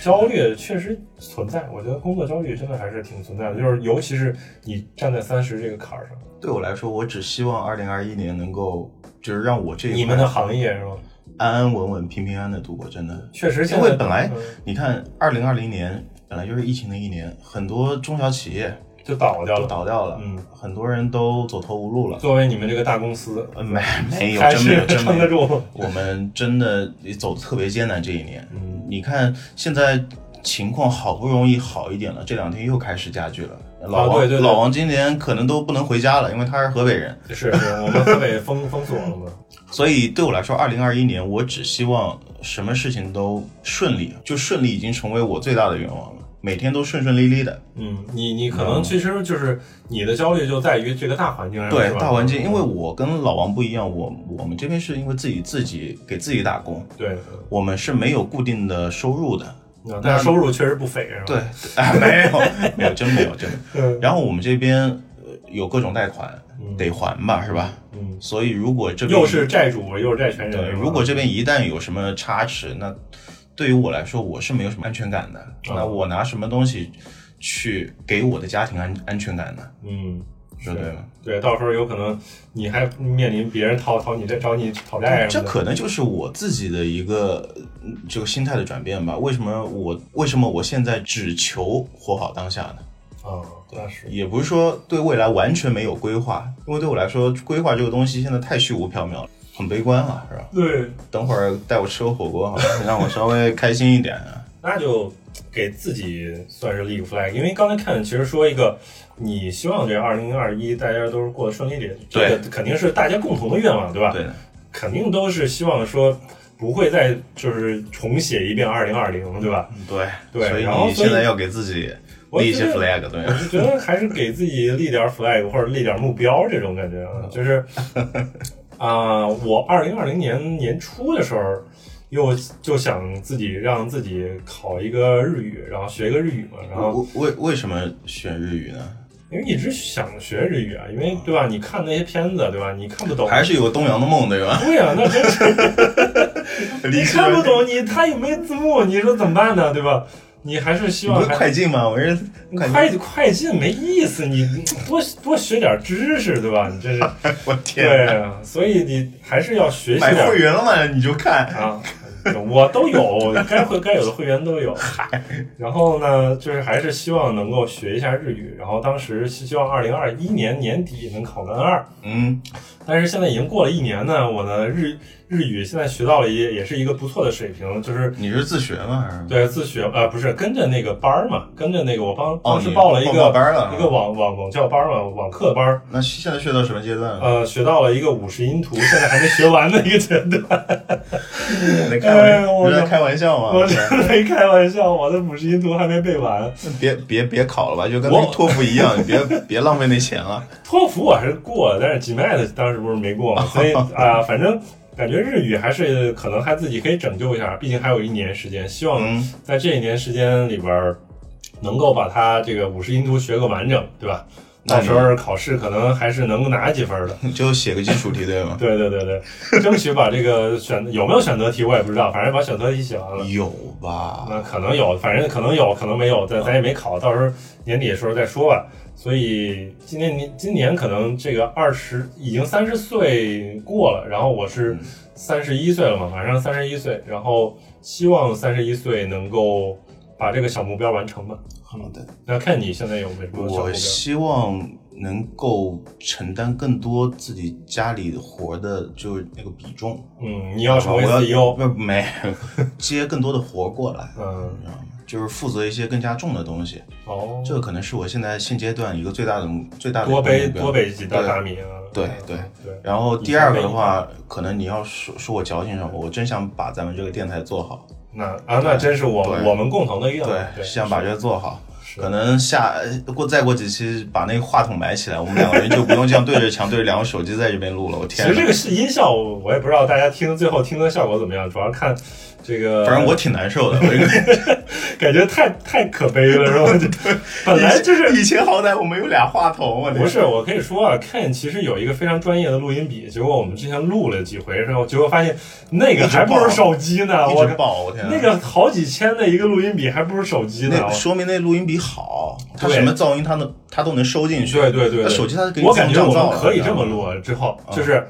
Speaker 1: 焦虑确实存在。我觉得工作焦虑真的还是挺存在的，就是尤其是你站在三十这个坎儿上，
Speaker 2: 对我来说，我只希望二零二一年能够就是让我这一
Speaker 1: 你们
Speaker 2: 块
Speaker 1: 的行业是吧？
Speaker 2: 安安稳稳、平平安安的度过，真的。
Speaker 1: 确实现
Speaker 2: 因
Speaker 1: 在
Speaker 2: 为本来
Speaker 1: 嗯
Speaker 2: 你看，二零二零年本来就是疫情的一年，很多中小企业
Speaker 1: 就倒掉
Speaker 2: 都
Speaker 1: 了。
Speaker 2: 倒掉了，
Speaker 1: 嗯，
Speaker 2: 很多人都走投无路了。
Speaker 1: 作为你们这个大公司，
Speaker 2: 呃没没有，
Speaker 1: 还
Speaker 2: 真没有，
Speaker 1: 是
Speaker 2: 真
Speaker 1: 撑
Speaker 2: 没
Speaker 1: 得
Speaker 2: 有。
Speaker 1: 住。
Speaker 2: 我们真的走的特别艰难这一年。
Speaker 1: 嗯
Speaker 2: 你看现在情况好不容易好一点了，这两天又开始加剧了。老王、
Speaker 1: 啊对对对
Speaker 2: 老王今年可能都不能回家了，因为他是河北人。
Speaker 1: 是是，我们河北封封锁了嘛？
Speaker 2: 所以对我来说，二零二一年我只希望什么事情都顺利，就顺利已经成为我最大的愿望了。每天都顺顺利利的，
Speaker 1: 嗯，你你可能其实就是你的焦虑就在于这个大环境上，
Speaker 2: 对
Speaker 1: 是吧嗯
Speaker 2: 大环境，因为我跟老王不一样，我我们这边是因为自己自己给自己打工，
Speaker 1: 对，嗯
Speaker 2: 我们是没有固定的收入的，
Speaker 1: 那但是收入确实不菲，是吧？
Speaker 2: 对， 啊，没有， 没有，真没有，真的。
Speaker 1: 嗯
Speaker 2: 然后我们这边呃有各种贷款
Speaker 1: 嗯，
Speaker 2: 得还吧，是吧？
Speaker 1: 嗯，
Speaker 2: 所以如果这边
Speaker 1: 又是债主又是债权人
Speaker 2: 对，
Speaker 1: 是吧，
Speaker 2: 如果这边一旦有什么差池，那对于我来说我是没有什么安全感的。
Speaker 1: 嗯
Speaker 2: 那我拿什么东西去给我的家庭安安全感呢？
Speaker 1: 嗯。
Speaker 2: 说对哦吗？
Speaker 1: 对，到时候有可能你还面临别人讨讨你这找你讨债什
Speaker 2: 这
Speaker 1: 么的，
Speaker 2: 可能就是我自己的一个嗯这个心态的转变吧。为什么我为什么我现在只求活好当下呢？
Speaker 1: 啊，那是
Speaker 2: 也不是说对未来完全没有规划，因为对我来说，规划这个东西现在太虚无缥缈了，很悲观了，是吧？
Speaker 1: 对，
Speaker 2: 等会儿带我吃个火锅，好吧，让我稍微开心一点啊。
Speaker 1: 那就给自己算是立个 flag，因为刚才看其实说一个，你希望这二零二一大家都是过得顺利点，这个肯定是大家共同的愿望，对吧？
Speaker 2: 对的，
Speaker 1: 肯定都是希望说不会再就是重写一遍二零二零，对吧？
Speaker 2: 对
Speaker 1: 对
Speaker 2: 所
Speaker 1: 然后
Speaker 2: 以你
Speaker 1: 所以
Speaker 2: 现在要给自己
Speaker 1: 我
Speaker 2: 立一些
Speaker 1: 觉得
Speaker 2: flag，对
Speaker 1: 我
Speaker 2: 吧，
Speaker 1: 就觉得还是给自己立点 flag 或者立点目标这种感觉啊，就是啊、我二零二零年年初的时候，又就想自己让自己考一个日语，然后学一个日语嘛，然后
Speaker 2: 为为为什么选日语呢？
Speaker 1: 因为一直想学日语啊，因为对吧？你看那些片子，对吧？你看不懂，
Speaker 2: 还是有个东洋的梦，对吧？
Speaker 1: 对呀、那真 是 你看不懂，你他也没字幕，你说怎么办呢？对吧？你还是希
Speaker 2: 你不
Speaker 1: 望
Speaker 2: 是
Speaker 1: 还
Speaker 2: 快进吗？我是快进，
Speaker 1: 快快进没意思，你多多学点知识，对吧？你这是
Speaker 2: 我啊天
Speaker 1: 对
Speaker 2: 哪，
Speaker 1: 啊，所以你还是要学习
Speaker 2: 买
Speaker 1: 点
Speaker 2: 会员了嘛？你就看，
Speaker 1: 啊。我都有，该会该有的会员都有。然后呢，就是还是希望能够学一下日语。然后当时是希望二零二一年年底能考个 N 二，
Speaker 2: 嗯，
Speaker 1: 但是现在已经过了一年呢，我的日日语现在学到了也也是一个不错的水平，就是
Speaker 2: 你是自学吗？还是
Speaker 1: 对自学呃不是跟着那个班儿嘛，跟着那个我帮当时
Speaker 2: 哦你
Speaker 1: 报了一
Speaker 2: 报
Speaker 1: 个、
Speaker 2: 报班了啊
Speaker 1: 一个网网网教班儿嘛，网课班儿，
Speaker 2: 那现在学到什么阶段了？
Speaker 1: 呃学到了一个五十音图，现在还没学完的一个阶 段，
Speaker 2: 在开玩
Speaker 1: 哎我
Speaker 2: 你在开玩笑吗？
Speaker 1: 我真没开玩笑，我的五十音图还没背完。
Speaker 2: 别别别考了吧，就跟
Speaker 1: 我
Speaker 2: 那个托福一样，你别别浪费那钱了。
Speaker 1: 托福我还是过了，但是 GMAT 当时试不是没 过嘛，所以啊、反正感觉日语还是可能还自己可以拯救一下，毕竟还有一年时间，希望
Speaker 2: 嗯，
Speaker 1: 在这一年时间里边儿，能够把它这个五十音图学个完整，对吧？
Speaker 2: 那
Speaker 1: 到
Speaker 2: 你
Speaker 1: 时候考试可能还是能够拿几分儿的。
Speaker 2: 你嗯就写个基础题对吗？
Speaker 1: 对对对对，争取把这个选有没有选择题我也不知道，反正把选择题写完了。
Speaker 2: 有吧？
Speaker 1: 那可能有，反正可能有，可能没有，但咱也没考，到时候年底的时候再说吧。所以今年年今年可能这个二十已经三十岁过了，然后我
Speaker 2: 嗯
Speaker 1: 是三十一岁了嘛，马上三十一岁，然后希望三十一岁能够把这个小目标完成吧。
Speaker 2: 好的，
Speaker 1: 那看你现在有没有什么小目
Speaker 2: 我
Speaker 1: 标？
Speaker 2: 希望能够承担更多自己家里活的，就是那个比重。
Speaker 1: 嗯，你要成为
Speaker 2: 我要
Speaker 1: CEO，
Speaker 2: 不没 接更多的活过来，
Speaker 1: 嗯，
Speaker 2: 就是负责一些更加重的东西。
Speaker 1: 哦，
Speaker 2: 这个可能是我现在现阶段一个最大的目最大的
Speaker 1: 多
Speaker 2: 一
Speaker 1: 背
Speaker 2: 个目标
Speaker 1: 多背几袋大米啊。
Speaker 2: 对对
Speaker 1: 对，
Speaker 2: 然后第二个的话，可能你要说说我矫情什么，我真想把咱们这个电台做好，
Speaker 1: 那啊，那真是我
Speaker 2: 对
Speaker 1: 我们共同的愿望。
Speaker 2: 对，想把这个做好。
Speaker 1: 是
Speaker 2: 可能下过再过几期把那个话筒埋起来，我们两个人就不用这样对着墙对着两个手机在这边录了。我
Speaker 1: 其
Speaker 2: 天
Speaker 1: 实这
Speaker 2: 哪，
Speaker 1: 个是音效，我也不知道大家听最后听的效果怎么样，主要看这个。
Speaker 2: 反正我挺难受 的。我应该
Speaker 1: 感觉太太可悲了，是吧？ 就本来就是
Speaker 2: 以前好歹我们有俩话筒，我
Speaker 1: 不是我可以说啊，Ken 其实有一个非常专业的录音笔，结果我们之前录了几回，然后结果发现那个还不如手机 呢，
Speaker 2: 一
Speaker 1: 啊我
Speaker 2: 直爆，我天哪。
Speaker 1: 那个好几千的一个录音笔还不如手机呢
Speaker 2: 那。说明那录音笔好，它
Speaker 1: 对
Speaker 2: 什么噪音它能它都能收进去。
Speaker 1: 对对对
Speaker 2: 那
Speaker 1: 对，
Speaker 2: 手机它给你
Speaker 1: 我感觉
Speaker 2: 降
Speaker 1: 我
Speaker 2: 噪
Speaker 1: 们
Speaker 2: 了
Speaker 1: 可以
Speaker 2: 你
Speaker 1: 这
Speaker 2: 知道
Speaker 1: 么
Speaker 2: 吗
Speaker 1: 录啊，之后就是。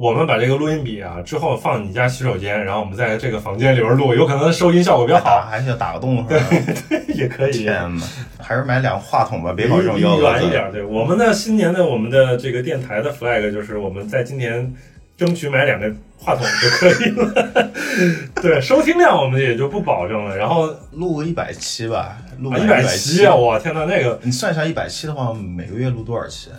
Speaker 1: 我们把这个录音笔啊，之后放你家洗手间，然后我们在这个房间里边录，有可能收音效果比较
Speaker 2: 打
Speaker 1: 好，
Speaker 2: 还是要打个洞是吧？
Speaker 1: 也可以。
Speaker 2: 天哪，还是买两个话筒吧，别搞这种幺蛾
Speaker 1: 远一
Speaker 2: 子。
Speaker 1: 点，对。我们呢，新年的我们的这个电台的 flag 就是我们在今年争取买两个话筒就可以了。 对，收听量我们也就不保证了。然后啊，
Speaker 2: 录个一百期吧，录
Speaker 1: 一百
Speaker 2: 百
Speaker 1: 期啊，我天呐，那个
Speaker 2: 你算一下一百期的话，每个月录多少期？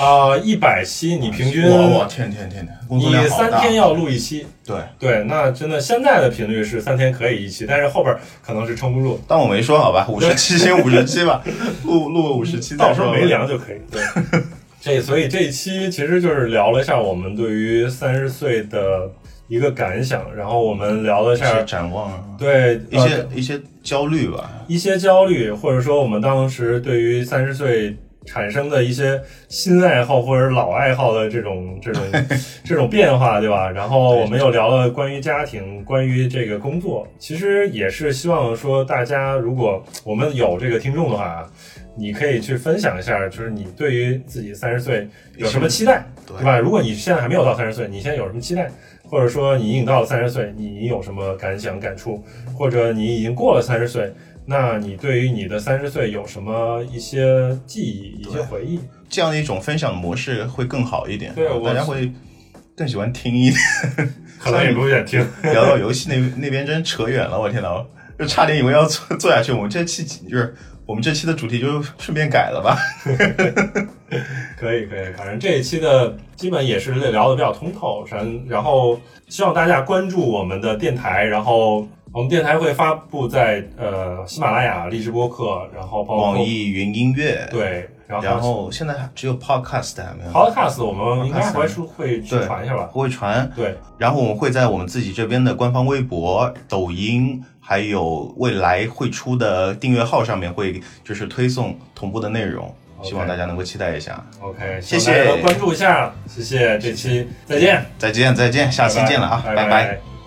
Speaker 1: 啊，一百期你平均
Speaker 2: 我我天天天天，工作
Speaker 1: 你
Speaker 2: 量好
Speaker 1: 三
Speaker 2: 大。
Speaker 1: 天要录一期，
Speaker 2: 对，
Speaker 1: 对，那真的现在的频率是三天可以一期，但是后边可能是撑不住，
Speaker 2: 当我没说 好吧，五十七先五十七吧， 录录五十七
Speaker 1: 到
Speaker 2: 再
Speaker 1: 时
Speaker 2: 说
Speaker 1: 候
Speaker 2: 吧。
Speaker 1: 没粮就可以。对， 这所以这一期其实就是聊了一下我们对于三十岁的一个感想，然后我们聊了一
Speaker 2: 一些
Speaker 1: 下
Speaker 2: 展望啊，
Speaker 1: 对
Speaker 2: 一
Speaker 1: 呃
Speaker 2: 些一些焦虑吧。
Speaker 1: 一些焦虑，或者说我们当时对于三十岁。产生的一些新爱好或者老爱好的这种这种这种变化，对吧？然后我们又聊了关于家庭，关于这个工作，其实也是希望说大家，如果我们有这个听众的话啊，你可以去分享一下，就是你对于自己三十岁有什么期待，
Speaker 2: 对
Speaker 1: 对吧？如果你现在还没有到三十岁，你现在有什么期待？或者说你已经到了三十岁，你有什么感想感触？或者你已经过了三十岁，那你对于你的三十岁有什么一些记忆、一些回忆？
Speaker 2: 这样的一种分享模式会更好一点，
Speaker 1: 对啊我
Speaker 2: 大家会更喜欢 听一点。
Speaker 1: 可能也不想听。
Speaker 2: 聊到游戏那那边真扯远了，我天呐，就差点以为要做 做下去。我们这期就是我们这期的主题就顺便改了吧。
Speaker 1: 可以可以，反正这一期的基本也是聊的比较通透，然然后希望大家关注我们的电台，然后我们电台会发布在呃喜马拉雅、荔枝播客，然后包括
Speaker 2: 网易云音乐，
Speaker 1: 哦对，然后
Speaker 2: 然后现在只有 Podcast 还没有，
Speaker 1: Podcast 我们应该还是会去
Speaker 2: 对
Speaker 1: 传一下吧。
Speaker 2: 会传。
Speaker 1: 对，
Speaker 2: 然后我们会在我们自己这边的官方微博、抖音，还有未来会出的订阅号上面会就是推送同步的内容，
Speaker 1: OK
Speaker 2: 希望大家能够期待一下。
Speaker 1: OK，
Speaker 2: 谢
Speaker 1: 希望大家
Speaker 2: 谢
Speaker 1: 多关注一下，谢谢，这期再见，
Speaker 2: 再见，再见，下期见了啊，
Speaker 1: 拜
Speaker 2: 拜拜
Speaker 1: 拜